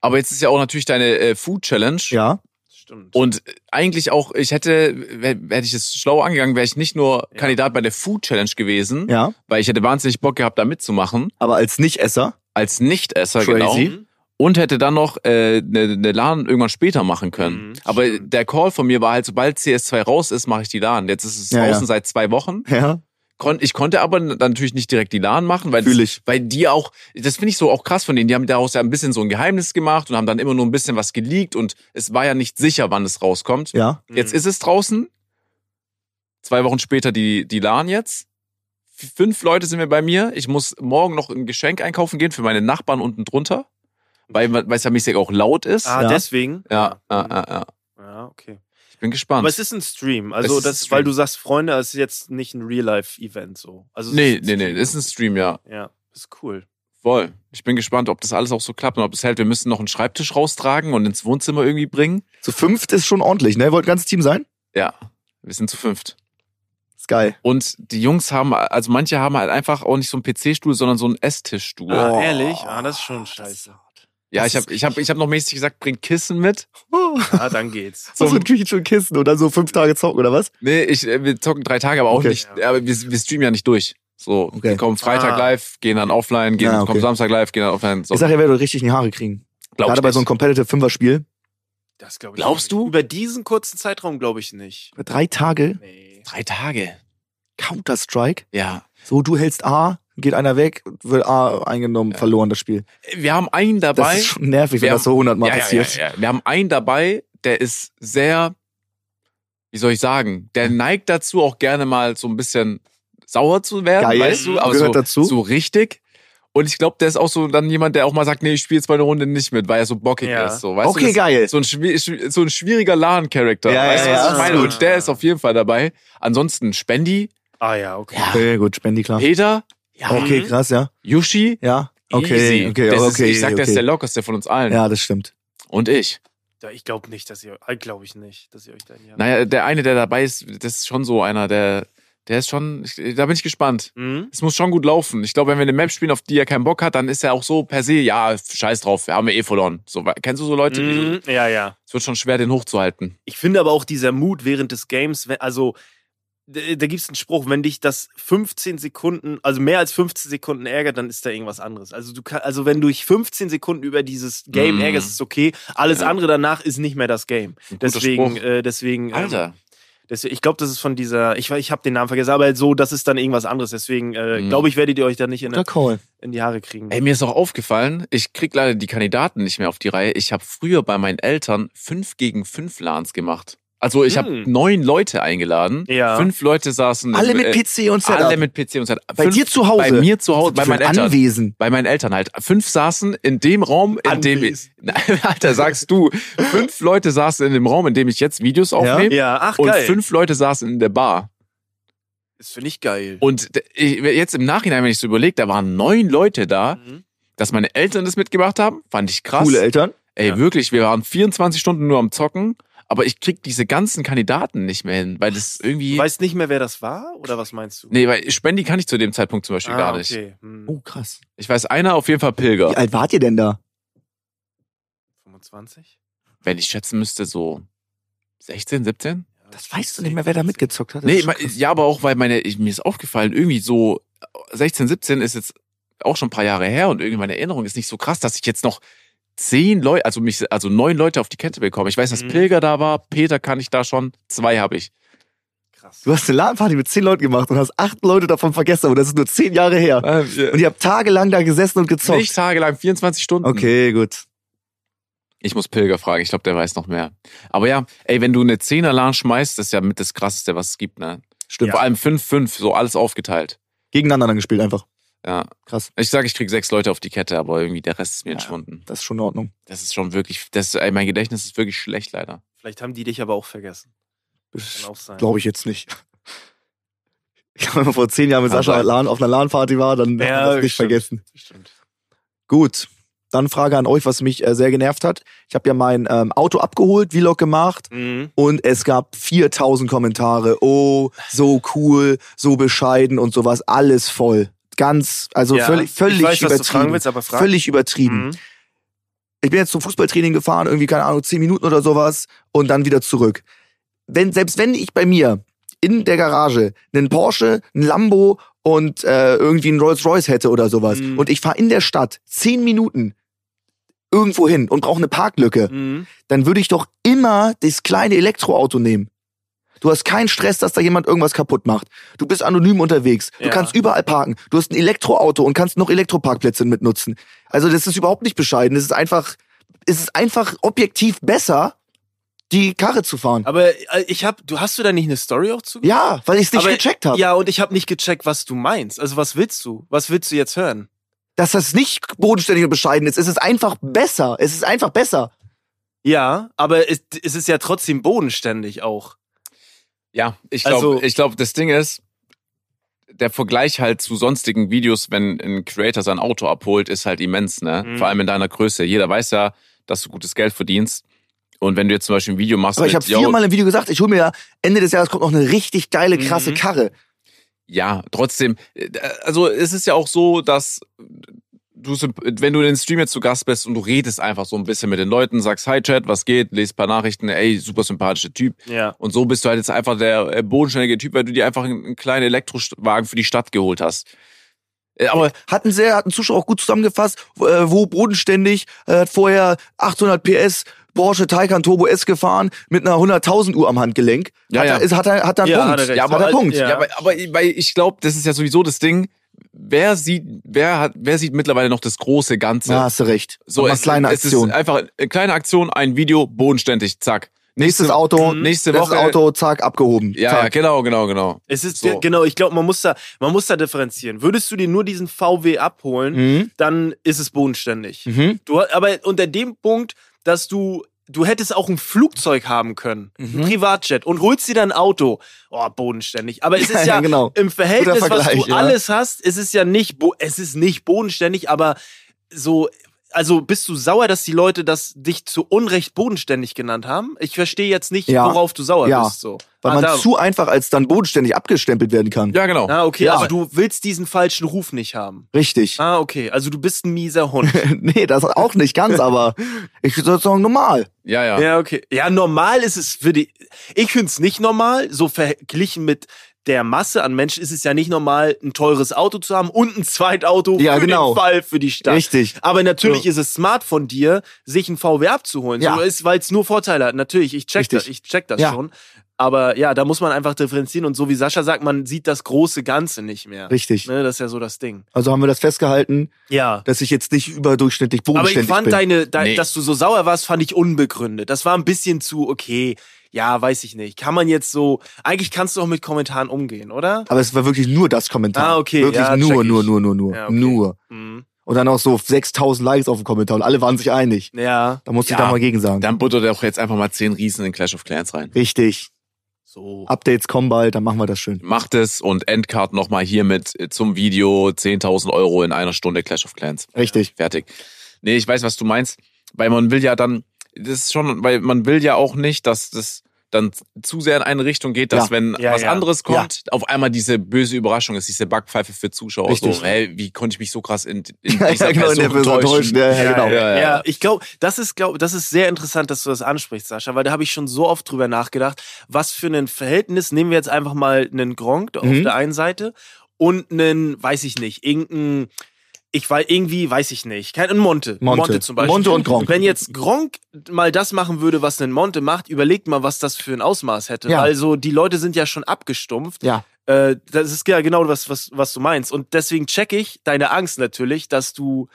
S2: Aber jetzt ist ja auch natürlich deine äh, Food Challenge.
S3: Ja.
S1: Stimmt.
S2: Und eigentlich auch, ich hätte, wär- hätte ich es schlau angegangen, wäre ich nicht nur
S1: Ja.
S2: Kandidat bei der Food Challenge gewesen,
S3: Ja.
S2: weil ich hätte wahnsinnig Bock gehabt, da mitzumachen,
S3: Aber als Nichtesser.
S2: als Nichtesser
S3: Crazy.
S2: genau.
S1: Mhm.
S2: Und hätte dann noch eine äh, ne ne LAN irgendwann später machen können.
S1: Mhm,
S2: Aber
S1: stimmt.
S2: der Call von mir war halt, sobald CS2 raus ist, mache ich die LAN. Jetzt ist es
S3: Ja,
S2: draußen
S3: ja.
S2: seit zwei Wochen.
S3: Ja.
S2: Kon ich konnte aber dann natürlich nicht direkt die LAN machen, weil,
S3: Fühl
S2: das,
S3: ich.
S2: weil die auch, das finde ich so auch krass von denen, die haben daraus ja ein bisschen so ein Geheimnis gemacht und haben dann immer nur ein bisschen was geleakt und es war ja nicht sicher, wann es rauskommt.
S3: Ja.
S1: Mhm.
S2: Jetzt ist es draußen. Zwei Wochen später die, die LAN jetzt. F- Fünf Leute sind wir bei mir. Ich muss morgen noch ein Geschenk einkaufen gehen für meine Nachbarn unten drunter. Weil, weil es ja mäßig auch laut ist.
S1: Ah,
S3: Ja.
S1: deswegen.
S2: Ja, ja, ja, ja.
S1: Ja, okay.
S2: Ich bin gespannt.
S1: Aber es ist ein Stream. Also,
S2: Es ist ein
S1: das,
S2: Stream.
S1: weil du sagst, Freunde, es ist jetzt nicht ein Real-Life-Event so. Also, es
S2: nee,
S1: ist
S2: nee,
S1: ein
S2: nee,
S1: Stream.
S2: das ist ein Stream, ja.
S1: Ja, ist cool.
S2: Voll. Ich bin gespannt, ob das alles auch so klappt und ob es hält. Wir müssen noch einen Schreibtisch raustragen und ins Wohnzimmer irgendwie bringen.
S3: Zu fünft ist schon ordentlich, ne? Wollt ein ganzes Team sein?
S2: Ja, wir sind zu fünft.
S3: Ist geil.
S2: Und die Jungs haben, also manche haben halt einfach auch nicht so einen PC-Stuhl, sondern so einen Esstischstuhl.
S1: Ah, ehrlich? Ah, das ist schon scheiße.
S2: ja, ich habe ich hab, ich hab noch mäßig gesagt, bring Kissen mit.
S3: Oh,
S1: Ah, dann geht's.
S3: so ein Küchen schon Kissen oder so fünf Tage zocken oder was?
S2: Nee, ich, äh, wir zocken drei Tage, aber auch
S3: Okay.
S2: nicht. Aber wir, wir streamen ja nicht durch. So,
S3: Okay.
S2: wir kommen Freitag
S1: Ah.
S2: live, gehen dann offline, gehen,
S3: Ja, okay.
S2: kommen Samstag live, gehen dann offline. So,
S3: Ich sag, ihr werdet richtig in die Haare kriegen.
S2: glaub
S3: Gerade
S2: ich
S3: bei so einem
S2: nicht.
S3: Competitive Fünfer-Spiel.
S1: Das glaub ich
S2: Glaubst
S1: nicht.
S2: du?
S1: Über diesen kurzen Zeitraum glaube ich nicht.
S3: Drei Tage
S1: Nee.
S2: drei Tage.
S3: Counter-Strike.
S2: Ja.
S3: So, du hältst A, geht einer weg, wird A eingenommen, verloren das Spiel.
S2: Wir haben einen
S3: Das
S2: dabei.
S3: ist schon nervig, wenn
S2: Wir
S3: das so hundertmal
S2: ja,
S3: passiert.
S2: Ja, ja, ja. Wir haben einen dabei, der ist sehr, wie soll ich sagen, der neigt dazu auch gerne mal so ein bisschen sauer zu werden,
S3: Geil.
S2: weißt du? Aber
S3: Gehört
S2: so,
S3: dazu.
S2: so richtig. Und ich glaube, der ist auch so dann jemand, der auch mal sagt, nee, ich spiele jetzt mal eine Runde nicht mit, weil er so bockig
S1: Ja.
S2: ist. So, weißt
S3: Okay,
S2: du, das-
S3: geil.
S2: So ein, schwi- schwi- so ein schwieriger LAN-Charakter.
S3: Ja,
S2: weißt
S3: ja,
S2: du, was ich
S3: ja,
S2: meine?
S1: absolut.
S2: Und der ist auf jeden Fall dabei. Ansonsten Spendi,
S1: Ah, ja, okay.
S3: Okay, gut, Spendi, klar.
S2: Peter,
S3: Okay, krass, ja.
S2: Yushi.
S3: Ja, okay,
S2: easy.
S3: okay,
S2: das
S3: okay.
S2: ist, ich sag,
S3: okay.
S2: der ist der lockerste von uns allen.
S3: ja, das stimmt.
S2: Und ich.
S1: Ja, ich glaube nicht, dass ihr, glaube ich nicht, dass ihr euch da in die Hand-
S2: Naja, der eine, der dabei ist, das ist schon so einer, der, der ist schon, ich, da bin ich gespannt.
S1: Mhm.
S2: Es muss schon gut laufen. Ich glaube, wenn wir eine Map spielen, auf die er keinen Bock hat, dann ist er auch so per se, ja, scheiß drauf, wir haben wir eh verloren. So, weil- kennst du so Leute? die so-
S1: Mhm. Ja, ja.
S2: Es wird schon schwer, den hochzuhalten.
S1: Ich finde aber auch dieser Mut während des Games, wenn- also d- da gibt es einen Spruch, wenn dich das 15 Sekunden, also mehr als 15 Sekunden ärgert, dann ist da irgendwas anderes. Also du kann, also wenn du dich 15 Sekunden über dieses Game
S2: Mhm.
S1: ärgerst, ist okay. Alles
S2: Ja.
S1: andere danach ist nicht mehr das Game.
S2: Ein guter
S1: Deswegen,
S2: Spruch.
S1: äh, deswegen. ähm,
S2: Alter.
S1: Deswegen, ich glaube, das ist von dieser, ich, ich habe den Namen vergessen, aber so, das ist dann irgendwas anderes. Deswegen äh,
S2: Mhm.
S1: glaube ich, werdet ihr euch da nicht in,
S3: Guter Call.
S1: in die Haare kriegen.
S2: Ey, mir ist auch aufgefallen, ich krieg leider die Kandidaten nicht mehr auf die Reihe. Ich habe früher bei meinen Eltern fünf gegen fünf Lans gemacht. Also ich hab habe
S1: Hm.
S2: neun Leute eingeladen.
S1: Ja.
S2: Fünf Leute saßen.
S3: Alle
S2: im,
S3: mit
S2: äh,
S3: PC und Setup.
S2: Alle mit PC und Setup.
S3: bei
S2: Fünf-
S3: dir zu Hause.
S2: Bei mir zu Hause, bei
S3: Für
S2: meinen
S3: ein
S2: Eltern.
S3: Anwesen.
S2: Bei meinen Eltern halt. Fünf saßen in dem Raum, in
S1: Anwesend.
S2: dem ich. Alter, sagst du. Fünf Leute saßen in dem Raum, in dem ich jetzt Videos aufnehme.
S1: ja, ach
S2: Und
S1: geil.
S2: fünf Leute saßen in der Bar.
S1: Das finde ich geil.
S2: Und d- ich- jetzt im Nachhinein, wenn ich so überlege, da waren neun Leute da,
S1: Mhm.
S2: dass meine Eltern das mitgemacht haben, fand ich krass.
S3: Coole Eltern.
S2: Ey,
S1: Ja.
S2: wirklich, wir waren 24 Stunden nur am Zocken, aber ich krieg diese ganzen Kandidaten nicht mehr hin, weil das
S1: Du
S2: irgendwie.
S1: weißt nicht mehr, wer das war? Oder was meinst du?
S2: nee, weil Spendi kann ich zu dem Zeitpunkt zum Beispiel gar nicht.
S1: Okay. Hm.
S3: Oh, krass.
S2: Ich weiß, einer auf jeden Fall Pilger.
S3: Wie alt wart ihr denn da?
S1: 25?
S2: Wenn ich schätzen müsste, so 16, 17?
S1: Ja,
S3: Das weißt du nicht mehr, wer da mitgezockt hat. Das
S2: Nee,
S3: ist schon
S2: ma-
S3: krass.
S2: ja, aber auch, weil meine, ich, mir ist aufgefallen, irgendwie so 16, 17 ist jetzt auch schon ein paar Jahre her und irgendwie meine Erinnerung ist nicht so krass, dass ich jetzt noch zehn Leute, also mich, also neun Leute auf die Kette bekomme. Ich weiß, dass
S1: Mhm.
S2: Pilger da war, Peter kann ich da schon, zwei habe ich.
S1: Krass.
S3: Du hast eine LAN-Party mit zehn Leuten gemacht und hast acht Leute davon vergessen, aber das ist nur zehn Jahre her. Und
S2: Ähm,
S3: ihr habt tagelang da gesessen und gezockt.
S2: Nicht tagelang, 24 Stunden.
S3: Okay, gut.
S2: Ich muss Pilger fragen, ich glaube, der weiß noch mehr. Aber ja, ey, wenn du eine 10er-Lan schmeißt, das ist ja mit das Krasseste, was es gibt, ne?
S3: Stimmt.
S2: Vor allem 5-5, so alles aufgeteilt.
S3: Gegeneinander dann gespielt einfach.
S2: Ja.
S3: Krass.
S2: Ich sage, ich krieg sechs Leute auf die Kette, aber irgendwie der Rest ist mir entschwunden.
S3: Das ist schon in Ordnung.
S2: Das ist schon wirklich, das, ey, mein Gedächtnis ist wirklich schlecht leider.
S1: Vielleicht haben die dich aber auch vergessen. Kann auch sein.
S3: Glaube ich jetzt nicht. Ich glaube, wenn man vor zehn Jahren mit
S2: Kann
S3: Sascha
S2: sein.
S3: LAN auf einer LAN-Party war, dann hat
S1: Ja,
S3: man das nicht
S1: stimmt.
S3: vergessen.
S1: Stimmt.
S3: Gut. Dann Frage an euch, was mich äh, sehr genervt hat. Ich habe ja mein ähm, Auto abgeholt, Vlog gemacht
S1: Mhm.
S3: und es gab 4000 Kommentare. Oh, so cool, so bescheiden und sowas. Alles voll. Ganz, also
S1: Ja.
S3: völlig, völlig
S1: ich weiß, was
S3: übertrieben.
S1: du fragen willst, aber frag.
S3: völlig übertrieben.
S1: Mhm.
S3: Ich bin jetzt zum Fußballtraining gefahren, irgendwie, keine Ahnung, 10 Minuten oder sowas und dann wieder zurück. Wenn, selbst wenn ich bei mir in der Garage einen Porsche, einen Lambo und äh, irgendwie einen Rolls-Royce hätte oder sowas
S1: Mhm.
S3: und ich fahre in der Stadt 10 Minuten irgendwo hin und brauche eine Parklücke,
S1: Mhm.
S3: dann würde ich doch immer das kleine Elektroauto nehmen. Du hast keinen Stress, dass da jemand irgendwas kaputt macht. Du bist anonym unterwegs. Du
S1: Ja.
S3: kannst überall parken. Du hast ein Elektroauto und kannst noch Elektroparkplätze mitnutzen. Also das ist überhaupt nicht bescheiden. Es ist einfach, es ist einfach objektiv besser, die Karre zu fahren.
S1: Aber äh, ich hab, du hast du da nicht eine Story auch zu?
S3: ja, weil ich es nicht
S1: Aber-
S3: gecheckt habe.
S1: Ja, und ich habe nicht gecheckt, was du meinst. Also was willst du? Was willst du jetzt hören?
S3: Dass das nicht bodenständig und bescheiden ist. Es ist einfach besser. Es ist einfach besser.
S1: Ja, aber es, es ist ja trotzdem bodenständig auch.
S2: Ja, ich glaube,
S1: Also-
S2: ich glaube, das Ding ist, der Vergleich halt zu sonstigen Videos, wenn ein Creator sein Auto abholt, ist halt immens, ne?
S1: Mhm.
S2: Vor allem in deiner Größe. Jeder weiß ja, dass du gutes Geld verdienst. Und wenn du jetzt zum Beispiel ein Video machst,
S3: Aber ich habe
S2: mit, yo,
S3: viermal im Video gesagt, ich hole mir ja Ende des Jahres kommt noch eine richtig geile, krasse
S1: Mhm.
S3: Karre.
S2: ja, trotzdem, äh, also es ist ja auch so, dass du, symp- wenn du in den Stream jetzt zu Gast bist und du redest einfach so ein bisschen mit den Leuten, sagst Hi Chat, was geht, lest ein paar Nachrichten, ey, super sympathischer Typ,
S1: Ja.
S2: Und so bist du halt jetzt einfach der äh, bodenständige Typ, weil du dir einfach einen einen kleinen Elektrowagen für die Stadt geholt hast. Äh, Aber
S3: hatten sehr, hatten Zuschauer auch gut zusammengefasst, wo- äh, wo bodenständig, äh, hat vorher 800 PS Porsche Taycan Turbo S gefahren mit einer 100.000 Uhr am Handgelenk.
S2: Ja,
S3: hat
S2: ja.
S3: Er, ist- hat er, hat er einen
S1: Ja,
S3: Punkt.
S1: hat er recht.
S3: ja, aber
S1: Hat
S3: hat
S1: er-
S3: er Punkt.
S2: ja,
S1: Ja.
S2: aber, aber ich- weil ich glaube, das ist ja sowieso das Ding. Wer sieht, wer hat, wer sieht mittlerweile noch das große Ganze?
S3: Ja, hast du recht.
S2: so
S3: aber
S2: es,
S3: kleine
S2: es
S3: Aktion.
S2: ist einfach eine kleine Aktion, ein Video, bodenständig, zack.
S3: Nächstes Auto,
S2: nächste
S3: letztes
S2: Woche.
S3: Auto, zack, abgehoben.
S2: Ja, ja,
S3: zack.
S2: genau, genau, genau.
S1: Es ist
S2: So.
S1: genau, ich glaube, man muss da man muss da differenzieren. Würdest du dir nur diesen VW abholen,
S3: Mhm.
S1: dann ist es bodenständig.
S3: Mhm.
S1: Du aber unter dem Punkt, dass du du hättest auch ein Flugzeug haben können,
S3: Mhm.
S1: ein Privatjet und holst dir dann ein Auto. Oh, bodenständig, aber es ist ja
S3: genau.
S1: im Verhältnis,
S3: Guter
S1: was du
S3: Vergleich, ja.
S1: alles hast, es ist ja nicht bo es ist nicht bodenständig, aber so also bist du sauer, dass die Leute das dich zu Unrecht bodenständig genannt haben? Ich verstehe jetzt nicht,
S3: Ja.
S1: worauf du sauer
S3: Ja.
S1: bist. So.
S3: Weil
S1: Ah,
S3: man
S1: da-
S3: zu einfach als dann bodenständig abgestempelt werden kann.
S2: Ja, genau.
S1: Ah, okay,
S3: Ja.
S1: also du willst diesen falschen Ruf nicht haben.
S3: Richtig.
S1: Ah, okay, also du bist ein mieser Hund.
S3: nee, das auch nicht ganz, aber ich würde sagen, normal.
S2: Ja, ja.
S1: ja, okay. Ja, normal ist es für die. Ich finde es nicht normal, so verglichen mit der Masse an Menschen ist es ja nicht normal, ein teures Auto zu haben und ein Zweitauto
S3: Ja,
S1: für
S3: genau.
S1: den Fall für die Stadt.
S3: Richtig.
S1: Aber natürlich ist es smart von dir, sich einen VW abzuholen,
S3: Ja.
S1: so ist, weil es nur Vorteile hat. Natürlich, ich check das,
S3: Richtig.
S1: ich check das
S3: Ja.
S1: schon. Aber ja, da muss man einfach differenzieren und so wie Sascha sagt, man sieht das große Ganze nicht mehr.
S3: Richtig.
S1: Ne, das ist ja so das Ding.
S3: Also haben wir das festgehalten,
S1: Ja.
S3: dass ich jetzt nicht überdurchschnittlich
S1: Aber
S3: bodenständig
S1: ich fand
S3: bin.
S1: deine, de
S2: Nee.
S1: dass du so sauer warst, fand ich unbegründet. Das war ein bisschen zu, okay, ja, weiß ich nicht. Kann man jetzt so, eigentlich kannst du auch mit Kommentaren umgehen, oder?
S3: Aber es war wirklich nur das Kommentar.
S1: Ah, okay,
S3: Wirklich
S1: ja, check
S3: nur,
S1: ich.
S3: nur, nur, nur, nur,
S1: Ja, okay.
S3: nur.
S1: Mhm.
S3: Und dann auch so 6000 Likes auf den Kommentar und alle waren sich einig.
S1: Ja,
S3: Da musste ich
S2: Ja.
S3: da mal gegen sagen.
S2: Dann buttert er doch jetzt einfach mal zehn Riesen in Clash of Clans rein.
S3: Richtig.
S1: so.
S3: Updates kommen bald, dann machen wir das schön.
S2: Macht es und Endcard nochmal hier mit äh, zum Video 10.000 Euro in einer Stunde Clash of Clans.
S3: Richtig.
S2: Fertig. Nee, ich weiß, was du meinst. Weil man will ja dann, das ist schon, weil man will ja auch nicht, dass das dann zu sehr in eine Richtung geht, dass
S3: Ja.
S2: wenn
S1: Ja,
S2: was
S1: ja.
S2: anderes kommt, auf einmal diese böse Überraschung ist, diese Backpfeife für Zuschauer.
S3: Richtig. genau,
S2: So, hey, wie konnte ich mich so krass in, in dieser Person
S3: Person
S2: täuschen?
S3: Ja, ja, genau.
S2: ja,
S1: Ja,
S2: ja.
S1: ich glaube, das ist glaub, das ist sehr interessant, dass du das ansprichst, Sascha, weil da habe ich schon so oft drüber nachgedacht, was für ein Verhältnis nehmen wir jetzt einfach mal einen Gronk auf
S3: Mhm.
S1: der einen Seite und einen, weiß ich nicht, irgendeinen ich weiß irgendwie, weiß ich nicht. Kein ein Monte.
S3: Monte.
S1: zum Beispiel.
S3: Monte und Gronk.
S1: Wenn jetzt Gronk mal das machen würde, was ein Monte macht, überlegt mal, was das für ein Ausmaß hätte.
S3: Ja.
S1: Also die Leute sind ja schon abgestumpft.
S3: Ja.
S1: Äh, das ist ja genau was, was, was du meinst. Und deswegen check ich deine Angst natürlich, dass du.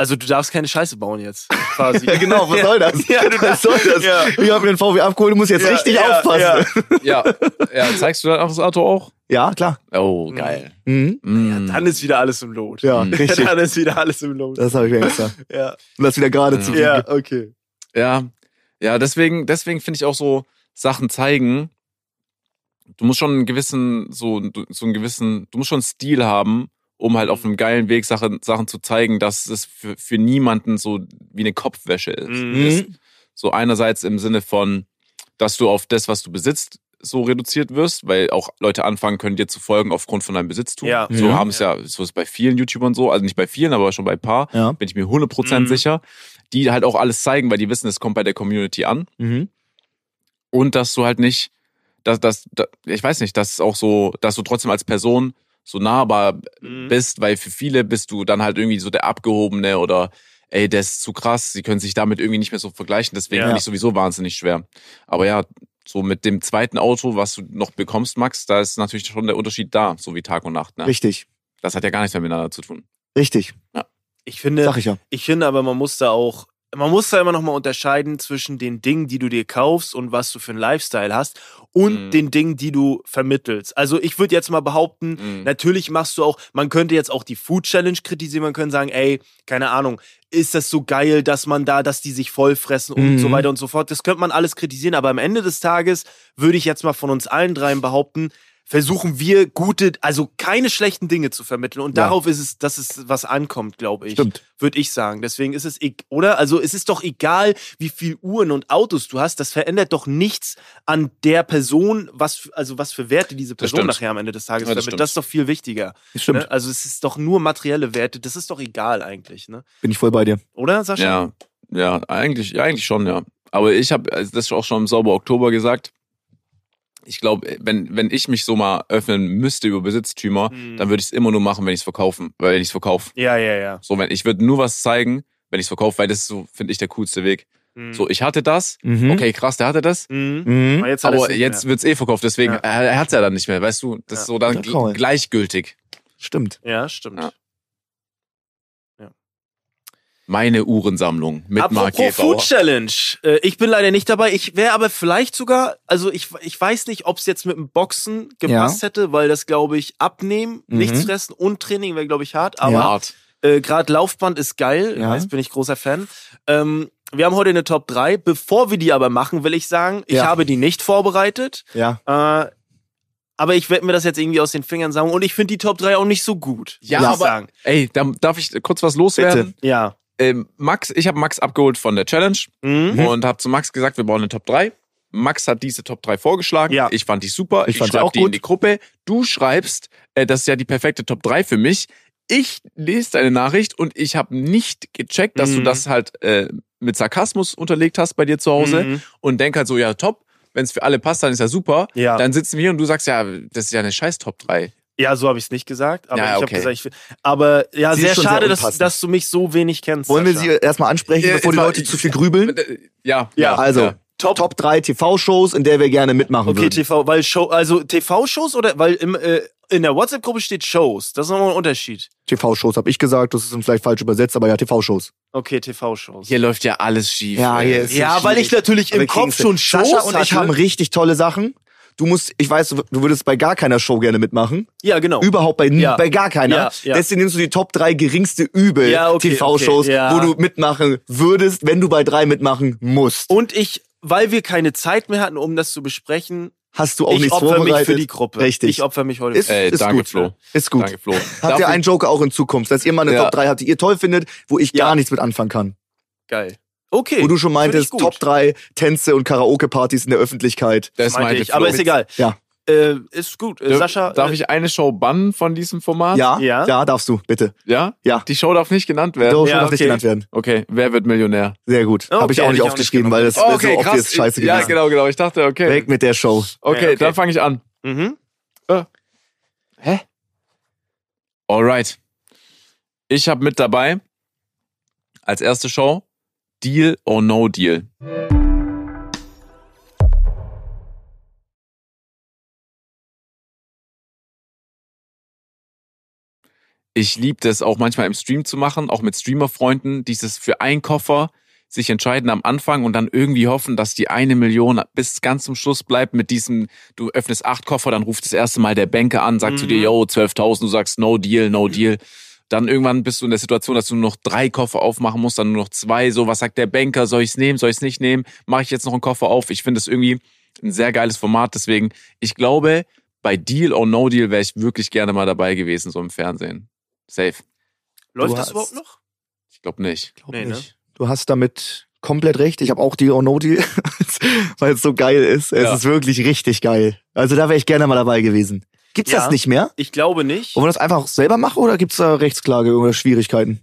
S1: Also du darfst keine Scheiße bauen jetzt. Quasi.
S3: Ja, genau, was soll das?
S1: Ja, du
S3: Was soll das? Hm.
S1: Ja.
S3: Ich habe mir den VW abgeholt, du musst jetzt
S1: Ja,
S3: richtig
S1: ja,
S3: aufpassen. Ja.
S2: Ja. ja, zeigst du dann auch das Auto auch?
S3: klar.
S2: Oh, geil.
S3: Mhm.
S2: Mm.
S1: Dann ist wieder alles im Lot.
S3: Ja,
S2: Mhm.
S3: richtig.
S1: Dann ist wieder alles im Lot.
S3: Das habe ich mir extra.
S1: Ja.
S3: Um das wieder gerade
S2: Ja.
S3: zu
S1: ja, okay.
S2: Ja, ja, deswegen, deswegen finde ich auch so Sachen zeigen. Du musst schon einen gewissen, so, so einen gewissen, du musst schon einen Stil haben, um halt
S1: Mhm.
S2: auf einem geilen Weg Sachen, Sachen zu zeigen, dass es für, für niemanden so wie eine Kopfwäsche ist.
S1: Mhm.
S2: ist. So einerseits im Sinne von, dass du auf das, was du besitzt, so reduziert wirst, weil auch Leute anfangen können, dir zu folgen aufgrund von deinem Besitztum.
S1: Ja.
S2: So
S1: Ja.
S2: haben es ja, so ist bei vielen YouTubern so, also nicht bei vielen, aber schon bei ein paar,
S3: Ja.
S2: bin ich mir 100%
S1: Mhm.
S2: sicher, die halt auch alles zeigen, weil die wissen, es kommt bei der Community an.
S3: Mhm.
S2: Und dass du halt nicht, dass, dass, dass ich weiß nicht, dass es auch so, dass du trotzdem als Person so nahbar
S1: Mhm.
S2: bist, weil für viele bist du dann halt irgendwie so der Abgehobene oder ey, der ist zu krass, sie können sich damit irgendwie nicht mehr so vergleichen, deswegen
S1: Ja.
S2: finde ich sowieso wahnsinnig schwer. Aber ja, so mit dem zweiten Auto, was du noch bekommst, Max, da ist natürlich schon der Unterschied da, so wie Tag und Nacht. Ne?
S3: Richtig,
S2: Das hat ja gar nichts mehr miteinander zu tun.
S3: richtig.
S1: Ich finde,
S3: Sag ich ja.
S1: ich finde aber, man muss da auch, man muss da immer noch mal unterscheiden zwischen den Dingen, die du dir kaufst und was du für einen Lifestyle hast und
S2: Mhm.
S1: den Dingen, die du vermittelst. Also ich würde jetzt mal behaupten,
S2: Mhm.
S1: Natürlich machst du auch, man könnte jetzt auch die Food Challenge kritisieren, man könnte sagen, ey, keine Ahnung, ist das so geil, dass man da, dass die sich vollfressen und
S3: Mhm.
S1: so weiter und so fort. Das könnte man alles kritisieren, aber am Ende des Tages würde ich jetzt mal von uns allen dreien behaupten, versuchen wir gute, also keine schlechten Dinge zu vermitteln. Und
S3: Ja.
S1: darauf ist es, dass es was ankommt, glaube ich.
S3: Stimmt.
S1: Würde ich sagen. Deswegen ist es, eg- oder? Also es ist doch egal, wie viel Uhren und Autos du hast, das verändert doch nichts an der Person, was, f- also was für Werte diese
S2: Das
S1: Person
S2: stimmt.
S1: nachher am Ende des Tages
S2: Ja,
S1: vermittelt.
S2: das stimmt.
S1: Das ist doch viel wichtiger.
S3: Stimmt.
S1: Ne? Also es ist doch nur materielle Werte, das ist doch egal eigentlich, ne?
S3: Bin ich voll bei dir.
S1: Oder, Sascha?
S2: Ja, ja, eigentlich, ja, eigentlich schon, ja. Aber ich habe also das auch schon im Sauber Oktober gesagt. Ich glaube, wenn, wenn ich mich so mal öffnen müsste über Besitztümer,
S1: Hm.
S2: dann würde ich es immer nur machen, wenn ich es verkaufen, weil wenn ich es verkaufe.
S1: Ja, ja, ja.
S2: So, wenn ich würde nur was zeigen, wenn ich es verkaufe, weil das ist so finde ich der coolste Weg.
S1: Hm.
S2: So, ich hatte das,
S3: Mhm.
S2: okay, krass, der hatte das,
S1: Hm.
S3: Mhm.
S1: Aber jetzt hat
S2: aber
S1: er's nicht
S2: jetzt
S1: mehr.
S2: wird's eh verkauft, deswegen
S1: Ja.
S2: er, er hat's ja dann nicht mehr, weißt du, das
S1: Ja.
S2: ist so dann
S3: Guter Call.
S2: gl- gleichgültig.
S3: Stimmt.
S1: Ja, stimmt.
S2: Ja. Meine Uhrensammlung mit Marc
S1: Apropos
S2: Gebauer.
S1: Food Challenge. Äh, Ich bin leider nicht dabei. Ich wäre aber vielleicht sogar, also ich, ich weiß nicht, ob es jetzt mit dem Boxen gepasst hätte, weil das, glaube ich, abnehmen,
S3: Mhm.
S1: nichts fressen und Training wäre, glaube ich, hart. Aber
S2: Hart.
S1: Äh, Gerade Laufband ist geil,
S3: Ja.
S1: weiß, bin ich großer Fan. Ähm, wir haben heute eine Top 3. Bevor wir die aber machen, will ich sagen, ich
S3: Ja.
S1: habe die nicht vorbereitet.
S3: Ja.
S1: Äh, aber ich werde mir das jetzt irgendwie aus den Fingern sagen. Und ich finde die Top 3 auch nicht so gut.
S2: Ja,
S1: muss ich
S2: aber-
S1: sagen.
S2: Ey, da darf ich kurz was loswerden?
S1: Ja.
S2: ähm, Max, ich habe Max abgeholt von der Challenge
S1: Mhm.
S2: und habe zu Max gesagt, wir bauen eine Top 3. Max hat diese Top 3 vorgeschlagen.
S1: Ja.
S2: Ich fand die super.
S3: Ich fand sie
S2: schreib
S3: auch
S2: die in
S3: gut.
S2: die Gruppe. Du schreibst, äh, das ist ja die perfekte Top 3 für mich. Ich lese deine Nachricht und ich habe nicht gecheckt, dass du
S1: Mhm.
S2: das halt äh, mit Sarkasmus unterlegt hast bei dir zu Hause
S1: Mhm.
S2: und denk halt so, ja, top. Wenn es für alle passt, dann ist ja super.
S1: Ja.
S2: Dann sitzen wir hier und du sagst, ja, das ist ja eine scheiß Top 3.
S1: ja, so habe ich es nicht gesagt. Aber
S2: Ja,
S1: ich habe
S2: okay.
S1: gesagt, ich will, Aber ja,
S3: Sie ist
S1: sehr
S3: schon
S1: schade,
S3: sehr
S1: dass,
S3: unpassend.
S1: dass du mich so wenig kennst.
S3: Wollen wir
S1: Sascha.
S3: sie erstmal ansprechen,
S2: Ja,
S3: bevor die
S2: ich war-
S3: Leute
S2: ich-
S3: zu viel grübeln?
S2: Äh, Ja,
S1: Ja,
S3: Also,
S2: ja.
S3: Top, Top 3 TV-Shows, in der wir gerne mitmachen
S1: Okay,
S3: würden.
S1: TV, weil Show, also TV-Shows oder weil im, äh, in der WhatsApp-Gruppe steht Shows. Das ist nochmal ein Unterschied.
S3: TV-Shows habe ich gesagt, das ist vielleicht falsch übersetzt, aber ja, TV-Shows.
S1: Okay, TV-Shows.
S2: Hier läuft ja alles schief. äh,
S3: Ja,
S2: ey.
S3: hier ist-
S1: Ja,
S3: schwierig.
S1: weil ich natürlich
S3: Aber
S1: im
S3: wir
S1: Kopf
S3: kriegen's
S1: schon
S3: hin.
S1: Shows
S3: Sascha und ich
S1: hatte.
S3: haben richtig tolle Sachen. Du musst, ich weiß, du du würdest bei gar keiner Show gerne mitmachen.
S1: Ja, genau.
S3: Überhaupt bei,
S1: Ja.
S3: bei gar keiner.
S1: Ja, ja.
S3: Deswegen nimmst du die Top 3 geringste Übel
S1: Ja, okay,
S3: TV-Shows,
S1: okay, ja.
S3: wo du mitmachen würdest, wenn du bei drei mitmachen musst.
S1: Und ich, weil wir keine Zeit mehr hatten, um das zu besprechen,
S3: Hast du auch
S1: ich
S3: nichts
S1: opfer mich
S3: vorbereitet?
S1: für die Gruppe.
S3: Richtig.
S1: Ich opfer mich heute.
S3: ist,
S2: Ey,
S3: ist
S2: danke,
S3: gut.
S2: Flo.
S3: Ist gut.
S2: Danke, Flo.
S3: Habt
S2: Darf
S3: ihr
S2: ich-
S3: einen Joker auch in Zukunft, dass ihr mal eine
S2: Ja.
S3: Top 3 habt, die ihr toll findet, wo ich
S1: Ja.
S3: gar nichts mit anfangen kann.
S1: geil. Okay.
S3: Wo du schon
S1: Find ich
S3: meintest,
S1: gut.
S3: Top 3 Tänze und Karaoke-Partys in der Öffentlichkeit.
S2: Das
S1: meinte
S2: meinte
S1: ich. Aber
S2: Flo.
S1: ist egal.
S3: Ja.
S1: Äh, ist gut. Äh,
S2: Dür-
S1: Sascha.
S2: Darf
S1: äh,
S2: ich eine Show bannen von diesem Format?
S3: Ja,
S1: Ja.
S3: ja, darfst du, bitte.
S2: Ja?
S3: Ja.
S2: Die Show darf nicht genannt werden.
S3: Doch,
S1: Ja,
S3: darf nicht
S1: okay.
S3: genannt werden.
S2: Okay, wer wird Millionär?
S3: Sehr gut.
S1: Okay,
S3: Habe ich auch
S1: hätte ich
S3: nicht
S1: auch nicht
S3: aufgeschrieben,
S1: gemacht.
S3: weil das wäre so oft jetzt scheiße
S2: ja,
S3: gewesen.
S2: genau, genau. Ich dachte, okay.
S3: Weg mit der Show.
S2: Okay,
S1: Ja, okay.
S2: dann fange ich an.
S1: Mhm.
S2: Hä? Alright. Ich habe mit dabei als erste Show Deal or No Deal. Ich liebe das auch manchmal im Stream zu machen, auch mit Streamerfreunden, dieses für einen Koffer sich entscheiden am Anfang und dann irgendwie hoffen, dass die eine Million bis ganz zum Schluss bleibt mit diesem, du öffnest acht Koffer, dann ruft das erste Mal der Banker an, sagt zu
S1: Mhm.
S2: dir, yo, 12.000, du sagst no deal, no deal. Dann irgendwann bist du in der Situation, dass du nur noch drei Koffer aufmachen musst, dann nur noch zwei. So, was sagt der Banker? Soll ich es nehmen? Soll ich es nicht nehmen? Mache ich jetzt noch einen Koffer auf? Ich finde es irgendwie ein sehr geiles Format. Deswegen, ich glaube, bei Deal or No Deal wäre ich wirklich gerne mal dabei gewesen, so im Fernsehen. Safe.
S1: Läuft
S3: Du
S1: das
S3: hast-
S1: überhaupt noch?
S2: Ich glaube nicht.
S3: Glaub
S1: Nee, ne?
S3: nicht. Du hast damit komplett recht. Ich habe auch die or no deal, weil es so geil ist. Es
S2: Ja.
S3: ist wirklich richtig geil. Also da wäre ich gerne mal dabei gewesen. Gibt's
S1: Ja.
S3: das nicht mehr?
S1: Ich glaube nicht.
S3: Wollen wir das einfach selber machen oder gibt's da Rechtsklage oder Schwierigkeiten?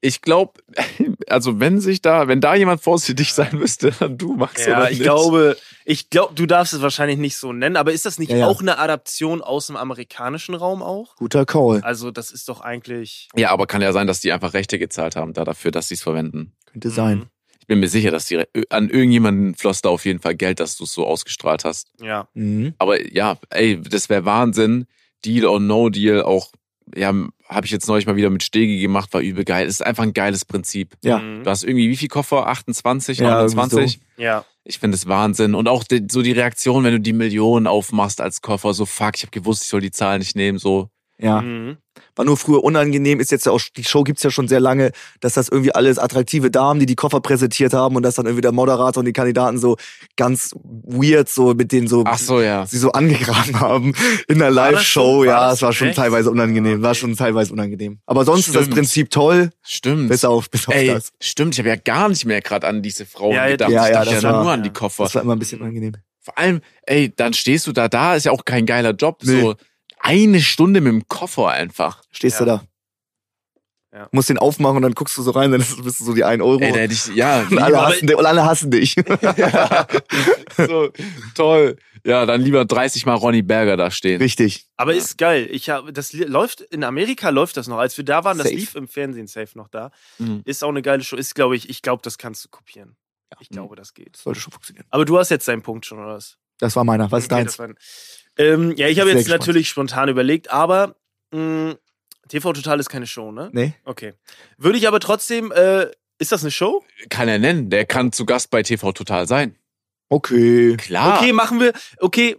S2: Ich glaube, also wenn sich da, wenn da jemand vorsichtig sein müsste, dann du Max
S1: Ja,
S2: oder
S1: ich
S2: nicht.
S1: glaube, ich glaube, du darfst es wahrscheinlich nicht so nennen, aber ist das nicht
S3: Ja, ja.
S1: auch eine Adaption aus dem amerikanischen Raum auch?
S3: Guter Call.
S1: Also, das ist doch eigentlich.
S2: Ja, aber kann ja sein, dass die einfach Rechte gezahlt haben da dafür, dass sie es verwenden.
S3: Könnte sein.
S2: Ich bin mir sicher, dass die Re- an irgendjemanden floss da auf jeden Fall Geld, dass du es so ausgestrahlt hast.
S1: Ja.
S3: Mhm.
S2: Aber ja, ey, das wäre Wahnsinn. Deal or No Deal auch, ja, habe ich jetzt neulich mal wieder mit Stegi gemacht, war übel geil. ist einfach ein geiles Prinzip.
S3: Ja.
S1: Mhm.
S2: Du hast irgendwie wie viel Koffer? 28,
S3: Ja, irgendwie
S2: 29?
S3: so.
S1: Ja.
S2: Ich finde es Wahnsinn. Und auch die, so die Reaktion, wenn du die Millionen aufmachst als Koffer, so fuck, ich habe gewusst, ich soll die Zahl nicht nehmen, so.
S3: Ja.
S1: Mhm.
S3: War nur früher unangenehm, ist jetzt ja auch, die Show gibt's ja schon sehr lange, dass das irgendwie alles attraktive Damen, die die Koffer präsentiert haben und dass dann irgendwie der Moderator und die Kandidaten so ganz weird so mit denen so
S2: Ach so, ja.
S3: sie so angegraben haben in der
S1: das
S3: Live-Show.
S1: schon- war
S3: Ja,
S1: das
S3: es war schon
S1: echt? Ah,
S3: teilweise unangenehm. War
S1: Okay.
S3: schon teilweise unangenehm. Aber sonst ist das
S2: Stimmt.
S3: Prinzip toll.
S1: Hm.
S2: Stimmt.
S3: Bis auf, bis auf
S2: Ey,
S3: das.
S2: stimmt, ich habe ja gar nicht mehr gerade an diese Frauen
S1: Ja, ja,
S2: gedacht.
S3: ja,
S2: ich
S3: ja,
S2: dachte
S3: das
S2: ja
S3: war-
S2: nur an die
S1: ja.
S2: Koffer.
S3: Das war immer ein bisschen unangenehm.
S2: Vor allem, ey, dann stehst du da, da ist ja auch kein geiler Job.
S3: Nee.
S2: So eine Stunde mit dem Koffer einfach.
S3: Stehst
S1: Ja.
S3: du da.
S1: Ja.
S3: Musst den aufmachen und dann guckst du so rein, dann ist- bist du so die 1 Euro.
S2: Ey, da hätte ich, ja,
S3: und, alle
S2: lieber-
S3: hassen dich, und alle hassen dich.
S2: so, toll. Ja, dann lieber 30 Mal Ronny Berger da stehen.
S3: Richtig.
S1: Aber ist geil. Ich habe das li- läuft in Amerika läuft das noch. Als wir da waren, das
S3: Safe.
S1: lief im Fernsehen safe noch da.
S2: Mhm.
S1: Ist auch eine geile Show. Ist glaube ich. Ich glaube, das kannst du kopieren.
S3: mhm.
S1: Ich glaube, das geht.
S3: Das sollte schon funktionieren.
S1: Aber du hast jetzt deinen Punkt schon oder was?
S3: Das war meiner. Was ist
S1: Okay,
S3: deins?
S1: das waren- Ähm, ja, ich habe
S3: Sehr
S1: jetzt
S3: gespannt.
S1: natürlich spontan überlegt, aber mh, TV Total ist keine Show, ne?
S3: Nee.
S1: Okay. Würde ich aber trotzdem, äh, ist das eine Show?
S2: Kann er nennen. Der kann zu Gast bei TV Total sein.
S3: Okay.
S2: Klar.
S1: Okay, machen wir. Okay,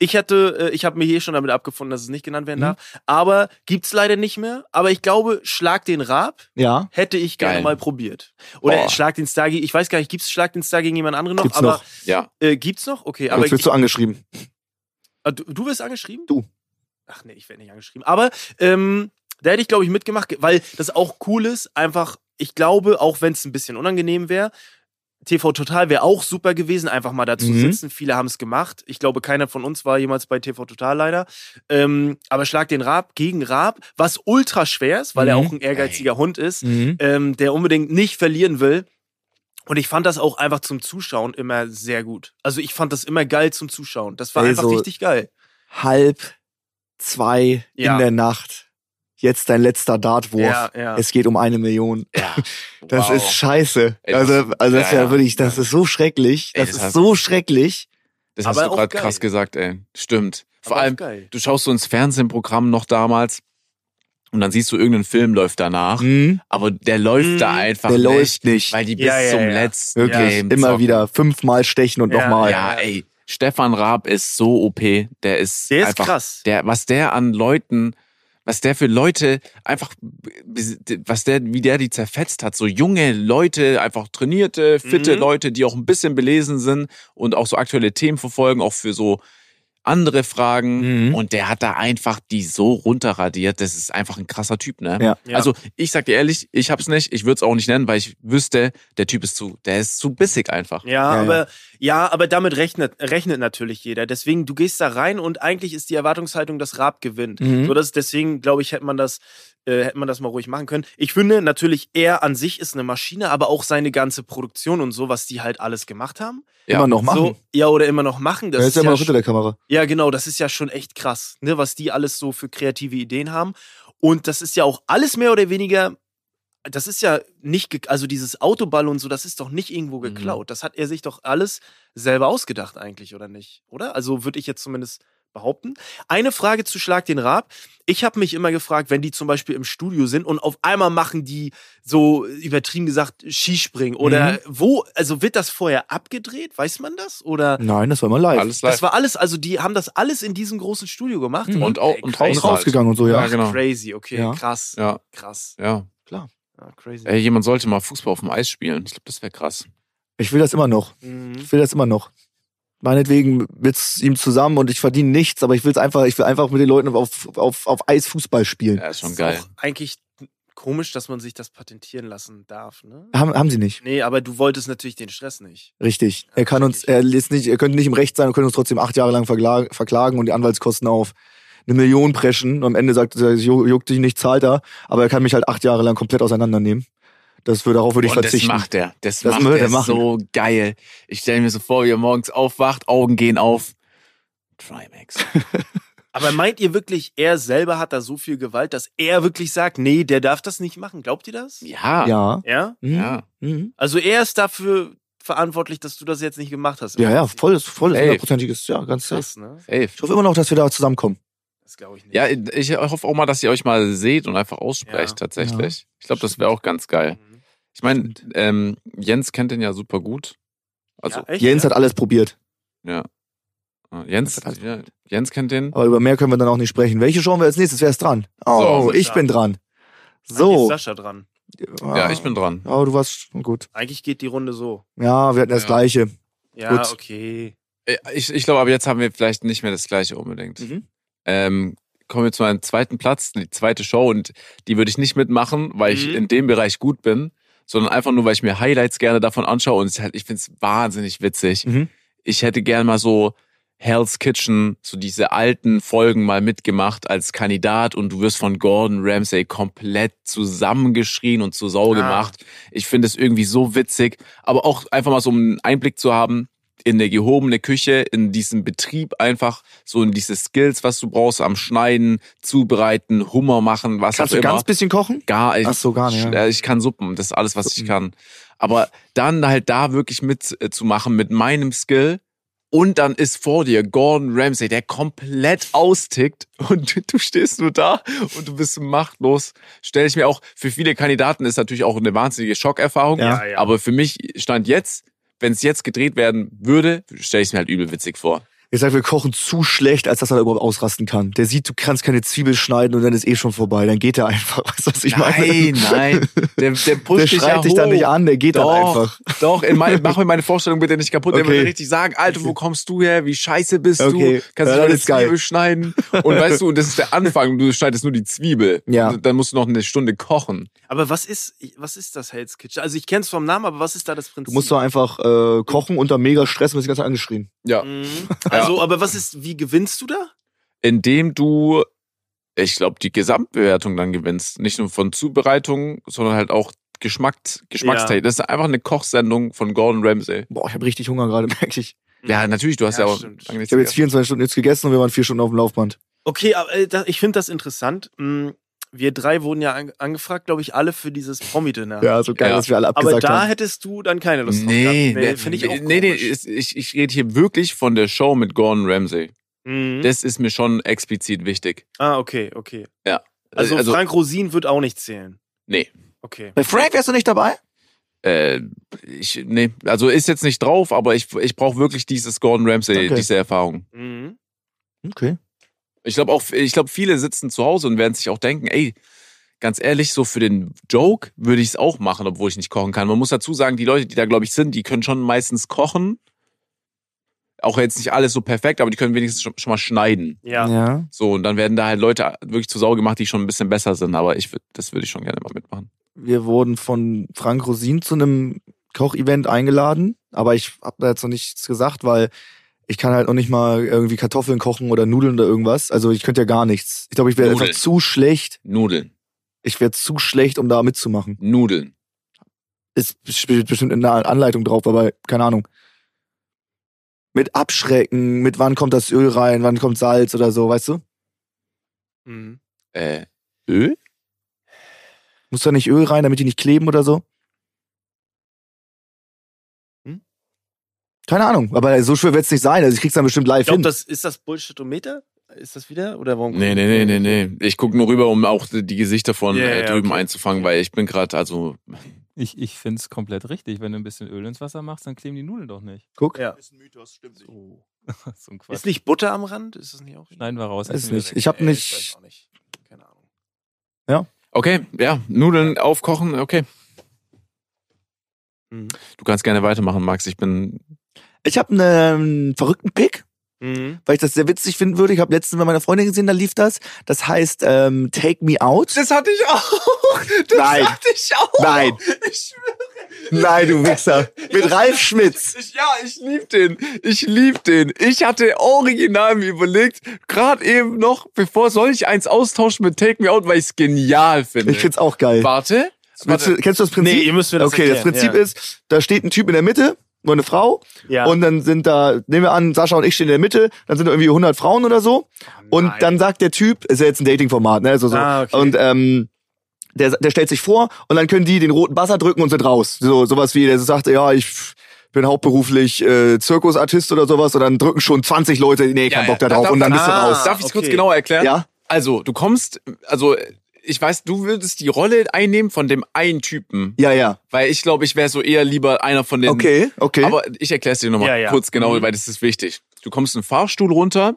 S1: ich hatte, äh, ich habe mir hier schon damit abgefunden, dass es nicht genannt
S3: Mhm.
S1: werden darf. Aber gibt's leider nicht mehr. Aber ich glaube, Schlag den Raab
S3: Ja.
S1: hätte ich gerne
S2: Geil.
S1: mal probiert. Oder
S2: Boah.
S1: Schlag den Star, ge- ich weiß gar nicht, gibt's Schlag den Star gegen jemand anderen noch?
S3: Gibt's
S1: aber
S3: noch.
S2: Ja.
S1: Äh, gibt's noch? Okay,
S3: Aber
S1: aber
S3: Jetzt wirst du angeschrieben.
S1: Ah, Du, du wirst angeschrieben?
S3: Du.
S1: Ach nee, ich werde nicht angeschrieben. Aber ähm, da hätte ich, glaube ich, mitgemacht, ge- weil das auch cool ist. Einfach, ich glaube, auch wenn es ein bisschen unangenehm wäre, TV Total wäre auch super gewesen, einfach mal dazu
S3: Mhm.
S1: sitzen. Viele haben es gemacht. Ich glaube, keiner von uns war jemals bei TV Total leider. Ähm, aber schlag den Raab gegen Raab, was ultra schwer ist, weil er
S3: Mhm.
S1: auch ein ehrgeiziger Hund ist
S3: Mhm.
S1: ähm, der unbedingt nicht verlieren will. Und ich fand das auch einfach zum Zuschauen immer sehr gut. Also ich fand das immer geil zum Zuschauen. Das war
S3: Ey,
S1: einfach
S3: so-
S1: richtig geil.
S3: Halb zwei
S1: Ja.
S3: in der Nacht. Jetzt dein letzter Dartwurf.
S1: Ja, ja.
S3: Es geht um eine Million.
S2: Ja.
S3: Das
S2: Wow.
S3: ist scheiße.
S2: Ey, das-
S3: also, also das ist
S2: ja,
S3: ja,
S2: ja.
S3: wirklich, das ist so schrecklich.
S2: Ey,
S3: Das,
S2: das
S3: ist
S2: hat-
S3: so schrecklich.
S2: Das hast
S1: Aber
S2: du
S1: auch
S2: gerade
S1: geil.
S2: krass gesagt, ey. Stimmt. Vor
S1: Aber auch
S2: allem,
S1: geil.
S2: du schaust so ins Fernsehprogramm noch damals und dann siehst du, irgendein Film läuft danach,
S3: Mhm.
S2: aber der läuft
S1: Mhm.
S2: da einfach
S3: Der
S2: Hm? nicht,
S3: läuft nicht.
S2: weil die bis
S1: Ja, ja,
S2: zum
S1: ja.
S2: letzten
S3: Wirklich.
S2: Game
S3: Immer
S2: zocken.
S3: wieder fünfmal stechen und
S1: Ja,
S3: nochmal.
S2: Ja, ey. Stefan Raab ist so OP, der ist
S1: Der ist
S2: einfach,
S1: krass.
S2: Der, was der an Leuten, was der für Leute einfach, was der, wie der die zerfetzt hat, so junge Leute, einfach trainierte, fitte
S1: Mhm.
S2: Leute, die auch ein bisschen belesen sind und auch so aktuelle Themen verfolgen, auch für so andere Fragen.
S3: Mhm.
S2: Und der hat da einfach die so runterradiert. Das ist einfach ein krasser Typ, ne?
S3: Ja.
S1: Ja.
S2: Also ich sag dir ehrlich, ich hab's nicht, ich würde es auch nicht nennen, weil ich wüsste, der Typ ist zu, der ist zu bissig einfach.
S1: Ja,
S3: Ja,
S1: aber ja, aber damit rechnet rechnet natürlich jeder. Deswegen du gehst da rein und eigentlich ist die Erwartungshaltung, dass Raab gewinnt.
S3: Mhm.
S1: So dass deswegen glaube ich hätte man das äh, hätte man das mal ruhig machen können. Ich finde natürlich er an sich ist eine Maschine, aber auch seine ganze Produktion und so, was die halt alles gemacht haben.
S2: Ja.
S3: Immer noch machen.
S1: So, ja oder immer noch machen. Das
S3: er
S1: ist
S3: ist ja immer noch
S1: sch-
S3: hinter der Kamera.
S1: Ja, genau, das ist ja schon echt krass, ne, was die alles so für kreative Ideen haben. Und das ist ja auch alles mehr oder weniger, das ist ja nicht, ge- also dieses Autoball und so, das ist doch nicht irgendwo
S2: Mhm.
S1: geklaut. Das hat er sich doch alles selber ausgedacht eigentlich, oder nicht? Oder? Also würde ich jetzt zumindest behaupten. Eine Frage zu Schlag den Raab. Ich habe mich immer gefragt, wenn die zum Beispiel im Studio sind und auf einmal machen die so übertrieben gesagt Skispringen oder wo, also wird das vorher abgedreht? Weiß man das? Oder
S3: Nein, das war immer live.
S2: Alles live.
S1: das war alles, also die haben das alles in diesem großen Studio gemacht.
S3: Mhm.
S2: Und auch-
S1: Ey,
S2: und
S1: crazy.
S3: Und rausgegangen und so, ja.
S2: Ja, genau.
S1: Crazy, okay,
S3: Ja.
S1: krass,
S2: Ja,
S1: krass.
S2: ja.
S1: Ja, crazy.
S2: Ey, jemand sollte mal Fußball auf dem Eis spielen. Ich glaube, das wäre krass.
S3: Ich will das immer noch.
S1: Mhm.
S3: Ich will das immer noch. meinetwegen mit ihm zusammen und ich verdiene nichts, aber ich will's einfach, ich will einfach mit den Leuten auf, auf, auf Eis Fußball spielen.
S2: Ja, ist schon
S1: Ist
S2: geil.
S1: Auch eigentlich komisch, dass man sich das patentieren lassen darf, ne?
S3: Haben, haben sie nicht.
S1: Nee, aber du wolltest natürlich den Stress nicht.
S3: Richtig. Er kann uns, er ist nicht, er könnte nicht im Recht sein und könnte uns trotzdem acht Jahre lang verklagen, verklagen und die Anwaltskosten auf eine Million preschen. Und am Ende sagt er, es ju- juckt dich nicht, zahlt er. Aber er kann mich halt acht Jahre lang komplett auseinandernehmen. Das würde, darauf würde ich
S2: und
S3: verzichten.
S2: das macht er. Das,
S3: Das
S2: macht
S3: würde
S2: er
S3: er machen.
S2: so geil. Ich stelle mir so vor, wie er morgens aufwacht, Augen gehen auf. Trimax.
S1: Aber meint ihr wirklich, er selber hat da so viel Gewalt, dass er wirklich sagt, nee, der darf das nicht machen? Glaubt ihr das?
S2: Ja.
S3: ja.
S1: Ja?
S3: Mhm.
S2: ja.
S3: Mhm.
S1: Also er ist dafür verantwortlich, dass du das jetzt nicht gemacht hast.
S3: Ja, ja, volles, volles,
S2: Ey.
S3: hundertprozentiges, ja, ganz safe.
S1: Das, ne?
S2: Safe.
S3: Ich hoffe immer noch, dass wir da zusammenkommen.
S1: Das glaube ich nicht. Mhm.
S2: Ja, ich hoffe auch mal, dass ihr euch mal seht und einfach aussprecht,
S1: Ja.
S2: tatsächlich. Ich glaube, das wäre auch ganz geil.
S1: Mhm.
S2: Ich meine, ähm, Jens kennt den ja super gut. Also,
S1: ja, echt,
S3: Jens
S1: ja?
S3: hat alles probiert.
S2: äh, Jens,
S3: Das hat Oh,
S2: ja, Jens kennt den.
S3: Aber über mehr können wir dann auch nicht sprechen. Welche schauen wir als nächstes? Wer ist dran? Oh,
S2: So,
S3: ich bin dran.
S1: Eigentlich ist
S3: So.
S1: Sascha dran.
S2: Ja, ich bin dran.
S3: Oh, du warst gut.
S1: Eigentlich geht die Runde so.
S3: Ja, wir hatten das
S2: Ja.
S3: Gleiche.
S1: Ja,
S3: Gut.
S1: okay.
S2: Äh, Ich, ich glaube, aber jetzt haben wir vielleicht nicht mehr das gleiche unbedingt.
S3: Mhm.
S2: Ähm, kommen wir zu meinem zweiten Platz, die zweite Show und die würde ich nicht mitmachen, weil ich
S1: Mhm.
S2: in dem Bereich gut bin, sondern einfach nur, weil ich mir Highlights gerne davon anschaue und es halt, ich finde es wahnsinnig witzig.
S3: Mhm.
S2: Ich hätte gerne mal so Hell's Kitchen, so diese alten Folgen mal mitgemacht als Kandidat und du wirst von Gordon Ramsay komplett zusammengeschrien und zu Sau
S1: Ah.
S2: gemacht. Ich finde es irgendwie so witzig, aber auch einfach mal so um einen Einblick zu haben in eine gehobene Küche, in diesen Betrieb einfach, so in diese Skills, was du brauchst, am Schneiden, Zubereiten, Hummer machen, was
S3: Kannst
S2: auch
S3: du
S2: immer.
S3: ganz bisschen kochen?
S2: gar, ich,
S3: Ach so, gar nicht, ja.
S2: Äh, Ich kann Suppen, das ist alles, was ich kann. Aber dann halt da wirklich mitzumachen mit meinem Skill und dann ist vor dir Gordon Ramsay, der komplett austickt und du stehst nur da und du bist machtlos. Stelle ich mir auch, für viele Kandidaten ist natürlich auch eine wahnsinnige Schockerfahrung.
S1: Ja, ja.
S2: Aber für mich stand jetzt, wenn es jetzt gedreht werden würde, stelle ich es mir halt übel witzig vor.
S3: Ich sag, wir kochen zu schlecht, als dass er da überhaupt ausrasten kann. Der sieht, du kannst keine Zwiebel schneiden und dann ist eh schon vorbei. Dann geht er einfach. Weißt du, was ich meine?
S2: Nein, nein. Der, der pusht
S3: Der
S2: dich ja
S3: schreit dich dann
S2: hoch.
S3: nicht an, der geht
S2: Doch,
S3: dann einfach.
S2: Doch, in mein, mach mir meine Vorstellung bitte nicht kaputt. Der
S3: Okay.
S2: würde richtig sagen, Alter, wo kommst du her? Wie scheiße bist
S3: Okay.
S2: du? Kannst
S3: Ja,
S2: du
S3: das
S2: eine
S3: ist geil.
S2: Zwiebel schneiden? Und weißt du, und das ist der Anfang. Du schneidest nur die Zwiebel.
S3: Ja.
S2: Und Dann musst du noch eine Stunde kochen.
S1: Aber was ist, was ist das Hell's Kitchen? Also ich kenne es vom Namen, aber was ist da das Prinzip?
S3: Du musst doch einfach äh, kochen unter mega Stress und bist die ganze Zeit angeschrien.
S2: Ja.
S1: Mhm. Also, aber was ist, wie gewinnst du da?
S2: Indem du, ich glaube, die Gesamtbewertung dann gewinnst. Nicht nur von Zubereitung, sondern halt auch Geschmack, Geschmackstechnik. Das ist einfach eine Kochsendung von Gordon Ramsay.
S3: Boah, ich habe richtig Hunger gerade, merke ich.
S2: Ja, natürlich, du hast ja,
S1: Mhm. Ja,
S2: ja auch
S1: stimmt.
S2: lange
S3: Ich
S2: nichts
S3: habe jetzt
S2: gegessen.
S3: 24 Stunden jetzt gegessen und wir waren vier Stunden auf dem Laufband.
S1: Okay, aber äh, da- ich finde das interessant. Mm, Wir drei wurden ja an, angefragt, glaube ich, alle für dieses Promi-Dinner.
S3: Ja, so geil,
S2: Ja.
S3: dass wir alle
S1: aber
S3: abgesagt
S1: da
S3: haben.
S1: hättest du dann keine Lust drauf
S2: Nee,
S1: gehabt.
S2: nee,
S1: finde ich auch
S2: nee, nee,
S1: komisch.
S2: ist- ich, ich rede hier wirklich von der Show mit Gordon Ramsay.
S1: Mhm.
S2: Das ist mir schon explizit wichtig.
S1: Ah, okay, okay.
S2: Also,
S1: Also,
S2: also
S1: Frank Rosin wird auch nicht zählen.
S2: Nee.
S1: Okay.
S3: Bei Frank wärst du nicht dabei?
S2: äh, ich, nee, also ist jetzt nicht drauf, aber ich, ich brauche wirklich dieses Gordon Ramsay,
S3: Okay.
S2: diese Erfahrung.
S1: Mhm.
S3: Okay.
S2: Ich glaube auch, ich glaube, viele sitzen zu Hause und werden sich auch denken, ey, ganz ehrlich, so für den Joke würde ich es auch machen, obwohl ich nicht kochen kann. Man muss dazu sagen, die Leute, die da, glaube ich, sind, die können schon meistens kochen. Auch jetzt nicht alles so perfekt, aber die können wenigstens schon, schon mal schneiden.
S1: Ja.
S2: So, und dann werden da halt Leute wirklich zu Sau gemacht, die schon ein bisschen besser sind, aber ich würd, das würde ich schon gerne mal mitmachen.
S3: Wir wurden von Frank Rosin zu einem Kochevent eingeladen, aber ich habe da jetzt noch nichts gesagt, weil ich kann halt noch nicht mal irgendwie Kartoffeln kochen oder Nudeln oder irgendwas. Also ich könnte ja gar nichts. Ich glaube, ich wäre
S2: Nudeln.
S3: einfach zu schlecht.
S2: Nudeln.
S3: Ich wäre zu schlecht, um da mitzumachen.
S2: Nudeln.
S3: Es steht bestimmt in der Anleitung drauf, aber keine Ahnung. Mit Abschrecken, mit wann kommt das Öl rein, wann kommt Salz oder so, weißt du?
S1: Mhm.
S2: Äh, Öl?
S3: Muss da nicht Öl rein, damit die nicht kleben oder so? Hm? Keine Ahnung, aber so schwer wird's nicht sein. Also ich krieg's dann bestimmt live
S1: Ich glaube,
S3: hin.
S1: das ist das Bullshitometer? Ist das wieder? Oder warum?
S2: Nee, nee, nee, nee, nee. Ich gucke nur rüber, um auch die Gesichter von
S1: Ja,
S2: äh,
S1: ja,
S2: drüben
S1: okay.
S2: einzufangen, weil ich bin gerade, also,
S8: Ich, ich finde es komplett richtig. Wenn du ein bisschen Öl ins Wasser machst, dann kleben die Nudeln doch nicht.
S3: Guck.
S1: Ja.
S4: Ist ein Mythos, stimmt nicht.
S8: so ein Quatsch.
S1: Ist nicht Butter am Rand? Ist das nicht auch?
S8: Schneiden wir raus.
S3: Weiß
S8: essen wir
S3: nicht.
S8: weg.
S3: Ich hab
S1: Äh, Ich weiß
S3: nicht.
S1: auch nicht. Keine Ahnung.
S2: okay, ja, Nudeln aufkochen, okay.
S1: Mhm.
S2: Mhm. Du kannst gerne weitermachen, Max. Ich bin
S3: Ich habe einen verrückten Pick,
S1: Mhm.
S3: weil ich das sehr witzig finden würde. Ich habe letztens bei meiner Freundin gesehen, da lief das. Das heißt ähm, Take Me Out.
S1: Das hatte ich auch. Das
S3: Nein.
S1: hatte ich auch.
S3: Nein,
S1: Ich
S3: nein, du Wichser. Mit Ralf Schmitz.
S2: Ich, ja, ich lieb den. Ich lieb den. Ich hatte original mir überlegt, gerade eben noch, bevor soll ich eins austauschen mit Take Me Out, weil ich es genial finde.
S3: Ich find's auch geil.
S2: Warte.
S3: Willst du, kennst du das Prinzip?
S1: Nee, ihr müsst mir das
S3: okay, das
S1: erklären,
S3: Prinzip
S1: ja.
S3: ist, da steht ein Typ in der Mitte, nur eine Frau,
S1: Ja.
S3: und dann sind da, nehmen wir an, Sascha und ich stehen in der Mitte, dann sind da irgendwie 100 Frauen oder so, und dann sagt der Typ, ist ja jetzt ein Dating-Format, ne, so, so,
S1: Ah, okay.
S3: und, ähm, der, der stellt sich vor und dann können die den roten Buzzer drücken und sind raus. So sowas wie der sagt, ja, ich bin hauptberuflich äh, Zirkusartist oder sowas und dann drücken schon 20 Leute, nee, kein Bock da drauf und dann bist du
S1: ah,
S3: raus.
S2: Darf ich es kurz
S1: okay.
S2: genauer erklären?
S3: Ja.
S2: Also, du kommst, also ich weiß, du würdest die Rolle einnehmen von dem einen Typen,
S3: Ja, ja.
S2: weil ich glaube, ich wäre so eher lieber einer von den
S3: Okay, okay.
S2: Aber ich erkläre es dir nochmal
S1: Ja, Mhm. ja.
S2: kurz genau, weil das ist wichtig. Du kommst in den Fahrstuhl runter,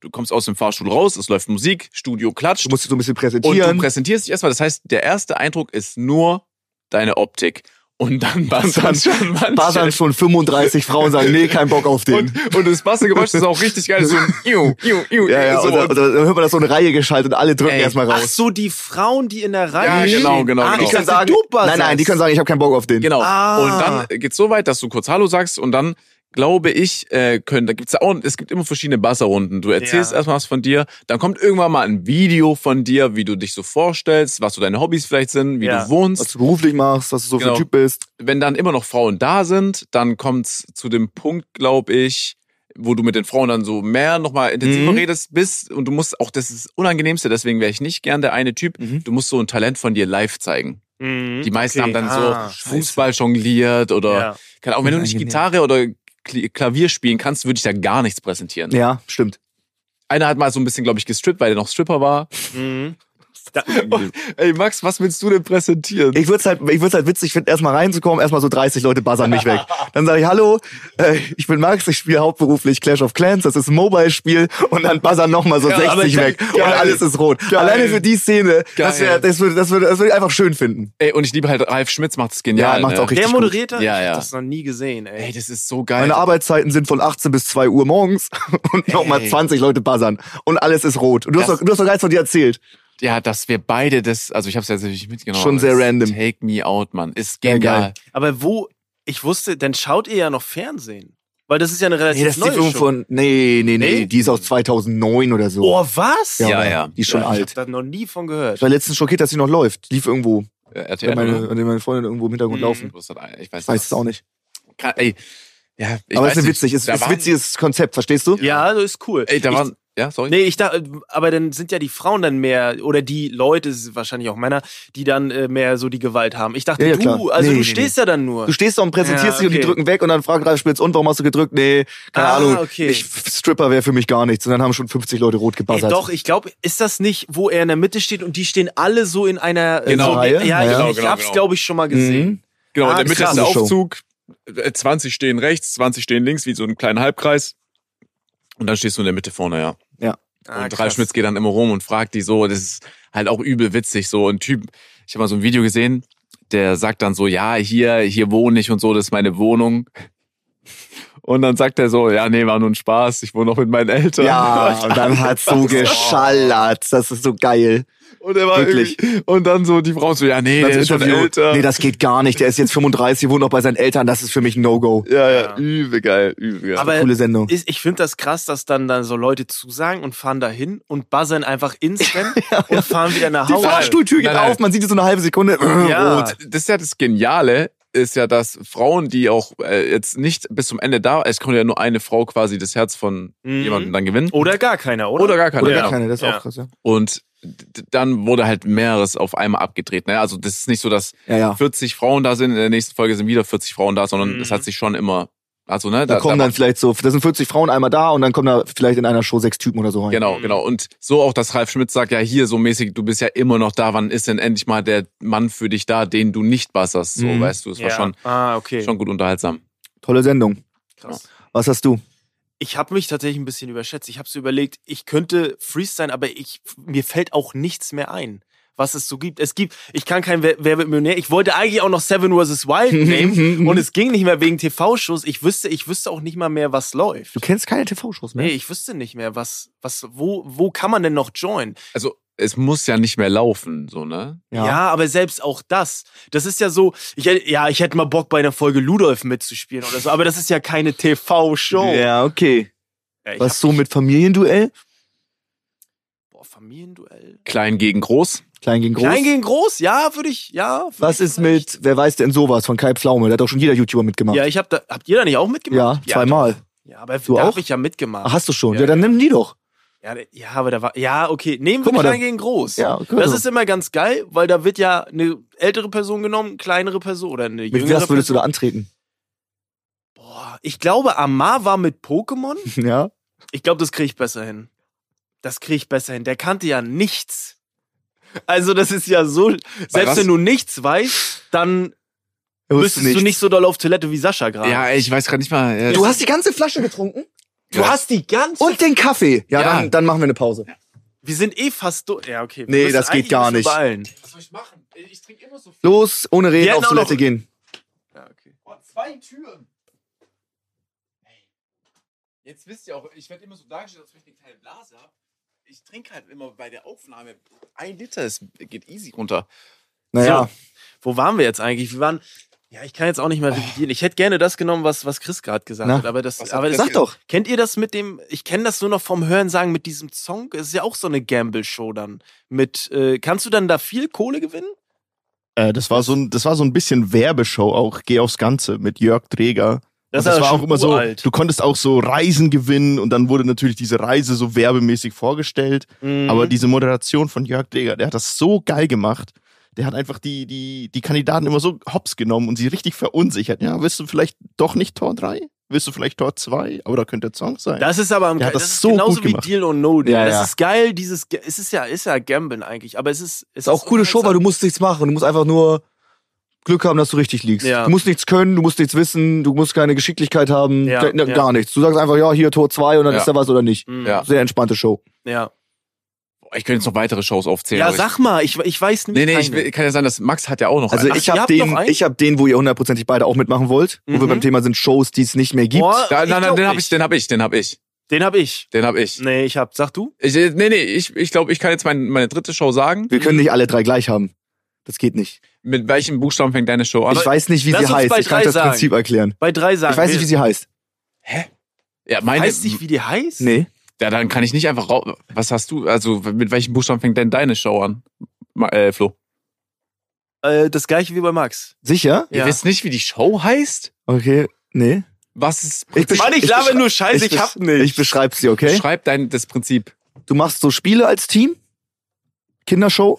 S2: du kommst aus dem Fahrstuhl raus, es läuft Musik, Studio klatscht
S3: du musst dich so ein bisschen
S2: und du
S3: präsentieren.
S2: präsentierst dich erstmal. Das heißt, der erste Eindruck ist nur deine Optik. Und dann buzzern schon
S3: Buzzern
S2: manche.
S3: schon 35 Frauen sagen, nee, kein Bock auf den.
S2: Und, und das Buzzergeräusch ist auch richtig geil. So ein Iu, Iu, Iu.
S3: Ja, ja,
S2: so.
S3: und dann, und dann hört man das so eine Reihe geschaltet und alle drücken
S2: Ey,
S3: erstmal
S1: Ach
S3: raus.
S1: so, die Frauen, die in der Reihe
S2: Ja,
S1: stehen.
S2: genau, genau,
S1: Ah,
S2: genau.
S1: Ich
S2: Die
S1: dachte,
S2: können
S3: sagen,
S1: du buzzerst.
S3: nein, nein, die können sagen, ich habe keinen Bock auf den.
S2: Genau.
S1: Ah.
S2: Und dann geht's so weit, dass du kurz Hallo sagst und dann glaube ich, äh, können, da gibt's ja auch, es gibt immer verschiedene Buzzer-Runden. Du erzählst
S1: Ja.
S2: erstmal was von dir, dann kommt irgendwann mal ein Video von dir, wie du dich so vorstellst, was so deine Hobbys vielleicht sind, wie
S1: Ja.
S2: du
S3: Was
S2: wohnst.
S3: du beruflich machst, was du so
S2: Genau.
S3: für ein Typ bist.
S2: Wenn dann immer noch Frauen da sind, dann kommt's zu dem Punkt, glaube ich, wo du mit den Frauen dann so mehr nochmal intensiver
S4: Mhm.
S2: redest bist und du musst auch, das ist das Unangenehmste, deswegen wäre ich nicht gern der eine Typ,
S4: Mhm.
S2: du musst so ein Talent von dir live zeigen.
S1: Mhm,
S2: Die meisten
S1: okay.
S2: haben dann
S1: Ah,
S2: so Fußball jongliert oder
S1: Ja.
S2: keine Ahnung, wenn du nicht
S4: Unangenehm.
S2: Gitarre oder Kl- Klavier spielen kannst, würde ich da gar nichts präsentieren.
S3: Ja, stimmt.
S2: Einer hat mal so ein bisschen, glaube ich, gestrippt, weil er noch Stripper war.
S1: Mhm. Da,
S2: Ey, Max, was willst du denn präsentieren?
S3: Ich würde es halt, ich würd's halt witzig finden, erstmal reinzukommen, erstmal so 30 Leute buzzern mich weg. Dann sage ich, hallo, äh, ich bin Max, ich spiele hauptberuflich Clash of Clans, das ist ein Mobile-Spiel und dann buzzern nochmal so 60 weg und alles ist rot. Alleine für die Szene, das, wär, das würde das würde, das würde ich einfach schön finden.
S2: Ey, und ich liebe halt Ralf Schmitz, macht es
S3: Ja,
S2: genial.
S3: macht's
S2: ne?
S3: auch richtig
S1: der moderiert das?
S2: Ja,
S1: Ich
S2: ja.
S1: hab das noch nie gesehen, ey.
S2: Ey, das ist so geil.
S3: Meine Arbeitszeiten sind von 18 bis 2 Uhr morgens und nochmal
S2: Ey.
S3: 20 Leute buzzern und alles ist rot. Und du hast
S2: Das-
S3: doch, du hast doch gar nichts von dir erzählt.
S2: ja, dass wir beide das, also ich habe es jetzt natürlich mitgenommen.
S3: Schon
S2: aber
S3: sehr
S2: das
S3: random.
S2: Take me out, Mann. Ist
S3: Ja,
S2: genial.
S1: Aber wo, ich wusste, dann schaut ihr ja noch Fernsehen. Weil das ist ja eine relativ
S3: Nee, das ist die
S1: neue
S3: Film
S1: Show.
S3: von, nee, nee, nee,
S1: Nee?
S3: die ist aus 2009 oder so.
S1: Oh, was?
S2: Ja,
S3: aber
S2: ja.
S3: Die ist schon
S1: Ja, Ich
S3: alt.
S1: hab da noch nie von
S3: halt. Ich
S1: gehört.
S3: war letztens schockiert, dass sie noch läuft. Lief irgendwo.
S2: Äh,
S3: Ja,
S2: RTL,
S3: meine,
S2: oder?
S3: an dem meine Freundin irgendwo im Hintergrund
S1: Mhm.
S3: laufen.
S2: Wo ist das ein- Ich weiß,
S3: Ich weiß es auch nicht.
S2: Kann, ey, ja, ich
S3: aber
S2: weiß
S3: es ist
S2: nicht.
S3: witzig, es ist
S2: Da
S3: ein
S2: waren-
S3: witziges Konzept, verstehst du?
S1: Ja, das ist cool.
S2: Ey, da
S1: ich,
S2: waren, ja, sorry.
S1: Nee, ich dachte, aber dann sind ja die Frauen dann mehr, oder die Leute, es sind wahrscheinlich auch Männer, die dann äh, mehr so die Gewalt haben. Ich dachte,
S3: Ja, ja,
S1: du,
S3: klar.
S1: also
S3: Nee,
S1: du
S3: nee,
S1: stehst ja dann nur.
S3: Du stehst da und präsentierst
S1: Ja,
S3: dich und die
S1: okay.
S3: drücken weg und dann fragt Ralf Spitz, und warum hast du gedrückt? Nee, keine
S1: Ah,
S3: Ahnung.
S1: okay.
S3: Ich, Stripper wäre für mich gar nichts. Und dann haben schon 50 Leute rot
S1: Ey,
S3: gebuzzert.
S1: doch, ich glaube, ist das nicht, wo er in der Mitte steht und die stehen alle so in einer äh,
S2: Genau.
S1: so,
S3: Reihe?
S1: Ja, ich,
S2: Genau,
S1: ich
S2: genau,
S1: hab's,
S2: genau.
S1: glaube ich, schon mal gesehen.
S3: Mhm.
S2: Genau, in
S1: Ah,
S2: der Mitte
S1: krass.
S2: ist der
S3: Show.
S2: Aufzug, äh, 20 stehen rechts, 20 stehen links, wie so einen kleinen Halbkreis. Und dann stehst du in der Mitte vorne, ja.
S1: Ah,
S2: und Ralf
S1: krass.
S2: Schmitz geht dann immer rum und fragt die so, das ist halt auch übel witzig, so ein Typ. Ich habe mal so ein Video gesehen, der sagt dann so, ja, hier, hier wohne ich und so, das ist meine Wohnung. Und dann sagt er so, ja, nee, war nur ein Spaß, ich wohne noch mit meinen Eltern.
S3: Ja, und dann hat's so geschallert. Das ist so geil.
S2: Und er war
S3: Wirklich.
S2: irgendwie- Und dann so, die Frau so, ja, nee, der ist schon älter.
S3: Nee, das geht gar nicht. Der ist jetzt 35, wohnt noch bei seinen Eltern. Das ist für mich ein No-Go.
S2: ja, ja, übel geil, übel geil.
S1: Aber
S3: Coole Sendung.
S1: ist, ich finde das krass, dass dann, dann so Leute zusagen und fahren dahin und buzzern einfach instant und fahren wieder nach
S3: Die
S1: Hause.
S3: Fahrstuhltür geht
S2: Nein, nein.
S3: auf, man sieht die so eine halbe Sekunde.
S1: Ja.
S3: Rot.
S2: das ist ja das Geniale, ist ja, dass Frauen, die auch äh, jetzt nicht bis zum Ende da, es konnte ja nur eine Frau quasi das Herz von
S1: Mhm.
S2: jemandem dann gewinnen.
S1: Oder gar keiner, oder?
S2: Oder gar keine.
S3: Oder
S2: ja.
S3: gar keine, das ist
S1: Ja.
S3: auch krass, ja.
S2: Und d- dann wurde halt mehreres auf einmal abgedreht. Ne? Also das ist nicht so, dass
S3: Ja, ja.
S2: 40 Frauen da sind, in der nächsten Folge sind wieder 40 Frauen da, sondern
S1: Mhm.
S2: es hat sich schon immer, also ne,
S3: Da, kommen dann
S2: war-
S3: vielleicht so, das sind 40 Frauen einmal da und dann kommen da vielleicht in einer Show sechs Typen oder so rein.
S2: Genau, genau. Und so auch, dass Ralf Schmitz sagt, ja, hier so mäßig, du bist ja immer noch da, wann ist denn endlich mal der Mann für dich da, den du nicht wasserst? So,
S3: Mhm.
S2: weißt du, es
S1: ja.
S2: war schon,
S1: Ah, okay.
S2: schon gut unterhaltsam.
S3: Tolle Sendung.
S1: krass.
S3: Was hast du?
S1: Ich habe mich tatsächlich ein bisschen überschätzt. Ich habe so überlegt, ich könnte Freestyle, aber ich, mir fällt auch nichts mehr ein. was es so gibt. Es gibt, ich kann kein Wer, Wer wird Millionär. Ich wollte eigentlich auch noch Seven vs. Wild nehmen und es ging nicht mehr wegen TV-Shows. Ich wüsste, ich wüsste auch nicht mal mehr, was läuft.
S3: Du kennst keine TV-Shows mehr.
S1: Nee, ich wüsste nicht mehr, was, was, wo, wo kann man denn noch join?
S2: Also es muss ja nicht mehr laufen, so, ne?
S1: Ja. aber selbst auch das. Das ist ja so, ich, hätt- ja, ich hätte mal Bock bei einer Folge Ludolf mitzuspielen oder so, aber das ist ja keine TV-Show.
S3: Ja, okay.
S1: Ja, ich
S3: Was so mit Familienduell?
S1: hab- Boah, Familienduell.
S2: Klein gegen groß.
S3: Klein gegen groß.
S1: Klein gegen groß, ja, würde ich, ja. würd
S3: Was
S1: ich
S3: ist
S1: vielleicht-
S3: mit Wer weiß denn sowas von Kai Pflaume? Da hat doch schon jeder YouTuber mitgemacht.
S1: Ja, ich hab da, habt ihr da nicht auch
S3: Ja,
S1: mitgemacht?
S3: zweimal.
S1: Ja, aber
S3: Du
S1: da
S3: auch?
S1: habe ich ja mitgemacht.
S3: Ach, hast du schon.
S1: Ja,
S3: Ja, dann nimm die doch.
S1: Ja, da- ja, aber da war, ja, okay, nehmen wir
S3: Guck mal,
S1: klein
S3: da-
S1: gegen groß.
S3: Ja, genau. gut.
S1: Das ist immer ganz geil, weil da wird ja eine ältere Person genommen, kleinere Person oder eine
S3: mit
S1: jüngere
S3: was würdest du
S1: Person.
S3: da antreten?
S1: Boah, ich glaube, Amar war mit Pokémon.
S3: Ja.
S1: Ich glaube, das kriege ich besser hin. Das kriege ich besser hin. Der kannte ja nichts. Also, das ist ja so. selbst
S2: was?
S1: wenn du nichts weißt, dann
S3: Er wusste
S1: müsstest du nicht so doll auf Toilette wie Sascha gerade.
S2: Ja, ey, ich weiß gerade nicht mal. äh, Ja,
S3: Du hast die ganze Flasche getrunken
S1: du hast die ganze.
S3: und den Kaffee. Ja,
S2: Ja.
S3: Dann, dann machen wir eine Pause.
S1: Wir sind eh fast durch. Ja, okay. wir
S3: Nee,
S1: müssen-
S3: das geht
S1: eigentlich
S3: gar
S1: müssen wir
S3: nicht.
S1: Beeilen.
S2: was soll ich machen? Ich trinke immer so viel. Oh,
S3: Los, ohne Reden
S1: Wir hätten
S3: auf
S1: auch
S3: Toilette
S1: noch-
S3: gehen.
S1: Ja, okay.
S2: Jetzt wisst ihr auch, ich werde immer so dargestellt, als wenn ich eine kleine Blase habe. Ich trinke halt immer bei der Aufnahme. Ein Liter, es geht easy runter.
S3: Naja.
S1: Wo waren wir jetzt eigentlich? Wir waren. Ja, ich kann jetzt auch nicht mehr revidieren. Ich hätte gerne das genommen, was, was Chris gerade gesagt
S3: Na,
S1: hat. Aber das,
S2: was hat
S1: aber das
S2: Chris
S3: Sag doch.
S1: Kennt ihr das mit dem, ich kenne das nur noch vom Hören sagen mit diesem Song, es ist ja auch so eine Gamble-Show dann. Mit, äh, kannst du dann da viel Kohle gewinnen?
S4: Äh, das, war so ein, das war so ein bisschen Werbeshow auch. Geh aufs Ganze mit Jörg Träger. Und
S1: ist aber
S4: war
S1: schon
S4: auch immer
S1: uralt.
S4: so. Du konntest auch so Reisen gewinnen und dann wurde natürlich diese Reise so werbemäßig vorgestellt.
S1: Mhm.
S4: Aber diese Moderation von Jörg Deger, der hat das so geil gemacht. Der hat einfach die, die, die Kandidaten immer so hops genommen und sie richtig verunsichert. Ja, willst du vielleicht doch nicht Tor 3? Willst du vielleicht Tor 2? Aber da könnte der Song sein.
S1: das ist aber am
S4: Der hat
S1: das,
S4: das
S1: ist
S4: so
S1: genauso
S4: gut
S1: wie
S4: gemacht.
S1: Deal or No Deal.
S3: Ja,
S1: das
S3: ja.
S1: ist geil, dieses Ga- es ist ja ist ja Gamblen eigentlich, aber es ist es
S3: Ist auch coole Show, weil du musst nichts machen. Du musst einfach nur Glück haben, dass du richtig liegst.
S1: Ja.
S3: Du musst nichts können, du musst nichts wissen, du musst keine Geschicklichkeit haben,
S1: Ja,
S3: ke- ne,
S1: ja.
S3: gar nichts. Du sagst einfach, ja, hier Tor 2 und dann
S2: Ja.
S3: ist da was oder nicht.
S1: Mhm.
S2: Ja.
S3: Sehr entspannte Show.
S1: Ja.
S2: Boah, Ich könnte jetzt noch weitere Shows aufzählen.
S1: ja,
S2: aber
S1: sag mal, ich, ich weiß
S2: Ich,
S1: nicht.
S2: nee, nee, ich, will- kann ja sein, dass Max hat ja auch noch.
S3: Also
S2: einen.
S1: Ach,
S3: ich
S1: ihr
S3: habe
S1: habt noch
S3: den,
S1: einen?
S3: ich hab den, wo ihr hundertprozentig beide auch mitmachen wollt, wo wir
S1: Mhm.
S3: beim Thema sind Shows, die es nicht mehr gibt.
S1: Boah,
S2: da,
S1: ich
S2: nein, nein,
S1: glaub
S2: den habe
S1: nicht.
S2: ich, den habe ich, den habe ich,
S1: Den hab ich.
S2: den habe ich.
S1: Nee, ich hab. Sag du?
S2: ich. äh, Nee, nee, ich, ich glaube, ich kann jetzt mein, meine dritte Show sagen.
S3: Wir können nicht alle drei gleich haben. Das geht nicht.
S2: Mit welchem Buchstaben fängt deine Show an?
S3: ich weiß nicht, wie
S1: lass
S3: sie
S1: uns
S3: heißt.
S1: bei
S3: Ich kann
S1: drei
S3: das
S1: sagen.
S3: Prinzip erklären.
S1: Bei drei sagen.
S3: Ich weiß nicht, wie
S1: wir-
S3: sie heißt.
S2: ja, meine,
S1: Weißt nicht, wie die heißt?
S3: Nee.
S2: ja, dann kann ich nicht einfach raus. Was hast du? Also mit welchem Buchstaben fängt denn deine Show an, Ma- äh, Flo?
S1: Äh, das gleiche wie bei Max.
S3: Sicher?
S2: Ihr
S1: Ja.
S2: wisst nicht, wie die Show heißt?
S3: Okay. Nee.
S2: Was ist?
S3: Ich besch-
S1: Mann, ich
S3: ich
S1: laber
S3: beschrei-
S1: nur Scheiße, ich,
S3: besch-
S1: hab nicht.
S3: Ich beschreib sie, okay?
S2: Schreib dein das Prinzip.
S3: Du machst so Spiele als Team, Kindershow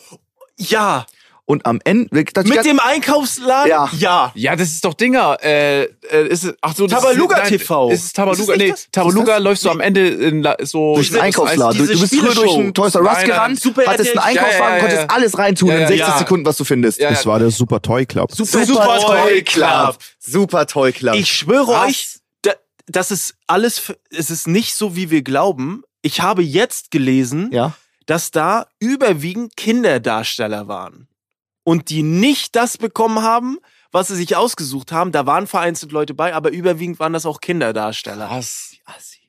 S1: ja.
S3: und am Ende. das-
S1: Mit dem Einkaufsladen?
S3: Ja.
S1: Ja.
S2: Ja, das ist doch Dinger. Äh, äh, ist es, ach so, das
S1: Tabaluga
S2: ist, nein,
S1: TV.
S2: Ist es Tabaluga?
S1: Ist es nicht
S2: nee,
S1: das? Ist
S2: Tabaluga
S3: das?
S2: läufst du am Ende in, La- so
S3: durch den
S2: das
S3: Einkaufsladen.
S1: also diese
S3: Du, du bist früher durch
S1: Spieleshow.
S3: einen Toys R Us
S2: Nein,
S3: gerannt,
S1: nein.
S3: hattest einen
S1: Super
S3: Einkaufswagen,
S2: RTL. Ja, ja, ja,
S3: konntest alles reintun
S2: Ja,
S3: in
S2: ja,
S3: 60
S1: ja.
S3: Sekunden, was du findest.
S2: Ja,
S4: das war der Super Toy Club.
S1: Super Super Toy Toy Club. Club.
S3: Super Toy Club.
S1: Ich schwöre
S3: Was?
S1: euch, da, das ist alles, f- es ist nicht so, wie wir glauben. Ich habe jetzt gelesen,
S3: ja.
S1: dass da überwiegend Kinderdarsteller waren. Und die nicht das bekommen haben, was sie sich ausgesucht haben. Da waren vereinzelt Leute bei, aber überwiegend waren das auch Kinderdarsteller.
S2: Was?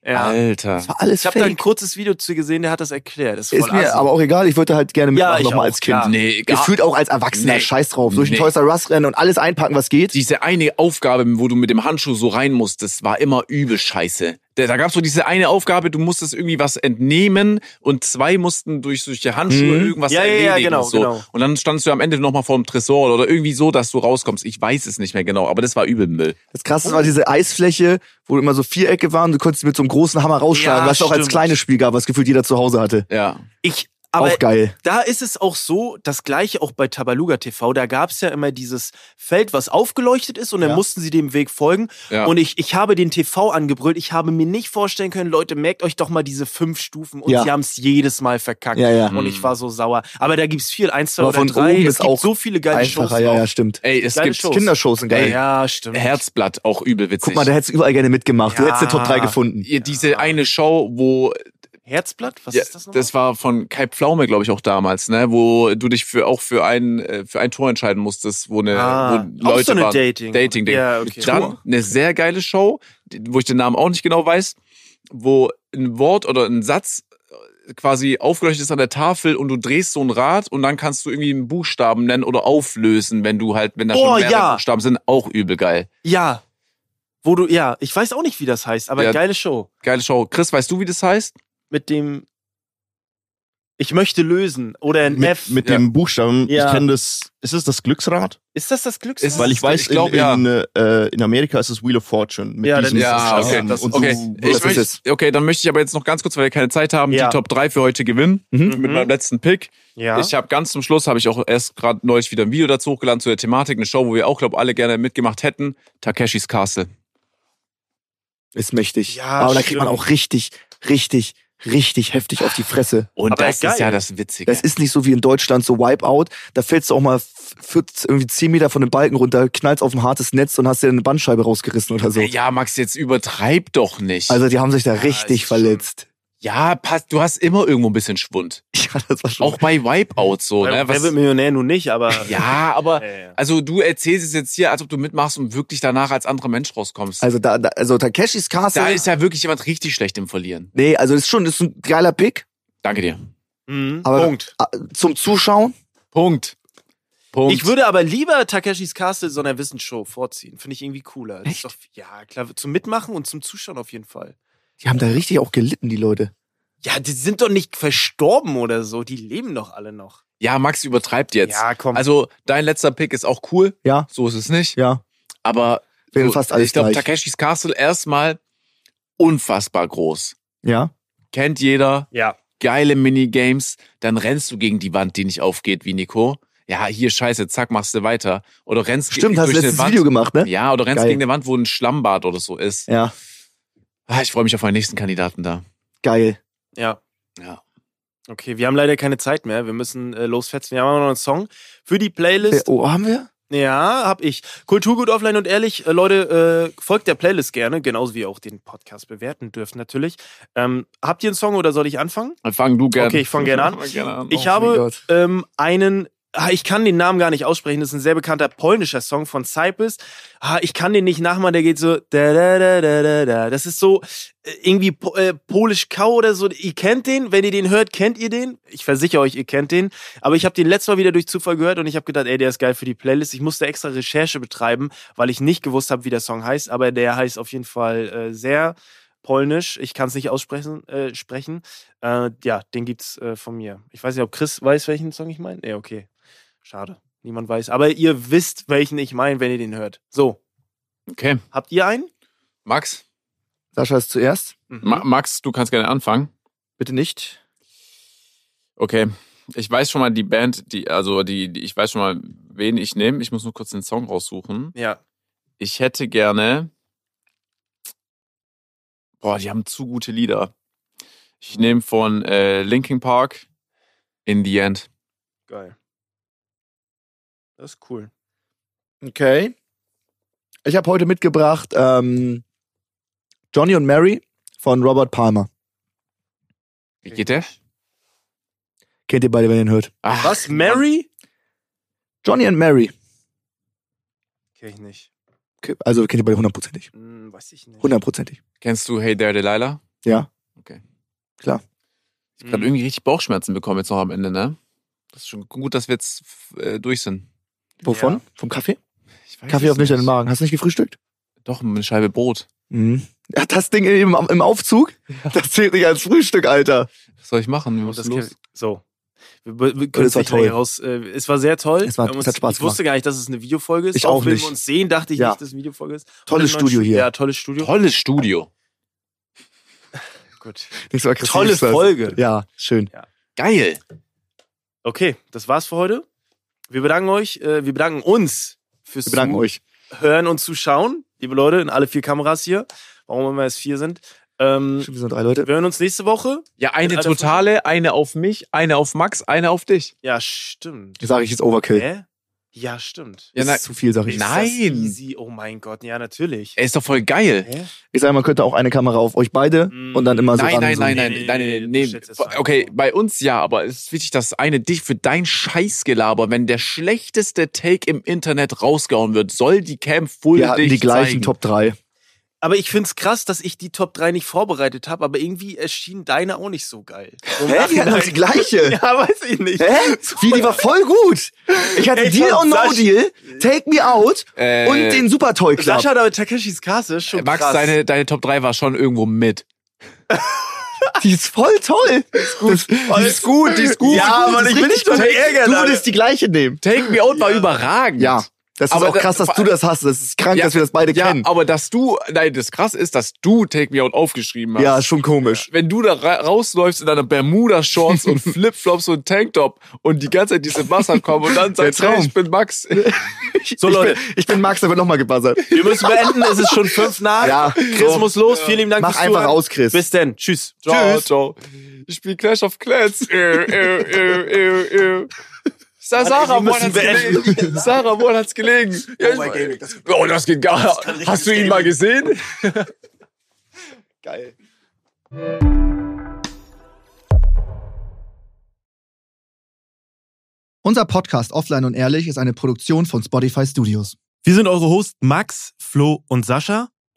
S1: Ja.
S2: Alter.
S3: War alles
S1: Ich habe da ein
S3: fake.
S1: kurzes Video zu gesehen, der hat das erklärt. Das ist,
S3: Ist
S1: voll
S3: mir
S1: assi.
S3: aber auch egal, ich wollte halt gerne
S1: Ja,
S3: mitmachen
S1: ich
S3: nochmal
S1: auch,
S3: als Kind.
S1: klar.
S2: Nee, egal.
S3: Gefühlt auch als Erwachsener,
S2: Nee.
S3: scheiß drauf. Durch
S2: Nee.
S3: den Toys R Us rennen und alles einpacken, was geht.
S2: diese eine Aufgabe, wo du mit dem Handschuh so rein musst, das war immer übel scheiße. Da, da gab's so diese eine Aufgabe, du musstest irgendwie was entnehmen und zwei mussten durch solche Handschuhe
S3: Mhm.
S2: irgendwas
S1: Ja, ja, ja,
S2: erledigen.
S1: genau,
S2: so.
S1: genau.
S2: Und dann standst du am Ende nochmal vor dem Tresor oder irgendwie so, dass du rauskommst. Ich weiß es nicht mehr genau, aber das war übel Müll.
S3: Das krasse war diese Eisfläche, wo immer so Vierecke waren, du konntest mit so einem großen Hammer rausschlagen,
S1: Ja,
S3: was es auch als
S1: stimmt.
S3: kleines Spiel gab, was gefühlt jeder zu Hause hatte.
S2: Ja.
S1: ich, aber
S3: auch geil.
S1: da ist es auch so, das gleiche auch bei Tabaluga TV, da gab's ja immer dieses Feld, was aufgeleuchtet ist und dann
S3: Ja.
S1: mussten sie dem Weg folgen.
S2: ja.
S1: Und ich, ich habe den TV angebrüllt, ich habe mir nicht vorstellen können, Leute, merkt euch doch mal diese fünf Stufen und
S3: Ja.
S1: sie haben es jedes Mal verkackt.
S3: Ja, ja.
S1: Und ich war so sauer. Aber da gibt's viel, eins, zwei
S3: Aber
S1: oder
S3: von
S1: drei.
S3: oben
S1: es
S3: ist
S1: gibt
S3: auch
S1: so viele geile Shows.
S3: Einfacher, ja, ja, stimmt.
S2: Ey, es
S1: Geile
S2: gibt
S1: Shows.
S3: Kindershows sind geil.
S1: Ja, stimmt.
S2: Herzblatt, auch übel witzig.
S3: Guck mal, da hättest du überall gerne mitgemacht. Du
S1: Ja.
S3: hättest eine Top 3 gefunden.
S2: Ihr- Diese eine Show, wo
S1: Herzblatt? Was
S2: Ja,
S1: ist das nochmal?
S2: das war von Kai Pflaume, glaube ich, auch damals, ne? Wo du dich für auch für ein, äh, für ein Tor entscheiden musstest,
S3: äh,
S2: wo eine
S1: ah,
S2: wo Leute
S1: auch so eine
S2: waren.
S1: Dating.
S2: Dating-Ding.
S1: Ja, okay.
S2: Dann eine sehr geile Show, die- wo ich den Namen auch nicht genau weiß, wo ein Wort oder ein Satz äh, quasi aufgeleuchtet ist an der Tafel und du drehst so ein Rad und dann kannst du irgendwie einen Buchstaben nennen oder auflösen, wenn du halt, wenn da schon
S1: Oh,
S2: mehrere
S1: ja.
S2: Buchstaben sind, auch übel geil.
S1: ja. Wo du, ja, ich weiß auch nicht, wie das heißt, aber
S2: Ja.
S1: geile Show.
S2: Geile Show. Chris, weißt du, wie das heißt?
S1: Mit dem Ich möchte lösen oder ein F.
S4: Mit, mit dem Buchstaben,
S1: Ja.
S4: ich kenne das, ist es das Glücksrad?
S1: ist das das Glücksrad?
S2: Ist-
S4: Weil ich weiß,
S2: ich glaub,
S4: in,
S2: ja.
S4: in, äh, in Amerika ist es Wheel of Fortune. Mit
S1: Ja, dann
S4: diesem
S1: ist es
S2: Ja, okay.
S4: Buchstaben
S2: Das,
S4: und
S2: okay.
S4: so.
S2: Ich
S4: Das ist es.
S2: möchte, okay, dann möchte ich aber jetzt noch ganz kurz, weil wir keine Zeit haben,
S1: Ja.
S2: die Top 3 für heute gewinnen. Mit meinem letzten Pick.
S1: ja.
S2: Ich habe ganz zum Schluss, habe ich auch erst gerade neulich wieder ein Video dazu hochgeladen zu der Thematik, eine Show, wo wir auch, glaube alle gerne mitgemacht hätten. Takeshis Castle.
S3: Ist mächtig.
S1: Ja,
S3: Aber da kriegt man
S1: stimmt.
S3: auch richtig, richtig, richtig heftig auf die Fresse.
S2: Und
S1: Aber
S2: das
S1: geil.
S2: ist ja das Witzige.
S3: Das ist nicht so wie in Deutschland, so Wipeout. Da fällst du auch mal f- 14, irgendwie 10 Meter von dem Balken runter, knallst auf ein hartes Netz und hast dir eine Bandscheibe rausgerissen oder so.
S2: ja, Max, jetzt übertreib doch nicht.
S3: Also die haben sich da
S1: ist
S3: richtig
S1: schon-
S3: verletzt.
S2: ja, pass, du hast immer irgendwo ein bisschen Schwund.
S3: Ja, das war schon.
S2: Auch bei Wipeout so.
S1: Weil Wer
S2: Ne?
S1: wird
S2: Was,
S1: Millionär nun nicht, aber.
S2: ja, aber
S1: Ja, ja.
S2: also du erzählst es jetzt hier, als ob du mitmachst und wirklich danach als anderer Mensch rauskommst.
S3: also da, da also Takeshis Castle.
S2: da ist ja wirklich jemand richtig schlecht im Verlieren.
S3: nee, also ist schon ist ein geiler Pick
S2: Danke dir.
S1: Mhm.
S3: Aber-
S1: Punkt.
S3: ah, zum Zuschauen.
S2: Punkt. Punkt.
S1: Ich würde aber lieber Takeshis Castle so einer Wissensshow vorziehen. Finde ich irgendwie cooler. Das ist Doch, ja, klar, zum Mitmachen und zum Zuschauen auf jeden Fall.
S3: Die haben da richtig auch gelitten, die Leute.
S1: Ja, die sind doch nicht verstorben oder so. Die leben doch alle noch.
S2: ja, Max übertreibt jetzt.
S1: Ja, komm.
S2: Also dein letzter Pick ist auch cool.
S3: Ja.
S2: So ist es nicht.
S3: Ja.
S2: Aber
S3: Wäre
S2: so,
S3: fast alles
S2: ich glaube,
S3: gleich.
S2: Takeshis Castle erstmal unfassbar groß.
S3: Ja.
S2: Kennt jeder.
S1: Ja.
S2: Geile Minigames. Dann rennst du gegen die Wand, die nicht aufgeht, wie Nico. Ja, hier scheiße, zack, machst du weiter. Oder rennst ge-
S3: Stimmt, hast du
S2: durch eine
S3: letztes
S2: Wand.
S3: Video gemacht, ne?
S2: Ja, oder rennst
S3: Geil.
S2: gegen eine Wand, wo ein Schlammbad oder so ist.
S3: Ja.
S2: Ah, ich freue mich auf meinen nächsten Kandidaten da.
S3: Geil.
S1: Ja.
S2: Ja.
S1: Okay, wir haben leider keine Zeit mehr. Wir müssen äh, losfetzen. Wir haben aber noch einen Song für die Playlist.
S3: Oh, haben wir?
S1: Ja, hab ich. Kulturgut offline und ehrlich, äh, Leute, äh, folgt der Playlist gerne, genauso wie ihr auch den Podcast bewerten dürft natürlich. Ähm, habt ihr einen Song oder soll ich anfangen?
S2: Dann fang du gerne.
S1: Okay, ich fang gerne an.
S2: Gerne an.
S1: Ich
S3: Oh mein
S1: habe
S3: Gott.
S1: ähm, einen, ah, ich kann den Namen gar nicht aussprechen, das ist ein sehr bekannter polnischer Song von Cypress. Ah, ich kann den nicht nachmachen, der geht so da da da da da da. Das ist so äh, irgendwie po äh, polisch Kau oder so. Ihr kennt den, wenn ihr den hört, kennt ihr den. Ich versichere euch, ihr kennt den. Aber ich habe den letztes Mal wieder durch Zufall gehört und ich habe gedacht, ey, der ist geil für die Playlist. Ich musste extra Recherche betreiben, weil ich nicht gewusst habe, wie der Song heißt. Aber der heißt auf jeden Fall äh, sehr polnisch. Ich kann es nicht aussprechen. Äh, sprechen. Äh, ja, den gibt's äh, von mir. Ich weiß nicht, ob Chris weiß, welchen Song ich meine. Nee, okay. Schade. Niemand weiß. Aber ihr wisst, welchen ich meine, wenn ihr den hört. So,
S2: Okay.
S1: habt ihr einen?
S2: Max?
S3: Sascha ist zuerst.
S1: Mhm.
S2: Ma Max, du kannst gerne anfangen.
S3: Bitte nicht.
S2: Okay. Ich weiß schon mal die Band, die, also die, die ich weiß schon mal, wen ich nehme. Ich muss nur kurz den Song raussuchen.
S1: Ja.
S2: Ich hätte gerne. Boah, die haben zu gute Lieder. Ich nehme von äh, Linkin Park In the End.
S1: Geil. Das ist cool.
S3: Okay. Ich habe heute mitgebracht ähm, Johnny und Mary von Robert Palmer.
S2: Wie geht der?
S3: Kennt ihr beide, wenn ihr ihn hört.
S2: Ach,
S1: Was? Mary?
S3: Johnny and Mary.
S1: Kenn ich nicht.
S3: Ke- Also kennt ihr beide hundertprozentig.
S1: Hm, weiß ich nicht.
S3: Hundertprozentig.
S2: Kennst du Hey There Delilah?
S3: Ja.
S2: Okay.
S3: Klar.
S2: Ich habe gerade irgendwie richtig Bauchschmerzen bekommen jetzt noch am Ende, ne? Das ist schon gut, dass wir jetzt äh, durch sind.
S3: Wovon?
S1: Ja.
S3: Vom Kaffee?
S2: Ich weiß
S3: Kaffee
S2: es
S3: auf nicht in den Magen. Hast du nicht gefrühstückt?
S2: Doch, eine Scheibe Brot.
S3: Mhm. Ja, das Ding im, im Aufzug? Das zählt nicht als Frühstück, Alter.
S2: Was soll ich machen? Wir
S1: Und das
S2: müssen los.
S1: kann- so. Wir, wir- wir können
S3: das
S1: es
S3: war
S1: nicht lange
S3: toll.
S1: raus. Äh, es war sehr toll.
S3: Es war-
S1: Wir haben uns,
S3: es hat Spaß
S1: Ich wusste gar nicht, dass es eine Videofolge ist.
S3: Ich auch
S1: wenn
S3: nicht.
S1: wir uns sehen, dachte ich
S3: Ja.
S1: nicht, dass es eine Videofolge ist.
S3: Tolles
S1: Und im neuen
S3: Studio
S1: Stu-
S3: hier.
S1: Ja, tolles Studio.
S2: Tolles Studio.
S1: Gut.
S3: Nicht so aggressiv
S1: Tolle
S3: sein.
S1: Folge.
S3: Ja, schön.
S2: Geil.
S1: Okay, das war's für heute. Wir bedanken euch, äh, wir bedanken uns fürs
S3: Wir bedanken euch.
S1: Hören und Zuschauen, liebe Leute, in alle vier Kameras hier, warum immer es vier sind. Ähm,
S3: Stimmt, wir sind drei Leute.
S1: wir hören uns nächste Woche.
S2: Ja, eine
S1: Alter,
S2: totale, eine auf mich, eine auf Max, eine auf dich.
S1: Ja, stimmt.
S3: Sage ich jetzt Overkill.
S1: Hä? Ja, stimmt.
S2: Ja, na,
S3: ist zu viel, sag ich.
S1: Ist das
S2: Nein.
S1: Easy. Oh mein Gott, ja, natürlich.
S2: ey, ist doch voll geil.
S3: Ich sage, man könnte auch eine Kamera auf euch beide
S1: Mm.
S3: und Also dann immer so
S2: Nein,
S3: ran.
S2: nein,
S3: so.
S2: nein, nein,
S1: Nee,
S2: nein,
S1: nee, nee,
S2: nein,
S1: du
S2: nein.
S1: schätzt es einfach.
S2: Okay, bei uns ja, aber es ist wichtig, dass eine dich für dein Scheißgelaber, wenn der schlechteste Take im Internet rausgehauen wird, soll die Cam full
S3: Wir hatten
S2: dich
S3: die gleichen
S2: zeigen.
S3: Top 3.
S1: Aber ich find's krass, dass ich die Top 3 nicht vorbereitet habe, aber irgendwie erschien deine auch nicht so geil. So im
S3: Hä? Die hatten doch die gleiche.
S1: Ja, weiß ich nicht.
S3: Hä? Wie, die war voll gut. Ich hatte
S1: Ey,
S3: Deal
S1: komm,
S3: or No
S1: Sasch.
S3: Deal, Take Me Out
S2: Äh,
S3: und den Super Toy Club.
S1: Sascha da mit Takeshis Castle ist schon
S2: Max,
S1: krass.
S2: deine, deine Top 3 war schon irgendwo mit.
S3: Die ist voll toll. Das, die ist gut, die ist gut.
S1: Ja,
S3: die ist
S1: Mann, ich
S3: richtig
S1: bin nicht so
S3: gut.
S1: geärgert,
S3: Du
S1: Alter.
S3: würdest die gleiche nehmen.
S2: Take Me Out war überragend.
S3: Ja. Das ist
S2: Aber
S3: auch
S2: da-
S3: krass, dass
S2: vor
S3: du
S2: allem-
S3: das hast. Das ist krank,
S2: Ja,
S3: dass wir das beide
S2: Ja,
S3: kennen.
S2: aber dass du, nein, das krass ist, dass du Take Me Out aufgeschrieben hast.
S3: Ja, ist schon komisch.
S2: wenn du da ra rausläufst in deiner Bermuda-Shorts und Flipflops und Tanktop und die ganze Zeit diese Wasser kommen und dann sagst du,
S3: Traum.
S2: hey, ich bin Max.
S1: so, Leute,
S3: Ich bin, ich bin Max, da wird nochmal gebuzzert.
S1: wir müssen beenden. Es ist schon fünf nach.
S3: Ja.
S1: Chris muss los. Vielen lieben Dank
S3: Mach
S1: fürs
S3: einfach
S2: halt
S1: Zuhören.
S3: raus, Chris.
S1: Bis denn. Tschüss.
S2: Ciao, ciao. Ich spiele Clash of Clans. Äh, äh, äh, äh, äh. Sa Sarah,
S1: Easy
S2: woran
S1: müssen
S2: hat's
S1: beenden.
S2: gelegen? Sarah, woran hat's gelegen? Ja,
S1: mein
S2: ich-
S1: Gaming, das-
S2: oh, das geht gar nicht. Hast du ihn mal gesehen?
S3: Geil.
S6: Unser Podcast Offline und Ehrlich ist eine Produktion von Spotify Studios.
S5: Wir sind eure Hosts Max, Flo und Sascha.